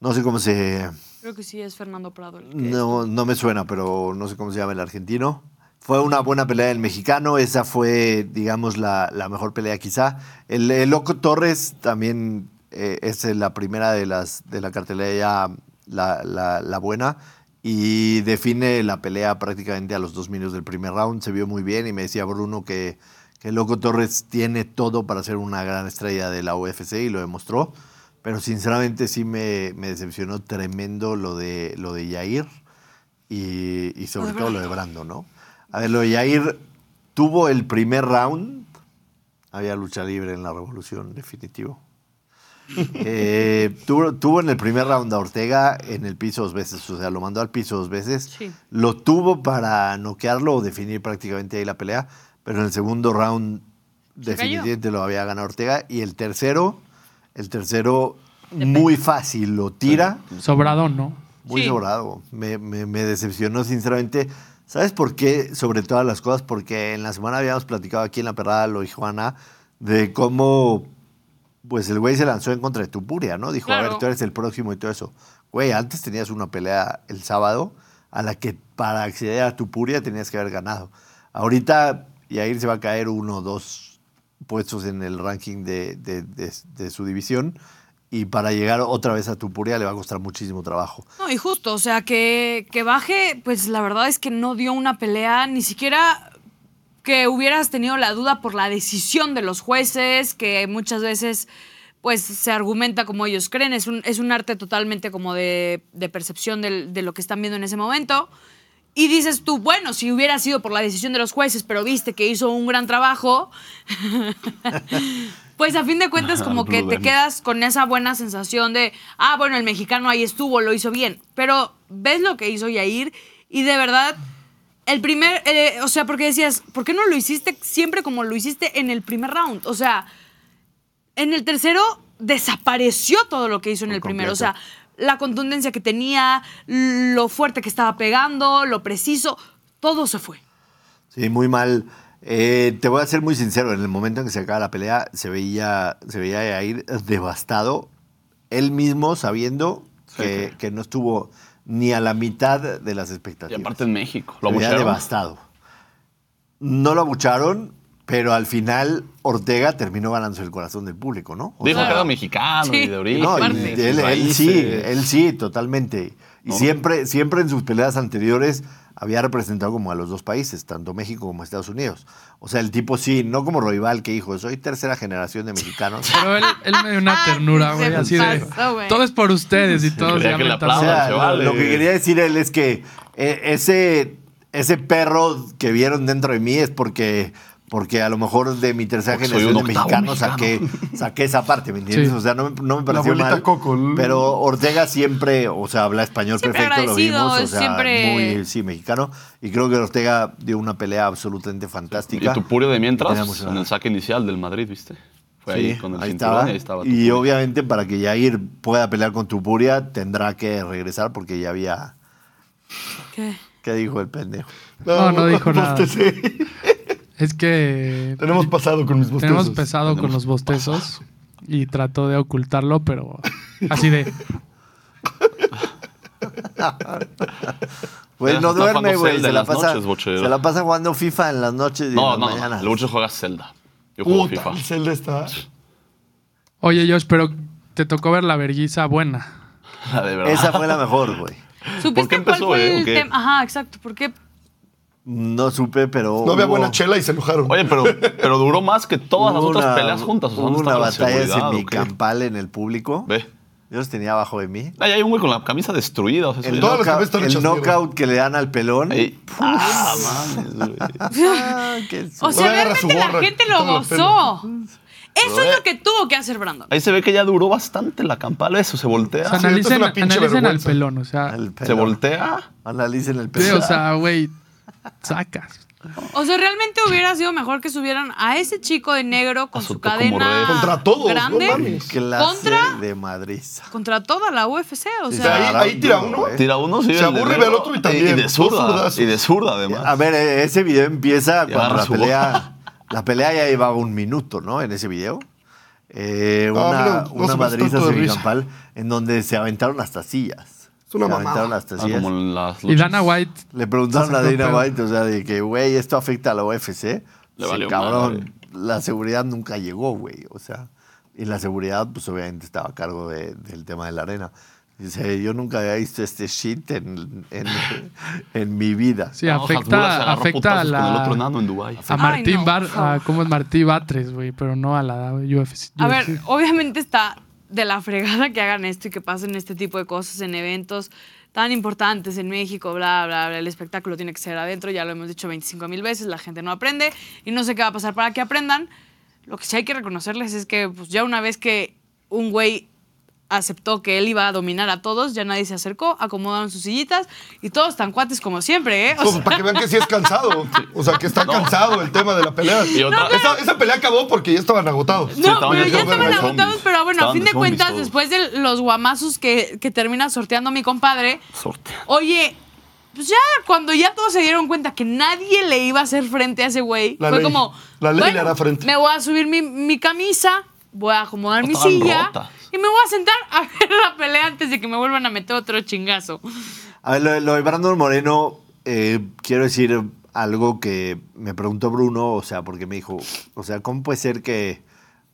Speaker 1: No sé cómo se.
Speaker 5: Creo que sí es Fernando Prado el que.
Speaker 1: No, no me suena, pero no sé cómo se llama el argentino. Fue una buena pelea del mexicano, esa fue, digamos, la, la mejor pelea quizá. El, el Loco Torres también eh, es la primera de, las, de la cartelera, la, la- la buena, y define la pelea prácticamente a los dos minutos del primer round, se vio muy bien y me decía Bruno que, que el Loco Torres tiene todo para ser una gran estrella de la UFC y lo demostró. Pero sinceramente sí me, me decepcionó tremendo lo de, lo de Yair y, y sobre todo lo de Brando, ¿no? A ver, lo de Yair tuvo el primer round. Había lucha libre en la revolución, definitivo. Eh, tuvo, tuvo en el primer round a Ortega en el piso dos veces, o sea, lo mandó al piso dos veces.
Speaker 5: Sí.
Speaker 1: Lo tuvo para noquearlo o definir prácticamente ahí la pelea, pero en el segundo round
Speaker 5: Se cayó.
Speaker 1: definitivamente lo había ganado Ortega. Y el tercero, el tercero muy fácil, lo tira.
Speaker 4: Sobradón, ¿no?
Speaker 1: Muy
Speaker 5: Sí.
Speaker 1: sobrado. Me, me- me decepcionó, sinceramente. ¿Sabes por qué? Sobre todas las cosas, porque en la semana habíamos platicado aquí en La Perrada, lo dijo Ana, de cómo pues el güey se lanzó en contra de Tupuria, ¿no? Dijo, a
Speaker 5: Claro.
Speaker 1: ver, tú eres el próximo y todo eso. Güey, antes tenías una pelea el sábado a la que para acceder a Tupuria tenías que haber ganado. Ahorita Yair se va a caer uno o dos puestos en el ranking de, de- de- de su división y para llegar otra vez a Tupuria le va a costar muchísimo trabajo.
Speaker 5: No, y justo, o sea, que, que baje, pues la verdad es que no dio una pelea, ni siquiera que hubieras tenido la duda por la decisión de los jueces, que muchas veces pues se argumenta como ellos creen, es un, es un arte totalmente como de, de percepción del- de lo que están viendo en ese momento. Y dices tú, bueno, si hubiera sido por la decisión de los jueces, pero viste que hizo un gran trabajo, pues a fin de cuentas como que te
Speaker 2: Prudente.
Speaker 5: quedas con esa buena sensación de, ah, bueno, el mexicano ahí estuvo, lo hizo bien, pero ves lo que hizo Yair y de verdad, el primer, eh, o sea, porque decías, ¿por qué no lo hiciste siempre como lo hiciste en el primer round? O sea, en el tercero desapareció todo lo que hizo en
Speaker 1: Por
Speaker 5: el primero, o sea,
Speaker 1: completo.
Speaker 5: la contundencia que tenía, lo fuerte que estaba pegando, lo preciso, todo se fue.
Speaker 1: Sí, muy mal. Eh, te voy a ser muy sincero, en el momento en que se acaba la pelea se veía, se veía a Yair devastado, él mismo sabiendo que, que no estuvo ni a la mitad de las
Speaker 2: Y
Speaker 1: expectativas.
Speaker 2: aparte en México. Lo
Speaker 1: Se veía
Speaker 2: abuchearon.
Speaker 1: devastado. No lo abucharon, pero al final Ortega terminó ganando el corazón del público, ¿no? O
Speaker 2: Dijo
Speaker 1: sea,
Speaker 2: que era mexicano
Speaker 5: Sí.
Speaker 2: y de origen.
Speaker 1: no, y
Speaker 5: aparte.
Speaker 2: sus
Speaker 1: él, él sí,
Speaker 2: raíces.
Speaker 1: él sí, totalmente. Y
Speaker 2: No.
Speaker 1: siempre, siempre en sus peleas anteriores había representado como a los dos países, tanto México como Estados Unidos. O sea, el tipo sí, no como rival que dijo, soy tercera generación de mexicanos.
Speaker 4: Pero él, él me dio una ternura,
Speaker 5: Se
Speaker 4: güey, así de.
Speaker 5: pasó, güey.
Speaker 4: Todo es por ustedes y todos
Speaker 2: quería
Speaker 4: ya
Speaker 2: que le
Speaker 4: aventaron.
Speaker 1: O sea,
Speaker 2: se
Speaker 1: lo-
Speaker 2: vale.
Speaker 1: Lo que quería decir él es que eh, ese, ese perro que vieron dentro de mí es porque, porque a lo mejor de mi tercera
Speaker 2: Porque soy
Speaker 1: generación de
Speaker 2: un octavo
Speaker 1: mexicanos saqué, saqué esa parte, ¿me entiendes?
Speaker 4: Sí.
Speaker 1: O sea, no, me- no me pareció
Speaker 3: abuelita
Speaker 1: mal.
Speaker 3: Coco, ¿no?
Speaker 1: Pero Ortega siempre, o sea, habla español
Speaker 5: Siempre
Speaker 1: perfecto, lo
Speaker 5: agradecido,
Speaker 1: vimos, o sea,
Speaker 5: siempre-
Speaker 1: muy sí, mexicano. Y creo que Ortega dio una pelea absolutamente
Speaker 2: Y
Speaker 1: fantástica.
Speaker 2: tu purio de
Speaker 1: Me tenía
Speaker 2: mientras,
Speaker 1: mucho
Speaker 2: en el saque inicial del Madrid, ¿viste? Fue ahí
Speaker 1: Sí,
Speaker 2: con el
Speaker 1: ahí
Speaker 2: cinturón
Speaker 1: estaba.
Speaker 2: y ahí estaba. tu
Speaker 1: Y
Speaker 2: purio.
Speaker 1: obviamente para que Jair pueda pelear con Tupuria tendrá que regresar porque ya había...
Speaker 5: ¿Qué?
Speaker 1: ¿Qué dijo el pendejo?
Speaker 4: No, no dijo nada.
Speaker 3: bostecé.
Speaker 4: Es que
Speaker 3: Tenemos pasado con mis
Speaker 4: tenemos
Speaker 3: bostezos.
Speaker 4: pesado con los bostezos y trató de ocultarlo, pero así de.
Speaker 1: Güey,
Speaker 2: Ya
Speaker 1: no
Speaker 2: se está
Speaker 1: duerme,
Speaker 2: jugando
Speaker 1: güey.
Speaker 2: Zelda
Speaker 1: Se,
Speaker 2: en
Speaker 1: la
Speaker 2: las
Speaker 1: pasa-
Speaker 2: noches, bochero.
Speaker 1: se la pasa jugando FIFA en las noches y en
Speaker 2: No,
Speaker 1: las
Speaker 2: no, no.
Speaker 1: mañanas.
Speaker 2: El Lucho juega Zelda. Yo juego
Speaker 3: Puta, el
Speaker 2: FIFA.
Speaker 3: Zelda está...
Speaker 4: Oye, Josh, pero te tocó ver la verguiza buena.
Speaker 2: La de verdad.
Speaker 1: Esa fue la mejor, güey.
Speaker 2: ¿Por qué
Speaker 5: ¿Supiste cuál
Speaker 2: empezó,
Speaker 5: fue
Speaker 2: eh? ¿O
Speaker 5: el
Speaker 2: qué?
Speaker 5: tema? Ajá, exacto. ¿Por qué?
Speaker 1: No supe, pero.
Speaker 2: Oh,
Speaker 3: No había
Speaker 1: hubo-
Speaker 3: buena chela y se enojaron.
Speaker 2: Oye, pero, pero duró más que todas las
Speaker 1: hubo
Speaker 2: otras
Speaker 1: una-
Speaker 2: peleas juntas. O sea,
Speaker 1: Hubo
Speaker 2: ¿dónde
Speaker 1: una
Speaker 2: estaba la
Speaker 1: batalla
Speaker 2: seguridad o qué?
Speaker 1: semicampal en el público.
Speaker 2: Ve.
Speaker 1: Yo los tenía abajo de mí.
Speaker 2: Ahí hay un güey con la camisa destruida. O sea,
Speaker 1: El,
Speaker 2: eso ya-
Speaker 3: todas las
Speaker 1: knockout-
Speaker 3: cabezas están
Speaker 1: el
Speaker 3: hechas mierda.
Speaker 1: knockout que le dan al pelón.
Speaker 2: Ahí. Ah, mames, güey.
Speaker 1: Ah, qué su-
Speaker 5: O sea,
Speaker 3: agarra
Speaker 5: realmente
Speaker 3: su
Speaker 5: la
Speaker 3: gorra,
Speaker 5: gente lo
Speaker 3: quítame los
Speaker 5: gozó. Eso
Speaker 2: Pero,
Speaker 5: es
Speaker 2: eh.
Speaker 5: lo que tuvo que hacer Brandon.
Speaker 2: Ahí se ve que ya duró bastante la campal. Eso, se
Speaker 4: O sea,
Speaker 2: voltea.
Speaker 3: sí, esto es
Speaker 4: analicen,
Speaker 3: una pinche
Speaker 4: analicen al
Speaker 3: vergüenza.
Speaker 4: pelón, o sea.
Speaker 1: al
Speaker 2: Se
Speaker 1: pelón.
Speaker 2: voltea.
Speaker 1: Analicen el
Speaker 4: sí,
Speaker 1: pelón.
Speaker 4: o sea, güey, sacas.
Speaker 5: O sea, realmente hubiera sido mejor que subieran a ese chico de negro con su
Speaker 2: Azotó como
Speaker 5: cadena
Speaker 2: rey.
Speaker 3: Contra todos,
Speaker 5: grande,
Speaker 3: no mames.
Speaker 1: Clase
Speaker 5: Contra-
Speaker 1: de Madrid.
Speaker 5: contra toda la UFC. O
Speaker 1: Sí,
Speaker 3: O sea,
Speaker 5: sea,
Speaker 3: ahí, ahí tira uno.
Speaker 1: ¿eh?
Speaker 2: Tira uno, sí,
Speaker 3: Se
Speaker 2: el de
Speaker 3: aburre y ve
Speaker 2: negro,
Speaker 3: al otro y también.
Speaker 2: Y de
Speaker 3: Dos
Speaker 2: zurda.
Speaker 3: zurdazos.
Speaker 2: Y de zurda,
Speaker 1: A
Speaker 2: además.
Speaker 1: ver, eh, ese video empieza cuando
Speaker 2: agarra
Speaker 1: la
Speaker 2: su boca.
Speaker 1: pelea. La pelea ya llevaba un minuto, ¿no? En ese video. Eh, una
Speaker 3: No, hombre, no
Speaker 1: una
Speaker 3: se me hace
Speaker 1: madriza
Speaker 3: tanto de risa.
Speaker 1: semicampal en donde se aventaron hasta sillas.
Speaker 3: Es una
Speaker 1: se
Speaker 3: mamada.
Speaker 1: aventaron hasta
Speaker 2: Ah,
Speaker 1: sillas.
Speaker 2: como en las
Speaker 4: Y Dana
Speaker 2: luchas.
Speaker 4: White,
Speaker 1: Le preguntaron a
Speaker 4: Estás en
Speaker 1: Dana
Speaker 4: todo
Speaker 1: White, o sea, de que, güey, esto afecta a la UFC.
Speaker 2: Le
Speaker 1: Sí,
Speaker 2: valió
Speaker 1: cabrón, la seguridad nunca llegó, güey. O sea, y la seguridad, pues obviamente estaba a cargo de- del tema de la arena. Dice, yo nunca había visto este shit en, en, en mi vida.
Speaker 4: sí,
Speaker 2: No, Hasbulla se
Speaker 4: afecta,
Speaker 2: agarró
Speaker 4: afecta a
Speaker 2: putazos Con el otro
Speaker 4: la.
Speaker 2: enano en Dubái.
Speaker 4: A Martín
Speaker 5: Ay, no,
Speaker 4: Bar,
Speaker 5: por favor.
Speaker 4: a- ¿cómo es Martín Batres, güey? Pero no a la UFC.
Speaker 5: a ver, obviamente está de la fregada que hagan esto y que pasen este tipo de cosas en eventos tan importantes en México, bla, bla, bla. El espectáculo tiene que ser adentro, ya lo hemos dicho 25 mil veces, la gente no aprende y no sé qué va a pasar para que aprendan. Lo que sí hay que reconocerles es que pues, ya una vez que un güey aceptó que él iba a dominar a todos, ya nadie se acercó, acomodaron sus sillitas y todos tan cuates como siempre, ¿eh? O
Speaker 3: Pues, para que vean que sí es cansado. O sea, que está cansado el tema de la pelea.
Speaker 2: Y otra- No, claro.
Speaker 3: esa, esa pelea acabó porque ya estaban agotados.
Speaker 2: Sí,
Speaker 5: No,
Speaker 2: estaban
Speaker 5: pero
Speaker 2: de
Speaker 5: ya
Speaker 2: zombies,
Speaker 5: estaban
Speaker 2: de
Speaker 5: agotados,
Speaker 2: zombies.
Speaker 5: pero bueno, a
Speaker 2: Estaban
Speaker 5: fin
Speaker 2: de
Speaker 5: de
Speaker 2: zombies
Speaker 5: cuentas,
Speaker 2: todos.
Speaker 5: después de los guamazos que, que termina sorteando mi compadre,
Speaker 2: Sortea.
Speaker 5: oye, pues ya cuando ya todos se dieron cuenta que nadie le iba a hacer frente a ese güey,
Speaker 3: La
Speaker 5: fue
Speaker 3: ley.
Speaker 5: como,
Speaker 3: La ley le
Speaker 5: bueno,
Speaker 3: hará frente.
Speaker 5: me voy a subir mi, mi camisa, voy a acomodar mi
Speaker 2: Estaban
Speaker 5: silla
Speaker 2: rotas.
Speaker 5: y me voy a sentar a ver la pelea antes de que me vuelvan a meter otro chingazo.
Speaker 1: A ver, lo, de- lo de Brandon Moreno, eh, quiero decir algo que me preguntó Bruno, o sea, porque me dijo, o sea, ¿cómo puede ser que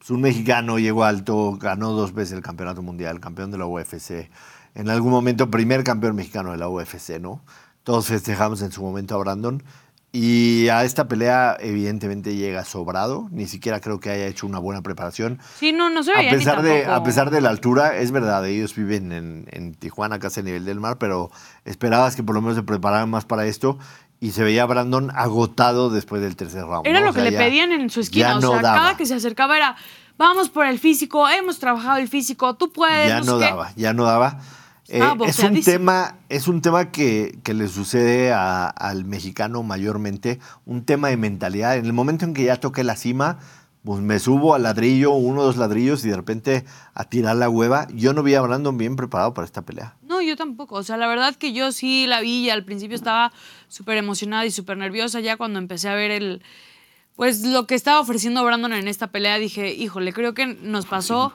Speaker 1: Es un mexicano, llegó alto, ganó dos veces el campeonato mundial, campeón de la UFC. En algún momento, primer campeón mexicano de la UFC, ¿no? Todos festejamos en su momento a Brandon. Y a esta pelea, evidentemente, llega sobrado. Ni siquiera creo que haya hecho una buena preparación.
Speaker 5: Sí, no, no se veía
Speaker 1: A pesar,
Speaker 5: ni
Speaker 1: de,
Speaker 5: tampoco.
Speaker 1: a pesar de la altura, es verdad, ellos viven en, en Tijuana, casi a nivel del mar, pero esperabas que por lo menos se prepararan más para esto y se veía a Brandon agotado después del tercer round.
Speaker 5: Era
Speaker 1: ¿no?
Speaker 5: lo
Speaker 1: O sea,
Speaker 5: que
Speaker 1: ya-
Speaker 5: le pedían en su esquina.
Speaker 1: ya
Speaker 5: o
Speaker 1: no
Speaker 5: sea,
Speaker 1: daba.
Speaker 5: cada que se acercaba era, vamos por el físico, hemos trabajado el físico, tú puedes.
Speaker 1: Ya no
Speaker 5: sé qué.
Speaker 1: daba, ya no daba. Eh,
Speaker 5: Estaba
Speaker 1: es un
Speaker 5: boxeadísimo.
Speaker 1: tema, es un tema que, que le sucede a- al mexicano mayormente, un tema de mentalidad. En el momento en que ya toqué la cima, pues me subo al ladrillo, uno o dos ladrillos y de repente a tirar la hueva. Yo no vi a Brandon bien preparado para esta pelea.
Speaker 5: No, yo tampoco. O sea, la verdad que yo sí la vi y al principio estaba súper emocionada y súper nerviosa. Ya cuando empecé a ver el. Pues lo que estaba ofreciendo Brandon en esta pelea, dije, híjole, creo que nos pasó.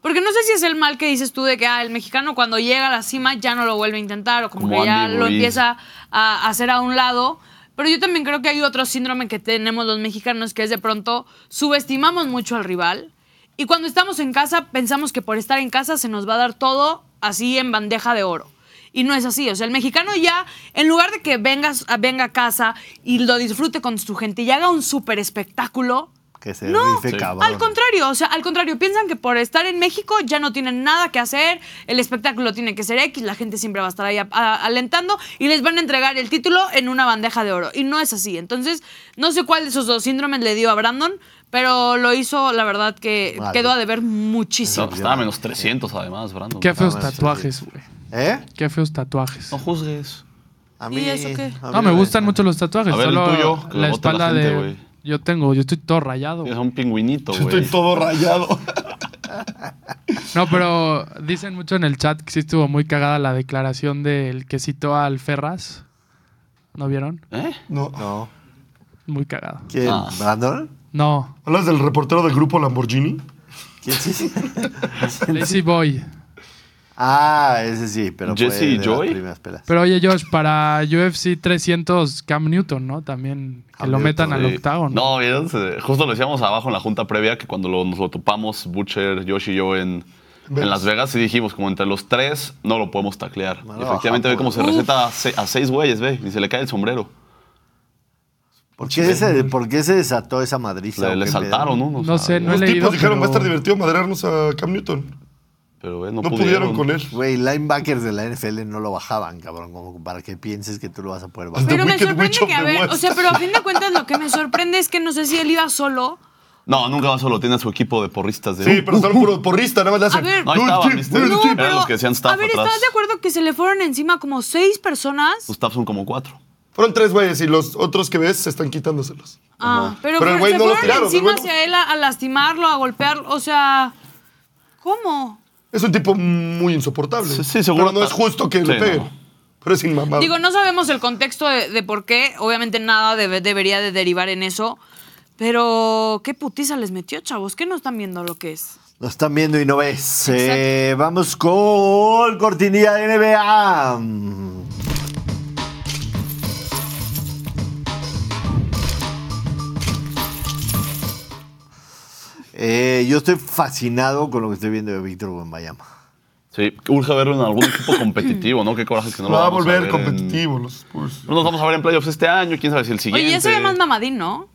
Speaker 5: Porque no sé si es el mal que dices tú de que ah, el mexicano cuando llega a la cima ya no lo vuelve a intentar o como,
Speaker 2: Como
Speaker 5: que ya
Speaker 2: Andy
Speaker 5: lo
Speaker 2: Ruiz.
Speaker 5: empieza a hacer a un lado. Pero yo también creo que hay otro síndrome que tenemos los mexicanos que es de pronto subestimamos mucho al rival. Y cuando estamos en casa pensamos que por estar en casa se nos va a dar todo así en bandeja de oro. Y no es así. O sea, el mexicano ya, en lugar de que vengas, a- venga a casa y lo disfrute con su gente y haga un súper espectáculo,
Speaker 1: Que se
Speaker 5: no,
Speaker 1: rife
Speaker 2: Sí.
Speaker 1: cabrón.
Speaker 5: al contrario, o sea, al contrario, piensan que por estar en México ya no tienen nada que hacer, el espectáculo tiene que ser X, la gente siempre va a estar ahí a- a- alentando y les van a entregar el título en una bandeja de oro. Y no es así. Entonces, no sé cuál de esos dos síndromes le dio a Brandon, pero lo hizo, la verdad, que
Speaker 1: Mal.
Speaker 5: quedó a deber
Speaker 2: No, pues,
Speaker 5: muchísimo.
Speaker 2: estaba a menos 300 además, Brandon.
Speaker 4: Qué feos
Speaker 1: no, no, sí,
Speaker 4: tatuajes, güey.
Speaker 1: ¿Eh?
Speaker 4: Qué feos tatuajes.
Speaker 2: No juzgues.
Speaker 1: A
Speaker 5: ¿Y eso qué?
Speaker 1: a
Speaker 4: No,
Speaker 1: mí
Speaker 4: me
Speaker 1: no
Speaker 4: gustan
Speaker 1: me-
Speaker 4: mucho los tatuajes.
Speaker 2: A ver, el
Speaker 4: solo
Speaker 2: tuyo, que
Speaker 4: la
Speaker 2: lo bota la
Speaker 4: espalda
Speaker 2: gente,
Speaker 4: de.
Speaker 2: güey.
Speaker 4: Yo tengo, yo estoy todo rayado.
Speaker 2: Es un pingüinito,
Speaker 3: Yo estoy
Speaker 2: güey.
Speaker 3: todo rayado.
Speaker 4: No, pero dicen mucho en el chat que sí estuvo muy cagada la declaración del que citó al Ferraz. ¿No vieron?
Speaker 2: ¿Eh?
Speaker 3: No.
Speaker 1: No.
Speaker 4: Muy cagado.
Speaker 1: ¿Quién?
Speaker 2: Ah.
Speaker 1: ¿Brandon?
Speaker 4: No,
Speaker 3: ¿Hablas del reportero del grupo Lamborghini?
Speaker 1: ¿Quién sí?
Speaker 4: Lazy Boy.
Speaker 1: ah, ese sí, pero
Speaker 2: Jesse
Speaker 1: fue de
Speaker 2: Joy.
Speaker 1: las primeras pelas.
Speaker 4: Pero oye, Josh, para UFC 300, Cam Newton, ¿no? También que
Speaker 1: Cam
Speaker 4: lo
Speaker 1: Newton,
Speaker 4: metan al
Speaker 2: Sí.
Speaker 4: octágono.
Speaker 2: No, vieron, se- justo lo decíamos abajo en la junta previa que cuando lo- nos lo topamos, Butcher, Josh y yo en, en
Speaker 3: Vegas.
Speaker 2: Las Vegas, y dijimos, como entre los tres, no lo podemos taclear.
Speaker 1: Bueno,
Speaker 2: Y
Speaker 3: ah,
Speaker 2: efectivamente, ve cómo se
Speaker 5: Uf.
Speaker 2: receta a, se- a seis güeyes, ve, y se le cae el sombrero.
Speaker 1: ¿Por qué, se, por qué se desató esa madriza?
Speaker 2: Le,
Speaker 1: ¿O
Speaker 2: le
Speaker 1: qué
Speaker 2: saltaron,
Speaker 1: pedo?
Speaker 2: ¿no?
Speaker 4: No sé,
Speaker 2: sabe,
Speaker 4: no
Speaker 3: Los
Speaker 4: le- leído,
Speaker 3: tipos dijeron,
Speaker 4: pero-
Speaker 3: va a estar divertido maderarnos a Cam Newton.
Speaker 2: Pero ve, no,
Speaker 3: No, pudieron. con él.
Speaker 1: Güey, linebackers de la NFL no lo bajaban, cabrón, como para que pienses que tú lo vas a poder bajar.
Speaker 3: The
Speaker 5: Pero me
Speaker 3: Wicked
Speaker 5: sorprende
Speaker 3: Witch of
Speaker 5: que, a
Speaker 3: the
Speaker 5: ver,
Speaker 3: West.
Speaker 5: o sea, pero a fin de cuentas lo que me sorprende es que no sé si él iba solo.
Speaker 2: No, nunca va solo, tiene a su equipo de porristas. De,
Speaker 3: Sí, pero son puros porristas, nada más le hacen.
Speaker 5: A ver.
Speaker 2: No, Uh, ahí
Speaker 3: "Good
Speaker 2: estaba,
Speaker 3: team,
Speaker 2: ¿viste?
Speaker 3: good
Speaker 2: No,
Speaker 3: team".
Speaker 2: Eran los que decían staff
Speaker 5: a ver,
Speaker 2: atrás.
Speaker 5: ¿estás de acuerdo que se le fueron encima como seis personas?
Speaker 2: Sus staff son como cuatro.
Speaker 3: Fueron tres güeyes y los otros que ves se están quitándoselos.
Speaker 5: Ah, pero,
Speaker 3: Pero el
Speaker 5: fue-
Speaker 3: güey
Speaker 5: se
Speaker 3: no lo
Speaker 5: fueron
Speaker 3: tiraron, el
Speaker 5: encima
Speaker 3: güey no-
Speaker 5: hacia él a, a lastimarlo, a golpearlo. O sea, ¿cómo?
Speaker 3: Es un tipo muy insoportable.
Speaker 2: Sí, sí, seguro.
Speaker 3: Pero no es justo que le
Speaker 2: Sí,
Speaker 3: peguen.
Speaker 2: no.
Speaker 3: Pero es inmamable.
Speaker 5: Digo, no sabemos el contexto de, de por qué. Obviamente nada debe- debería de derivar en eso. Pero qué putiza les metió, chavos. ¿Qué no están viendo lo que es?
Speaker 1: Lo están viendo y no ves. Eh, vamos con cortinilla de NBA. Eh, yo estoy fascinado con lo que estoy viendo de Víctor Wembanyama.
Speaker 2: Sí, urge verlo en algún equipo competitivo, ¿no? Qué coraje que no lo
Speaker 3: va a
Speaker 2: vamos
Speaker 3: volver
Speaker 2: ver en-
Speaker 3: competitivo los Spurs.
Speaker 2: No nos vamos a ver en playoffs este año, quién sabe si el siguiente.
Speaker 5: Oye, eso ya más mamadín, ¿no?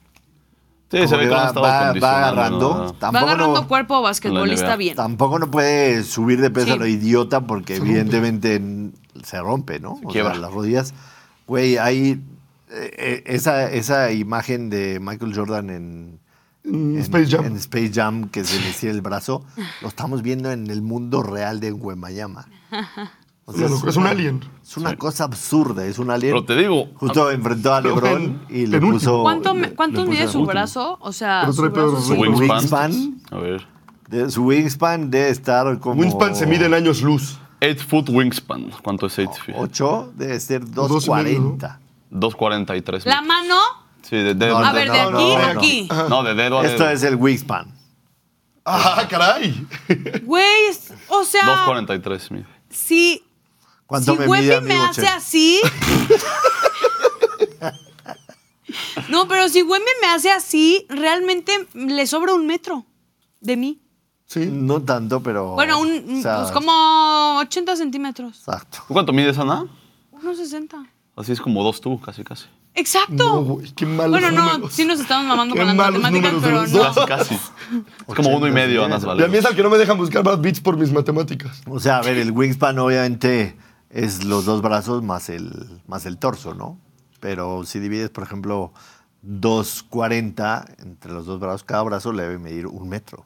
Speaker 2: Sí, se
Speaker 1: Como
Speaker 2: ve
Speaker 1: que
Speaker 2: que lo han
Speaker 1: va,
Speaker 2: estado
Speaker 1: va- va
Speaker 2: condicionando,
Speaker 1: agarrando.
Speaker 2: ¿no?
Speaker 5: Va
Speaker 1: Tampoco
Speaker 5: agarrando
Speaker 1: no-
Speaker 5: cuerpo
Speaker 2: La NBA.
Speaker 5: basquetbolista bien.
Speaker 1: Tampoco no puede subir de peso
Speaker 5: Sí.
Speaker 1: a lo idiota porque
Speaker 3: rompe.
Speaker 1: evidentemente n- se rompe, ¿no? o
Speaker 2: quiebra.
Speaker 1: sea, las rodillas. Güey, ahí eh, eh, esa, esa imagen de Michael Jordan en,
Speaker 3: Mm,
Speaker 1: en-
Speaker 3: Space Jam.
Speaker 1: en Space Jam que se le cierra el brazo, lo estamos viendo en el mundo real de Huemayama. O sea,
Speaker 3: Es una- es un alien.
Speaker 1: Es una cosa absurda, es un alien.
Speaker 2: Pero te digo, ah,
Speaker 1: Justo enfrentó a LeBron
Speaker 3: pen-
Speaker 1: y le
Speaker 3: penúltimo.
Speaker 1: puso...
Speaker 5: ¿Cuánto, me-
Speaker 1: le-
Speaker 5: cuánto
Speaker 1: le puso
Speaker 5: mide su
Speaker 1: el-
Speaker 5: brazo? O sea,
Speaker 3: Pero
Speaker 5: su
Speaker 3: trae
Speaker 5: brazo
Speaker 3: pedos
Speaker 5: sí.
Speaker 2: su
Speaker 3: Wingspan.
Speaker 2: wingspan. A ver.
Speaker 1: de- su wingspan debe estar como...
Speaker 3: Winspan se mide en años luz.
Speaker 2: 8 foot wingspan. ¿Cuánto es 8 feet?
Speaker 1: 8 debe ser
Speaker 3: Dos y medio, ¿no?
Speaker 1: 2.40.
Speaker 2: 2.43.
Speaker 5: La mano,
Speaker 2: Sí, de
Speaker 1: No,
Speaker 2: dedo.
Speaker 5: a
Speaker 1: no,
Speaker 5: ver,
Speaker 1: no,
Speaker 5: de
Speaker 1: no,
Speaker 5: aquí
Speaker 1: no,
Speaker 5: a
Speaker 1: no.
Speaker 5: aquí.
Speaker 2: No, de dedo a dedo.
Speaker 1: Esto es el wingspan.
Speaker 3: ¡Ah, caray!
Speaker 5: Güey, es- o sea,
Speaker 2: 2.43, mira.
Speaker 5: si, si
Speaker 1: ¿Cuánto me mide
Speaker 5: Wemby
Speaker 1: a mí,
Speaker 5: me
Speaker 1: Boche?
Speaker 5: hace así. No, pero si Wemby me hace así, realmente le sobra un metro. de mí.
Speaker 3: Sí.
Speaker 1: No tanto,
Speaker 3: Oh,
Speaker 1: pero.
Speaker 5: Bueno, un,
Speaker 1: o sea,
Speaker 5: pues como 80 centímetros,
Speaker 1: Exacto.
Speaker 2: ¿Tú cuánto mides, Ana?
Speaker 5: unos 60.
Speaker 2: Así es como dos tú, casi, casi.
Speaker 5: Exacto.
Speaker 3: No, güey, qué malos
Speaker 5: bueno, no,
Speaker 3: números.
Speaker 5: sí nos estamos mamando
Speaker 3: Qué
Speaker 5: con las
Speaker 3: malos
Speaker 5: matemáticas,
Speaker 3: números
Speaker 5: pero
Speaker 3: los
Speaker 5: no.
Speaker 3: dos.
Speaker 2: Casi, casi. Es como uno y medio, Ana
Speaker 3: Y a mí
Speaker 2: Valero.
Speaker 3: es al que no me dejan buscar Bad Beats por mis matemáticas.
Speaker 1: O sea, a ver, el wingspan obviamente es los dos brazos más el, más el torso, ¿no? Pero si divides, por ejemplo, 2.40 entre los dos brazos, cada brazo le debe medir un metro.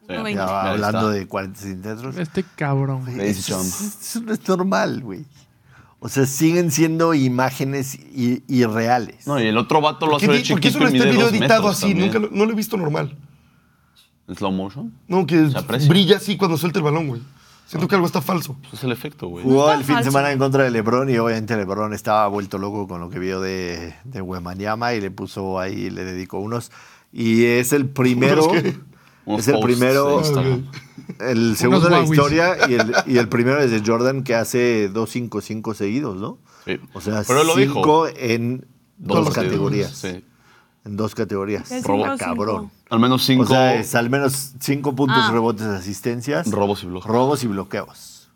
Speaker 2: Sí,
Speaker 5: No,
Speaker 2: ahí
Speaker 1: Ya
Speaker 5: veinte.
Speaker 2: está.
Speaker 1: hablando de 40 centímetros.
Speaker 4: Este cabrón.
Speaker 2: Space
Speaker 1: Eso
Speaker 2: Jam.
Speaker 1: es- eso no es normal, güey. O sea, siguen siendo imágenes i- irreales.
Speaker 2: No, y el otro vato lo
Speaker 3: ¿Por
Speaker 2: hace
Speaker 3: qué,
Speaker 2: ver
Speaker 3: di- por qué
Speaker 2: chiquito
Speaker 3: solo
Speaker 2: y
Speaker 3: este
Speaker 2: mide
Speaker 3: video
Speaker 2: dos
Speaker 3: editado
Speaker 2: metros
Speaker 3: así?
Speaker 2: también.
Speaker 3: Nunca lo, no lo he visto normal.
Speaker 2: ¿En slow motion?
Speaker 3: No, que
Speaker 2: Se aprecia. Ah.
Speaker 3: brilla así cuando suelta el balón, güey. Siento que algo está falso.
Speaker 2: Ese Pues es el efecto, güey.
Speaker 1: Jugó
Speaker 5: está
Speaker 1: el fin de
Speaker 5: falso.
Speaker 1: semana en contra de LeBron y obviamente LeBron estaba vuelto loco con lo que vio de, de Wembanyama y le puso ahí, le dedicó unos. Y es el primero.
Speaker 3: ¿Unos qué?
Speaker 2: Unos
Speaker 1: Es el
Speaker 2: posts de
Speaker 1: primero.
Speaker 2: Instagram.
Speaker 1: El segundo de la
Speaker 4: Huawei.
Speaker 1: historia y el, y el primero es de Jordan que hace 2-5-5 seguidos, ¿no?
Speaker 2: Sí.
Speaker 1: O sea,
Speaker 2: Pero él lo dijo.
Speaker 1: 5 en dos
Speaker 2: Todos los
Speaker 1: categorías.
Speaker 2: Sí.
Speaker 1: En dos categorías.
Speaker 5: Es
Speaker 1: Robo,
Speaker 5: cinco,
Speaker 1: cabrón.
Speaker 5: cinco.
Speaker 2: Al menos cinco
Speaker 1: O sea, es al menos 5 puntos,
Speaker 5: Ah.
Speaker 1: rebotes, asistencias.
Speaker 2: robos y bloqueos.
Speaker 1: Robos y bloqueos.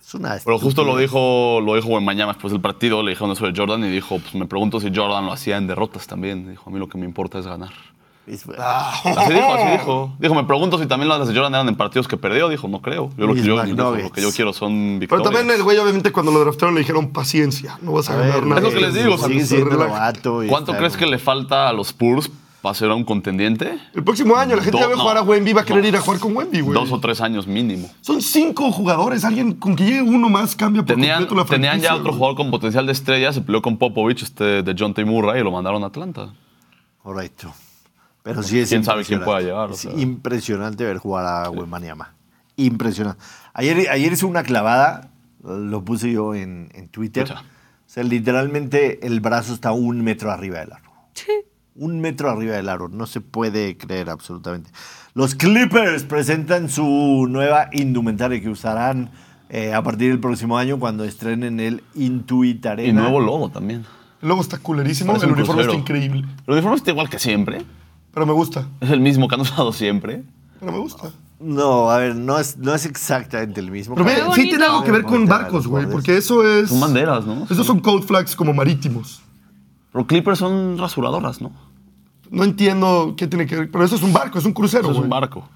Speaker 1: Es una
Speaker 2: Pero justo lo
Speaker 1: estupidez.
Speaker 2: dijo, lo dijo mañana después del partido, le dijeron eso de Jordan y dijo, pues me pregunto si Jordan lo hacía en derrotas también. Dijo, a mí lo que me importa es ganar.
Speaker 1: Es-
Speaker 2: Ah, Así dijo, así dijo. Dijo, me pregunto si también las de Jordan eran en partidos que perdió. Dijo, no creo. Yo lo, que
Speaker 1: Mis
Speaker 2: yo, dijo,
Speaker 1: McNuggets.
Speaker 2: lo que yo quiero son
Speaker 3: Pero
Speaker 2: victorias.
Speaker 3: también el güey, obviamente, cuando lo draftaron le dijeron paciencia, no vas a,
Speaker 1: A
Speaker 3: ganar
Speaker 1: ver,
Speaker 3: nada.
Speaker 2: es lo que les digo, o sea,
Speaker 1: sigue
Speaker 3: se
Speaker 1: siendo
Speaker 3: relaja.
Speaker 1: novato y
Speaker 2: ¿Cuánto
Speaker 1: está
Speaker 2: crees que
Speaker 1: como-
Speaker 2: le falta a los Spurs para ser un contendiente?
Speaker 3: El próximo año la
Speaker 2: Do-
Speaker 3: gente ya va a
Speaker 2: no.
Speaker 3: jugar a Wemby, va a querer
Speaker 2: No.
Speaker 3: ir a jugar con Wemby, güey.
Speaker 2: Dos o tres años mínimo.
Speaker 3: Son cinco jugadores, alguien con que llegue uno más cambia por
Speaker 2: Tenían,
Speaker 3: completo la
Speaker 2: tenían ya
Speaker 3: franquicia,
Speaker 2: otro
Speaker 3: güey.
Speaker 2: jugador con potencial de estrella, se peleó con Popovich, este de John T. Murray, y lo mandaron a Atlanta.
Speaker 1: Correcto. Pero sí es
Speaker 2: ¿Quién sabe quién
Speaker 1: impresionante.
Speaker 2: pueda llegar, o
Speaker 1: Es
Speaker 2: sea.
Speaker 1: impresionante ver jugar a Wembanyama. Impresionante. Ayer, ayer hizo una clavada, lo puse yo en, en Twitter.
Speaker 2: Escucha.
Speaker 1: O sea, literalmente el brazo está un metro arriba del aro. Un metro arriba del aro. No se puede creer absolutamente. Los Clippers presentan su nueva indumentaria que usarán eh, a partir del próximo año cuando estrenen el Intuit Arena.
Speaker 2: Y nuevo logo también.
Speaker 3: El logo está culerísimo,
Speaker 2: Parece
Speaker 3: el
Speaker 2: un
Speaker 3: uniforme está
Speaker 2: crucero.
Speaker 3: increíble.
Speaker 2: El uniforme está igual que siempre.
Speaker 3: Pero me gusta,
Speaker 2: Es el mismo que han usado siempre.
Speaker 3: pero me gusta.
Speaker 1: No, a ver, no es, no es exactamente el mismo.
Speaker 3: Pero ve,
Speaker 5: Qué
Speaker 3: sí tiene
Speaker 5: bonito.
Speaker 3: algo que ver con barcos, güey, porque eso es...
Speaker 2: Son banderas, ¿no?
Speaker 3: Esos son code flags como marítimos.
Speaker 2: Pero Clippers son rasuradoras, ¿no?
Speaker 3: No entiendo qué tiene que ver, pero eso es un barco, es un crucero,
Speaker 2: Eso es
Speaker 3: güey.
Speaker 2: un barco.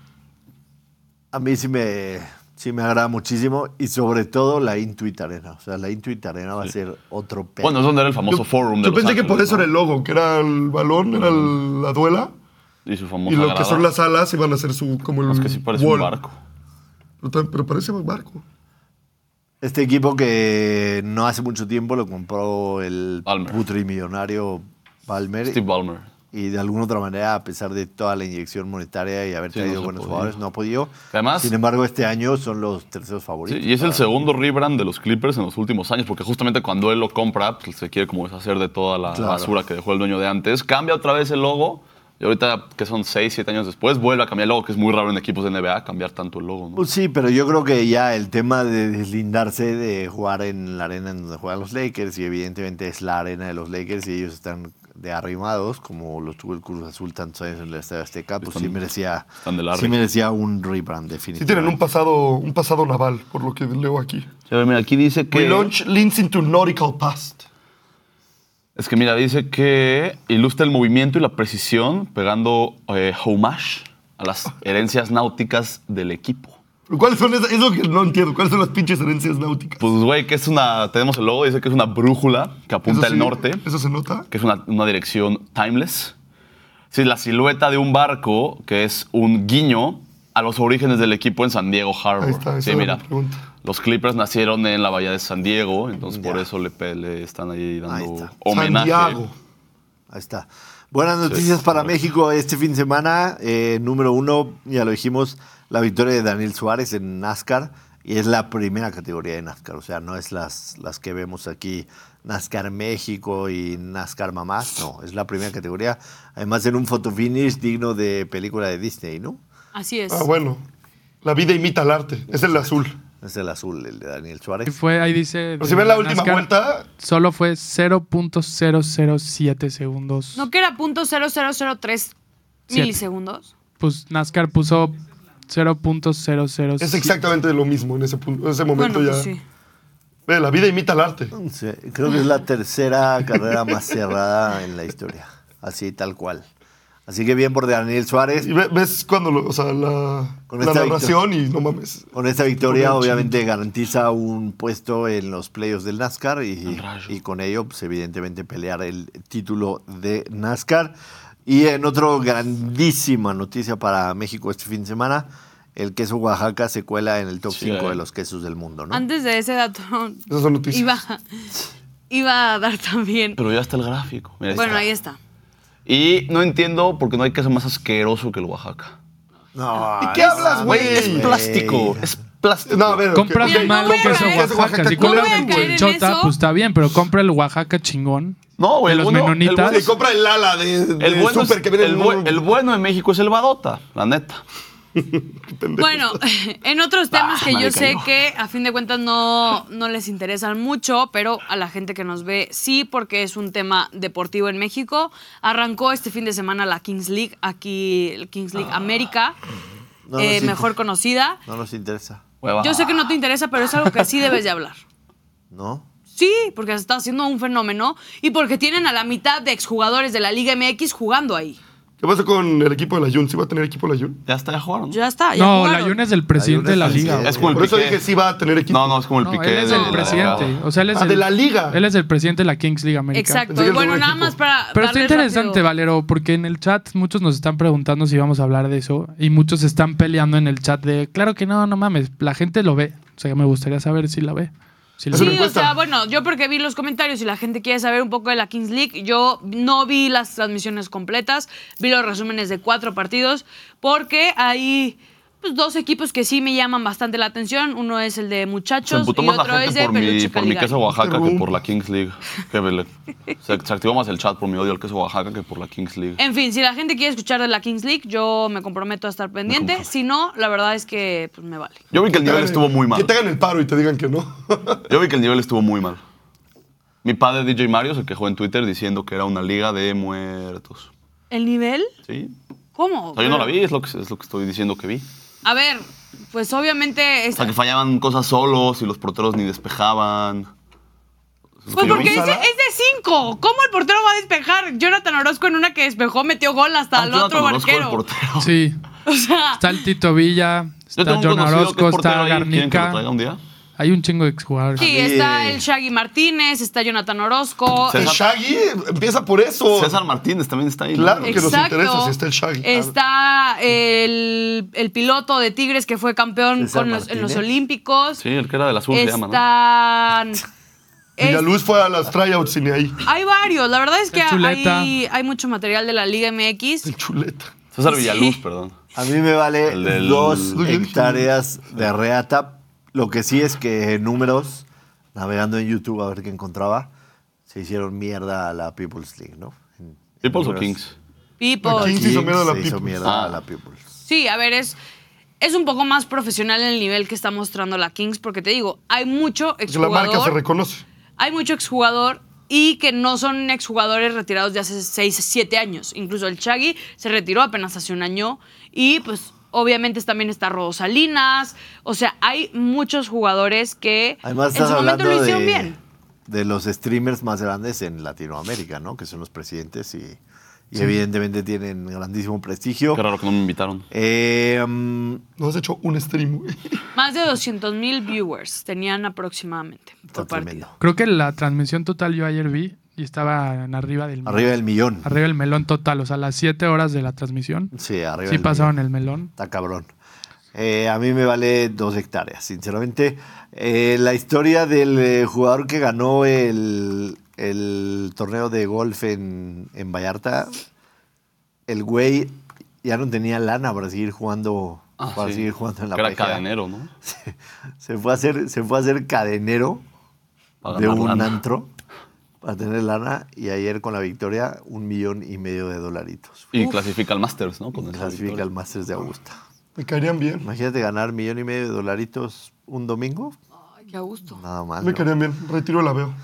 Speaker 1: A mí sí me, sí me agrada muchísimo y sobre todo la Intuit Arena. O sea, la Intuit Arena va a ser otro pedo.
Speaker 2: Bueno, es donde era el famoso forum de
Speaker 3: Yo
Speaker 2: Los
Speaker 3: pensé que por
Speaker 2: Ángeles,
Speaker 3: eso
Speaker 2: ¿no?
Speaker 3: era el logo, que era el balón, era el- la duela,
Speaker 2: Y su famosa
Speaker 3: y lo que
Speaker 2: grada.
Speaker 3: son las alas iban a ser su, como el
Speaker 2: Es que sí parece
Speaker 3: wall.
Speaker 2: un barco.
Speaker 3: Pero, tam- pero parece un barco.
Speaker 1: Este equipo que no hace mucho tiempo lo compró el
Speaker 2: Palmer.
Speaker 1: putrimillonario Palmer.
Speaker 2: Steve Ballmer.
Speaker 1: Y de alguna otra manera, a pesar de toda la inyección monetaria y haber
Speaker 2: Sí, no
Speaker 1: traído
Speaker 2: se
Speaker 1: buenos
Speaker 2: podía.
Speaker 1: jugadores, no ha podido.
Speaker 2: Además-
Speaker 1: Sin embargo, este año son los terceros
Speaker 2: Sí,
Speaker 1: favoritos.
Speaker 2: y es el segundo rebrand de los Clippers en los últimos años, porque justamente cuando él lo compra, pues, se quiere como deshacer de toda la
Speaker 1: Claro.
Speaker 2: basura que dejó el dueño de antes. Cambia otra vez el logo. Y ahorita, que son 6, 7 años después, vuelve a cambiar el logo, que es muy raro en equipos de NBA cambiar tanto el logo. ¿no?
Speaker 1: Pues sí, pero yo creo que ya el tema de deslindarse de jugar en la arena en donde juegan los Lakers, y evidentemente es la arena de los Lakers, y ellos están de arrimados, como lo tuvo el Cruz Azul tantos años en el Estadio Azteca, pues
Speaker 2: Están-
Speaker 1: sí merecía,
Speaker 2: están de la
Speaker 1: sí
Speaker 2: re.
Speaker 1: merecía un rebrand
Speaker 3: Sí tienen un
Speaker 1: definitivamente.
Speaker 3: pasado, un pasado naval, por lo que leo aquí.
Speaker 2: Sí, a ver, mira, aquí dice que...
Speaker 3: We launch links into nautical past.
Speaker 2: Es que mira, dice que ilustra el movimiento y la precisión pegando eh, homage a las herencias náuticas del equipo.
Speaker 3: ¿Pero ¿Cuáles son esas? Es lo que no entiendo. ¿Cuáles son las pinches herencias náuticas?
Speaker 2: Pues, güey, que es una. Tenemos el logo, dice que es una brújula que apunta
Speaker 3: Eso
Speaker 2: al
Speaker 3: sí,
Speaker 2: norte,
Speaker 3: ¿Eso se nota?
Speaker 2: que es una, una dirección timeless. Sí, la silueta de un barco que es un guiño a los orígenes del equipo en San Diego Harbor.
Speaker 3: Ahí está, esa
Speaker 2: sí,
Speaker 3: era
Speaker 2: mira.
Speaker 3: mi pregunta.
Speaker 2: Los Clippers nacieron en la bahía de San Diego, entonces por
Speaker 1: Ya.
Speaker 2: eso le, pe- le están ahí dando
Speaker 1: Ahí está.
Speaker 2: homenaje.
Speaker 3: Santiago.
Speaker 1: Ahí está. Buenas noticias para México este fin de semana. Eh, número uno, ya lo dijimos, la victoria de Daniel Suárez en NASCAR. Y es la primera categoría de NASCAR, o sea, no es las, las que vemos aquí, NASCAR México y NASCAR Mamás, no, es la primera categoría. Además, en un fotofinish digno de película de Disney, ¿no?
Speaker 5: Así es.
Speaker 3: Ah, bueno. La vida imita al arte. Es el azul.
Speaker 1: Es el azul, el de Daniel
Speaker 4: Y
Speaker 1: Suárez.
Speaker 4: fue, ahí dice.
Speaker 3: Pero
Speaker 4: de
Speaker 3: si ven la última
Speaker 4: NASCAR,
Speaker 3: vuelta,
Speaker 4: Solo fue 0.007 segundos.
Speaker 5: ¿No que era punto 0003
Speaker 4: Siete.
Speaker 5: milisegundos?
Speaker 4: pues NASCAR puso 0.007.
Speaker 3: Es exactamente lo mismo en ese, punto, en ese momento
Speaker 5: Bueno,
Speaker 3: ya.
Speaker 5: pues sí.
Speaker 3: Ve, la vida imita el arte.
Speaker 1: Sí, creo que es la tercera carrera más cerrada en la historia. Así, tal cual. Así que bien por Daniel Suárez.
Speaker 3: Y ve- ves cuando, lo- o sea, la,
Speaker 1: Con
Speaker 3: la
Speaker 1: esta
Speaker 3: narración y no mames.
Speaker 1: Con esta victoria,
Speaker 3: Con el
Speaker 1: obviamente, garantiza un puesto en los playoffs del NASCAR y, y con ello, pues, evidentemente, pelear el título de NASCAR. Y en otro grandísima noticia para México este fin de semana, el queso Oaxaca se cuela en el top
Speaker 2: Sí.
Speaker 1: 5 de los quesos del mundo, ¿no?
Speaker 5: Antes de ese dato,
Speaker 3: Esas son noticias.
Speaker 5: iba, iba a dar también.
Speaker 2: Pero ya está el gráfico. Mira,
Speaker 5: bueno, ahí está.
Speaker 2: Y no entiendo porque no hay queso más asqueroso que el Oaxaca.
Speaker 1: No,
Speaker 3: ¿De qué
Speaker 1: no
Speaker 3: hablas,
Speaker 1: mames,
Speaker 3: Güey,
Speaker 2: Güey, es plástico. Es plástico.
Speaker 3: No, a ver.
Speaker 4: Compra
Speaker 5: Mira, no
Speaker 4: mal
Speaker 5: voy a
Speaker 4: queso
Speaker 5: caer-
Speaker 4: Oaxaca. Si
Speaker 5: no voy a
Speaker 4: compras el
Speaker 5: caer en
Speaker 4: chota,
Speaker 5: eso.
Speaker 4: pues está bien, pero compra el Oaxaca chingón.
Speaker 2: No, güey,
Speaker 4: de
Speaker 2: el
Speaker 4: los
Speaker 2: bueno- el
Speaker 4: menonitas.
Speaker 2: bueno-
Speaker 3: Sí, compra el ala de, de
Speaker 2: El bueno, es-
Speaker 3: super que viene
Speaker 2: el
Speaker 3: en
Speaker 2: bue-
Speaker 3: un-
Speaker 2: el bueno en México es el Badota, la neta.
Speaker 5: Bueno, en otros temas
Speaker 2: Ah,
Speaker 5: que yo
Speaker 2: marica,
Speaker 5: sé
Speaker 2: no.
Speaker 5: que a fin de cuentas no, no les interesan mucho, pero a la gente que nos ve sí, porque es un tema deportivo en México. Arrancó este fin de semana la Kings League, aquí, el Kings League América,
Speaker 1: Ah. No, no,
Speaker 5: eh,
Speaker 1: sí.
Speaker 5: mejor conocida.
Speaker 1: No nos interesa,
Speaker 2: Hueva.
Speaker 5: Yo sé que no te interesa, pero es algo que sí debes de hablar.
Speaker 1: ¿no?
Speaker 5: Sí, porque se está haciendo un fenómeno y porque tienen a la mitad de exjugadores de la Liga MX jugando ahí.
Speaker 3: ¿Qué pasa con el equipo de la Jun? ¿Sí va a tener equipo la Jun?
Speaker 2: Ya está, ya jugaron.
Speaker 5: Ya está, ya
Speaker 4: No,
Speaker 5: jugaron.
Speaker 4: la Yun es el presidente de la
Speaker 1: Layún es
Speaker 4: liga.
Speaker 1: el-
Speaker 4: güey.
Speaker 2: Es como el
Speaker 3: Por eso
Speaker 2: Piqué.
Speaker 3: dije sí va a tener equipo.
Speaker 2: No, no, es como el
Speaker 4: No,
Speaker 2: Piqué.
Speaker 4: él es
Speaker 2: de
Speaker 4: el
Speaker 2: la
Speaker 4: presidente.
Speaker 2: liga.
Speaker 4: O sea, él es
Speaker 3: Ah,
Speaker 4: el-
Speaker 3: de la liga.
Speaker 4: Él es el presidente de la Kings League América.
Speaker 5: Exacto.
Speaker 3: Pensé que
Speaker 5: Y
Speaker 3: era
Speaker 5: Bueno,
Speaker 3: el
Speaker 5: nada
Speaker 3: equipo.
Speaker 5: más para.
Speaker 4: Pero está
Speaker 5: darle
Speaker 4: interesante,
Speaker 5: rápido.
Speaker 4: Valero, porque en el chat muchos nos están preguntando si vamos a hablar de eso y muchos están peleando en el chat de, claro que no, no mames, la gente lo ve. O sea, me gustaría saber si la ve. Si la
Speaker 3: Es una
Speaker 5: Sí,
Speaker 4: ve.
Speaker 5: o
Speaker 3: encuesta.
Speaker 5: sea, bueno, yo porque vi los comentarios y la gente quiere saber un poco de la Kings League, yo no vi las transmisiones completas, vi los resúmenes de cuatro partidos, porque hay pues, dos equipos que sí me llaman bastante la atención. Uno es el de
Speaker 2: Se
Speaker 5: muchachos
Speaker 2: emputó
Speaker 5: y
Speaker 2: más
Speaker 5: otro
Speaker 2: la
Speaker 5: es de
Speaker 2: gente por mi,
Speaker 5: Peluche
Speaker 2: por mi
Speaker 5: Caligari.
Speaker 2: queso Oaxaca que
Speaker 3: Interrumpo.
Speaker 2: por la Kings League. Qué vele. Se, se activó más el chat por mi odio al queso Oaxaca que por la Kings League.
Speaker 5: En fin, si la gente quiere escuchar de la Kings League, yo me comprometo a estar pendiente.
Speaker 2: comprometo.
Speaker 5: Si no, la verdad es que pues, me vale.
Speaker 2: Yo vi que el nivel
Speaker 3: Dale,
Speaker 2: estuvo muy mal.
Speaker 3: Que te hagan el paro y te digan que no.
Speaker 2: Yo vi que el nivel estuvo muy mal. Mi padre, DJ Mario, se quejó en Twitter diciendo que era una liga de muertos.
Speaker 5: ¿El nivel?
Speaker 2: ¿Sí?
Speaker 5: ¿Cómo?
Speaker 2: O sea, yo no la vi, es lo que, es lo que estoy diciendo que vi.
Speaker 5: A ver, pues obviamente...
Speaker 2: O
Speaker 5: es-
Speaker 2: sea, que fallaban cosas solos y los porteros ni despejaban. Eso es lo
Speaker 5: Pues
Speaker 2: que yo
Speaker 5: porque
Speaker 2: vi.
Speaker 5: es de, es de cinco. ¿Cómo el portero va a despejar? Jonathan Orozco en una que despejó metió gol hasta
Speaker 2: Ah,
Speaker 5: el
Speaker 2: Jonathan
Speaker 5: otro
Speaker 2: Orozco, el
Speaker 5: barquero.
Speaker 2: portero.
Speaker 4: Sí.
Speaker 5: O sea,
Speaker 4: Está el Tito Villa,
Speaker 2: Yo
Speaker 4: está
Speaker 2: tengo un
Speaker 4: John
Speaker 2: conocido que es
Speaker 4: Orozco,
Speaker 2: portero
Speaker 4: está
Speaker 2: ahí. ¿Quieren que lo
Speaker 4: Garnica.
Speaker 2: traiga un día?
Speaker 4: Hay un chingo de exjugadores.
Speaker 5: sí,
Speaker 1: A mí-
Speaker 5: está el Shaggy Martínez, está Jonathan Orozco.
Speaker 2: César-
Speaker 3: El Shaggy empieza por eso.
Speaker 2: César Martínez también está ahí. ¿no?
Speaker 3: Claro. que nos
Speaker 5: Exacto.
Speaker 3: interesa, si está el Shaggy.
Speaker 5: Está el, el piloto de Tigres que fue campeón
Speaker 1: César
Speaker 5: con los- en los
Speaker 1: Martínez.
Speaker 5: Olímpicos.
Speaker 2: Sí, el que era del azul se llama, ¿no?
Speaker 5: Están. es-
Speaker 3: Villaluz fue a las tryouts y ni ahí.
Speaker 5: hay varios. La verdad es que
Speaker 4: El Chuleta.
Speaker 5: hay, hay mucho material de la Liga MX.
Speaker 3: El chuleta.
Speaker 2: César Villaluz, perdón.
Speaker 1: A mí me vale
Speaker 2: El del-
Speaker 1: dos
Speaker 3: Uy,
Speaker 1: hectáreas de reata. Lo que sí es que en números, navegando en YouTube a ver qué encontraba, se hicieron mierda a la People's League, ¿no? En- en
Speaker 2: ¿Peoples o
Speaker 1: números.
Speaker 2: Kings?
Speaker 5: People.
Speaker 3: Kings se hizo mierda a la
Speaker 1: se hizo
Speaker 3: People's.
Speaker 1: mierda a
Speaker 2: Ah.
Speaker 1: la People's.
Speaker 5: Sí, a ver, es, es un poco más profesional el nivel que está mostrando la Kings, porque te digo, hay mucho
Speaker 3: Que la marca se
Speaker 5: exjugador,
Speaker 3: reconoce.
Speaker 5: hay mucho exjugador y que no son exjugadores retirados de hace 6, 7 años. Incluso el Chagui se retiró apenas hace un año y pues obviamente también está Rosalinas, o sea, hay muchos jugadores que
Speaker 1: Además,
Speaker 5: en
Speaker 1: estás
Speaker 5: su momento
Speaker 1: hablando
Speaker 5: lo hicieron
Speaker 1: de,
Speaker 5: bien.
Speaker 1: de los streamers más grandes en Latinoamérica, ¿no? Que son los presidentes y, y evidentemente tienen grandísimo prestigio.
Speaker 2: Qué raro que no me invitaron.
Speaker 1: Eh, mm,
Speaker 3: No has hecho un stream, güey.
Speaker 5: Más de 200 mil viewers tenían aproximadamente
Speaker 1: está
Speaker 5: por partido.
Speaker 1: tremendo.
Speaker 4: Creo que la transmisión total yo ayer vi y estaba en arriba del
Speaker 1: Arriba del millón.
Speaker 4: arriba del melón total, o sea, las 7 horas de la transmisión.
Speaker 1: Sí, arriba
Speaker 4: Sí
Speaker 1: del
Speaker 4: pasaron el melón.
Speaker 1: Está cabrón. Eh, a mí me vale dos hectáreas, sinceramente. Eh, la historia del eh, jugador que ganó el, el torneo de golf en, en Vallarta, el güey ya no tenía lana para seguir jugando,
Speaker 2: Ah,
Speaker 1: para
Speaker 2: sí.
Speaker 1: seguir jugando en la
Speaker 2: Que Era
Speaker 1: PGA.
Speaker 2: cadenero, ¿no?
Speaker 1: Se fue a hacer, se fue a hacer cadenero
Speaker 2: Para
Speaker 1: de
Speaker 2: ganar
Speaker 1: un
Speaker 2: lana.
Speaker 1: antro para tener lana y ayer con la victoria un millón y medio de dolaritos.
Speaker 2: Y clasifica al Masters, ¿no? Con esa
Speaker 1: Clasifica
Speaker 2: victoria.
Speaker 1: al Masters de Augusta.
Speaker 3: Me caerían bien.
Speaker 1: Imagínate ganar millón y medio de dolaritos un domingo.
Speaker 5: Ay, qué a gusto.
Speaker 1: Nada mal.
Speaker 3: Me
Speaker 1: ¿no?
Speaker 3: caerían bien. Retiro la veo.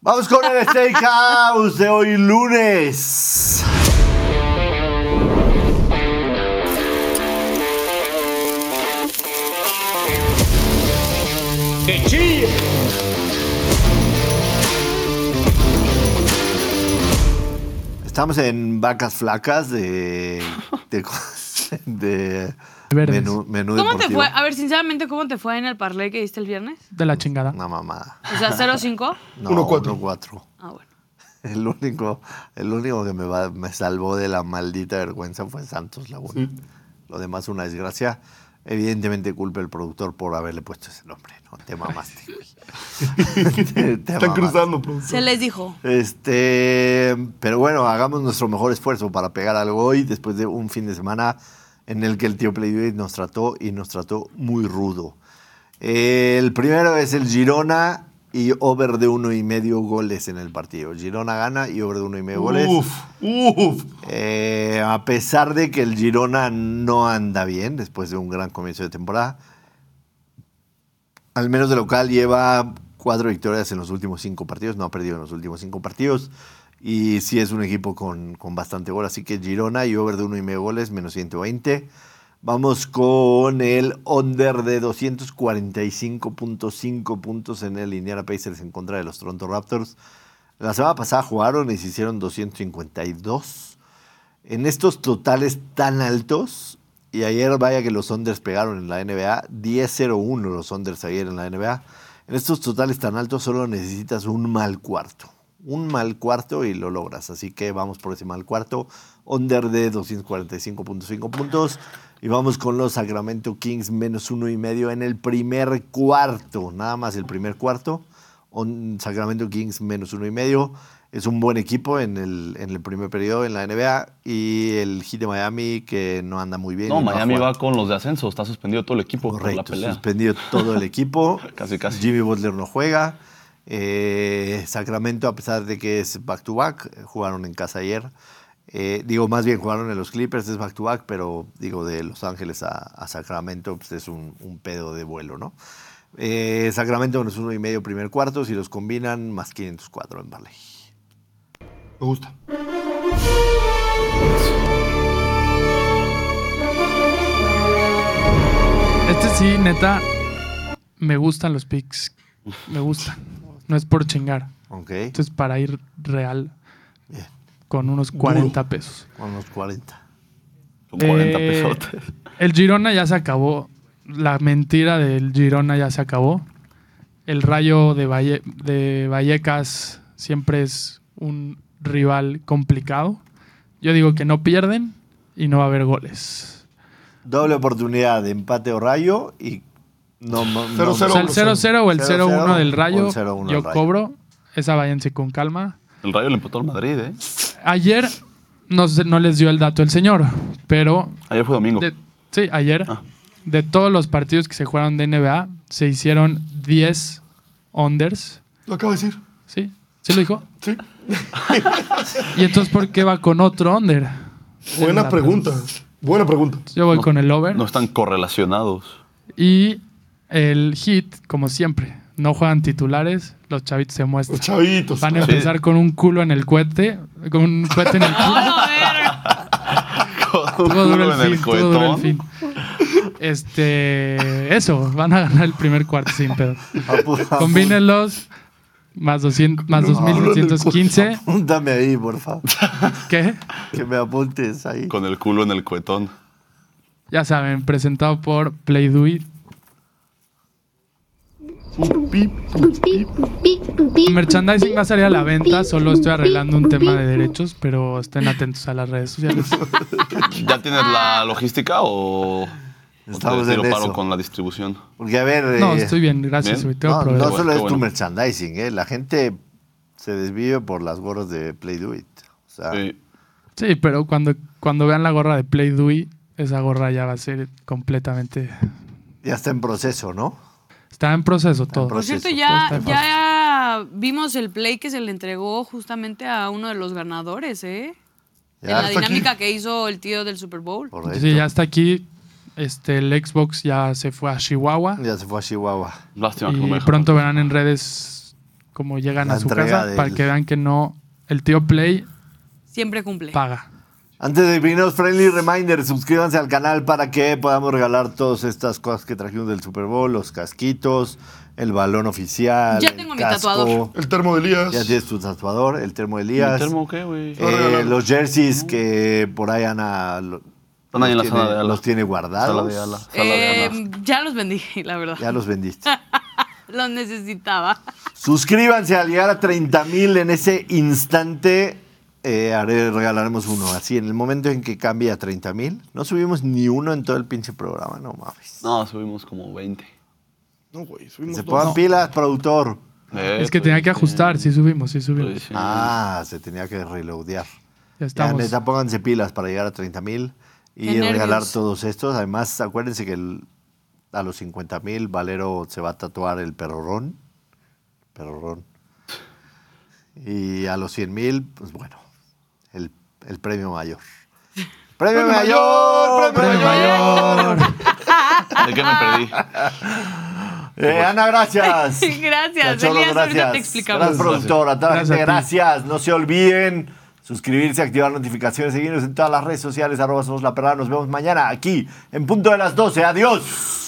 Speaker 1: Vamos con el Steakhouse de hoy lunes. Estamos en vacas flacas de. de, de
Speaker 4: Verdes.
Speaker 1: menú, menú
Speaker 5: ¿Cómo te
Speaker 1: deportivo.
Speaker 5: fue? A ver, sinceramente, ¿cómo te fue en el parlay que diste el viernes?
Speaker 4: De la chingada.
Speaker 1: Una mamada.
Speaker 5: O sea, 0-5.
Speaker 1: No,
Speaker 3: 1-4.
Speaker 1: 1-4.
Speaker 5: Ah, bueno.
Speaker 1: El único, el único que me, va- me salvó de la maldita vergüenza fue Santos Laguna. Lo demás, una desgracia. Evidentemente, culpa el productor por haberle puesto ese nombre. No te mamaste, güey. te, te
Speaker 3: Están
Speaker 1: mamaste.
Speaker 3: cruzando, bro.
Speaker 5: Se les dijo.
Speaker 1: Este, pero bueno, hagamos nuestro mejor esfuerzo para pegar algo hoy, después de un fin de semana en el que el tío Playboy nos trató y nos trató muy rudo. El primero es el Girona y over de uno y medio goles en el partido. Girona gana y over de uno y medio goles.
Speaker 3: Uf, uf.
Speaker 1: Eh, a pesar de que el Girona no anda bien después de un gran comienzo de temporada, al menos de local lleva cuatro victorias en los últimos cinco partidos, no ha perdido en los últimos cinco partidos. Y sí es un equipo con, con bastante gol, así que Girona y over de uno y medio goles, menos 120. Vamos con el under de 245.5 puntos en el Indiana Pacers en contra de los Toronto Raptors. La semana pasada jugaron y se hicieron 252 en estos totales tan altos, y ayer vaya que los Onders pegaron en la NBA, 10-0-1 los Onders ayer en la NBA, en estos totales tan altos solo necesitas un mal cuarto. Un mal cuarto y lo logras. Así que vamos por ese mal cuarto. Onder de 245.5 puntos. Y vamos con los Sacramento Kings menos uno y medio en el primer cuarto. Nada más el primer cuarto. On- Sacramento Kings menos uno y medio. Es un buen equipo en el, en el primer periodo en la NBA. Y el Heat de Miami que no anda muy bien.
Speaker 2: No,
Speaker 1: y a
Speaker 2: Miami
Speaker 1: jugar.
Speaker 2: va con los de ascenso. Está suspendido todo el equipo por la
Speaker 1: Ah, Correcto,
Speaker 2: pelea.
Speaker 1: suspendido todo el equipo.
Speaker 2: Casi, casi.
Speaker 1: Jimmy Butler no juega. Eh, Sacramento, a pesar de que es back-to-back, jugaron en casa ayer. Eh, digo, más bien jugaron en los Clippers, es back-to-back, pero digo, de Los Ángeles a, a Sacramento pues, es un, un pedo de vuelo, ¿no? Eh, Sacramento menos uno y medio primer cuarto, si los combinan, más 504 en Valley.
Speaker 3: Me gusta.
Speaker 4: Este sí, neta, me gustan los picks. Me gustan. No es por chingar.
Speaker 1: Ok,
Speaker 4: Esto es para ir real
Speaker 1: bien,
Speaker 4: con unos 40 pesos.
Speaker 1: con los 40.
Speaker 2: Con 40
Speaker 4: Eh,
Speaker 2: pesotes.
Speaker 4: El Girona ya se acabó. La mentira del Girona ya se acabó. El rayo de, Valle- de Vallecas siempre es un rival complicado. Yo digo que no pierden y no va a haber goles.
Speaker 1: Doble oportunidad de empate o rayo y no, no-
Speaker 3: Cero, cero.
Speaker 4: O sea, el 0-0 o el
Speaker 1: 0-0
Speaker 4: 0-1 del
Speaker 1: o
Speaker 4: rayo,
Speaker 1: el 0-1
Speaker 4: yo
Speaker 1: del Rayo.
Speaker 4: cobro. Esa váyanse con calma.
Speaker 2: El Rayo le empató al Madrid, ¿eh?
Speaker 4: Ayer no, sé- no les dio el dato el señor, pero
Speaker 2: Ayer fue domingo.
Speaker 4: de- sí, ayer,
Speaker 2: Ah.
Speaker 4: de todos los partidos que se jugaron de NBA, se hicieron 10 unders.
Speaker 3: Lo acabo de decir.
Speaker 4: ¿Sí? ¿Sí lo dijo?
Speaker 3: Sí.
Speaker 4: ¿Y entonces por qué va con otro under?
Speaker 3: Buena
Speaker 4: la
Speaker 3: pregunta. Buena pregunta.
Speaker 4: Yo voy con el over.
Speaker 2: No están correlacionados.
Speaker 4: Y el hit, como siempre, no juegan titulares, los chavitos se
Speaker 3: Los
Speaker 4: muestran.
Speaker 3: chavitos.
Speaker 4: Van a empezar con un culo en el cohete, con un cohete en el culo.
Speaker 5: Ah, A ver.
Speaker 1: Ah,
Speaker 4: Estuvo duro
Speaker 2: Culo
Speaker 4: el fin, estuvo duro el
Speaker 2: cohetón.
Speaker 4: fin. Este, eso, van a ganar el primer cuarto sin pedo.
Speaker 1: Apu- apu-
Speaker 4: Combínenlos más 200 más
Speaker 3: culo en el
Speaker 4: 2215,
Speaker 1: Apúntame ahí, por favor.
Speaker 4: ¿qué?
Speaker 1: Que me apuntes ahí.
Speaker 2: Con el culo en el cuetón.
Speaker 4: Ya saben, presentado por Play Do It. El merchandising va a salir a la venta, solo estoy arreglando un tema de derechos, pero estén atentos a las redes sociales.
Speaker 1: Este,
Speaker 2: ¿Ya tienes la logística o, o
Speaker 1: Estamos
Speaker 2: te
Speaker 1: en
Speaker 2: tiro paro
Speaker 1: eso.
Speaker 2: con la distribución?
Speaker 1: Porque, a ver.
Speaker 4: No,
Speaker 1: eh,
Speaker 4: estoy bien,
Speaker 2: Bien.
Speaker 4: gracias, güey, tengo
Speaker 1: No, no
Speaker 4: problemas.
Speaker 2: Bueno,
Speaker 1: solo
Speaker 2: qué
Speaker 1: es tu
Speaker 2: bueno.
Speaker 1: merchandising, ¿eh? La gente se desvive por las gorras de Play Do It. O sea,
Speaker 2: Sí.
Speaker 4: Sí, pero cuando, cuando vean la gorra de Play Dewey, esa gorra ya va a ser completamente.
Speaker 1: ya está en proceso, ¿no?
Speaker 4: Está en proceso todo.
Speaker 1: en
Speaker 5: Por cierto,
Speaker 1: Proceso,
Speaker 4: todo
Speaker 5: ya,
Speaker 4: está
Speaker 5: ya vimos el play que se le entregó justamente a uno de los ganadores, ¿eh? En
Speaker 1: Ya
Speaker 5: la
Speaker 3: está aquí.
Speaker 5: dinámica que hizo el tío del Super Bowl.
Speaker 1: Correcto.
Speaker 4: Sí, ya está aquí. Este, el Xbox ya se fue a Chihuahua.
Speaker 1: Ya se fue a Chihuahua.
Speaker 2: Lástima que no me
Speaker 4: Y
Speaker 2: dejaron.
Speaker 4: pronto verán en redes cómo llegan
Speaker 1: La
Speaker 4: a su
Speaker 1: entrega
Speaker 4: casa
Speaker 1: del-
Speaker 4: para que vean que no. El tío Play
Speaker 5: Siempre cumple.
Speaker 4: paga.
Speaker 1: Antes de irnos, friendly reminder, suscríbanse al canal para que podamos regalar todas estas cosas que trajimos del Super Bowl, los casquitos, el balón oficial.
Speaker 5: Ya
Speaker 1: el
Speaker 5: tengo mi
Speaker 1: casco.
Speaker 5: tatuador.
Speaker 3: El termo de Elías.
Speaker 1: Ya tienes tu tatuador, el termo de
Speaker 2: ¿El
Speaker 1: Elías.
Speaker 2: termo qué, güey?
Speaker 1: Eh, los jerseys que por ahí Ana lo-
Speaker 2: Están ahí en la
Speaker 1: tiene-
Speaker 2: sala de ala.
Speaker 1: los tiene
Speaker 2: Sala de ala.
Speaker 1: guardados.
Speaker 2: Sala de ala.
Speaker 5: Eh, ya los bendije, la verdad.
Speaker 1: Ya los vendiste.
Speaker 5: Los necesitaba.
Speaker 1: Suscríbanse al llegar a 30 mil en ese instante. eh, haré- regalaremos uno. Así, en el momento en que cambie a 30 mil, no subimos ni uno en todo el pinche programa, no mames.
Speaker 2: No, subimos como 20.
Speaker 3: No, güey,
Speaker 1: Que
Speaker 3: subimos
Speaker 1: Se
Speaker 3: dos.
Speaker 1: pongan pilas, productor.
Speaker 2: Eh,
Speaker 4: Es que tenía que ajustar, sí subimos, sí
Speaker 2: pues,
Speaker 4: subimos.
Speaker 1: Ah, se tenía que reloadear.
Speaker 4: Ya
Speaker 1: Ya,
Speaker 4: estamos.
Speaker 1: neta, pónganse pilas para llegar a 30 mil y
Speaker 5: Qué
Speaker 1: regalar
Speaker 5: nervios.
Speaker 1: todos estos. Además, acuérdense que el- a los 50 mil Valero se va a tatuar el perrorón. Perrorón. Y a los 100 mil, pues bueno, el, el premio mayor. ¡Premio,
Speaker 3: ¡Premio
Speaker 1: mayor!
Speaker 3: mayor!
Speaker 1: ¡Premio
Speaker 4: Premio mayor.
Speaker 2: ¿De qué me perdí?
Speaker 1: Eh, Ana, gracias.
Speaker 5: Gracias,
Speaker 1: Cholo,
Speaker 5: Elías, ahorita te
Speaker 1: Gracias,
Speaker 5: explicamos.
Speaker 1: productora. A toda la
Speaker 4: Gracias
Speaker 1: gente,
Speaker 4: a ti.
Speaker 1: gracias. No se olviden suscribirse, activar notificaciones, seguirnos en todas las redes sociales. Arroba somos la perra. Nos vemos mañana aquí en punto de las 12. Adiós.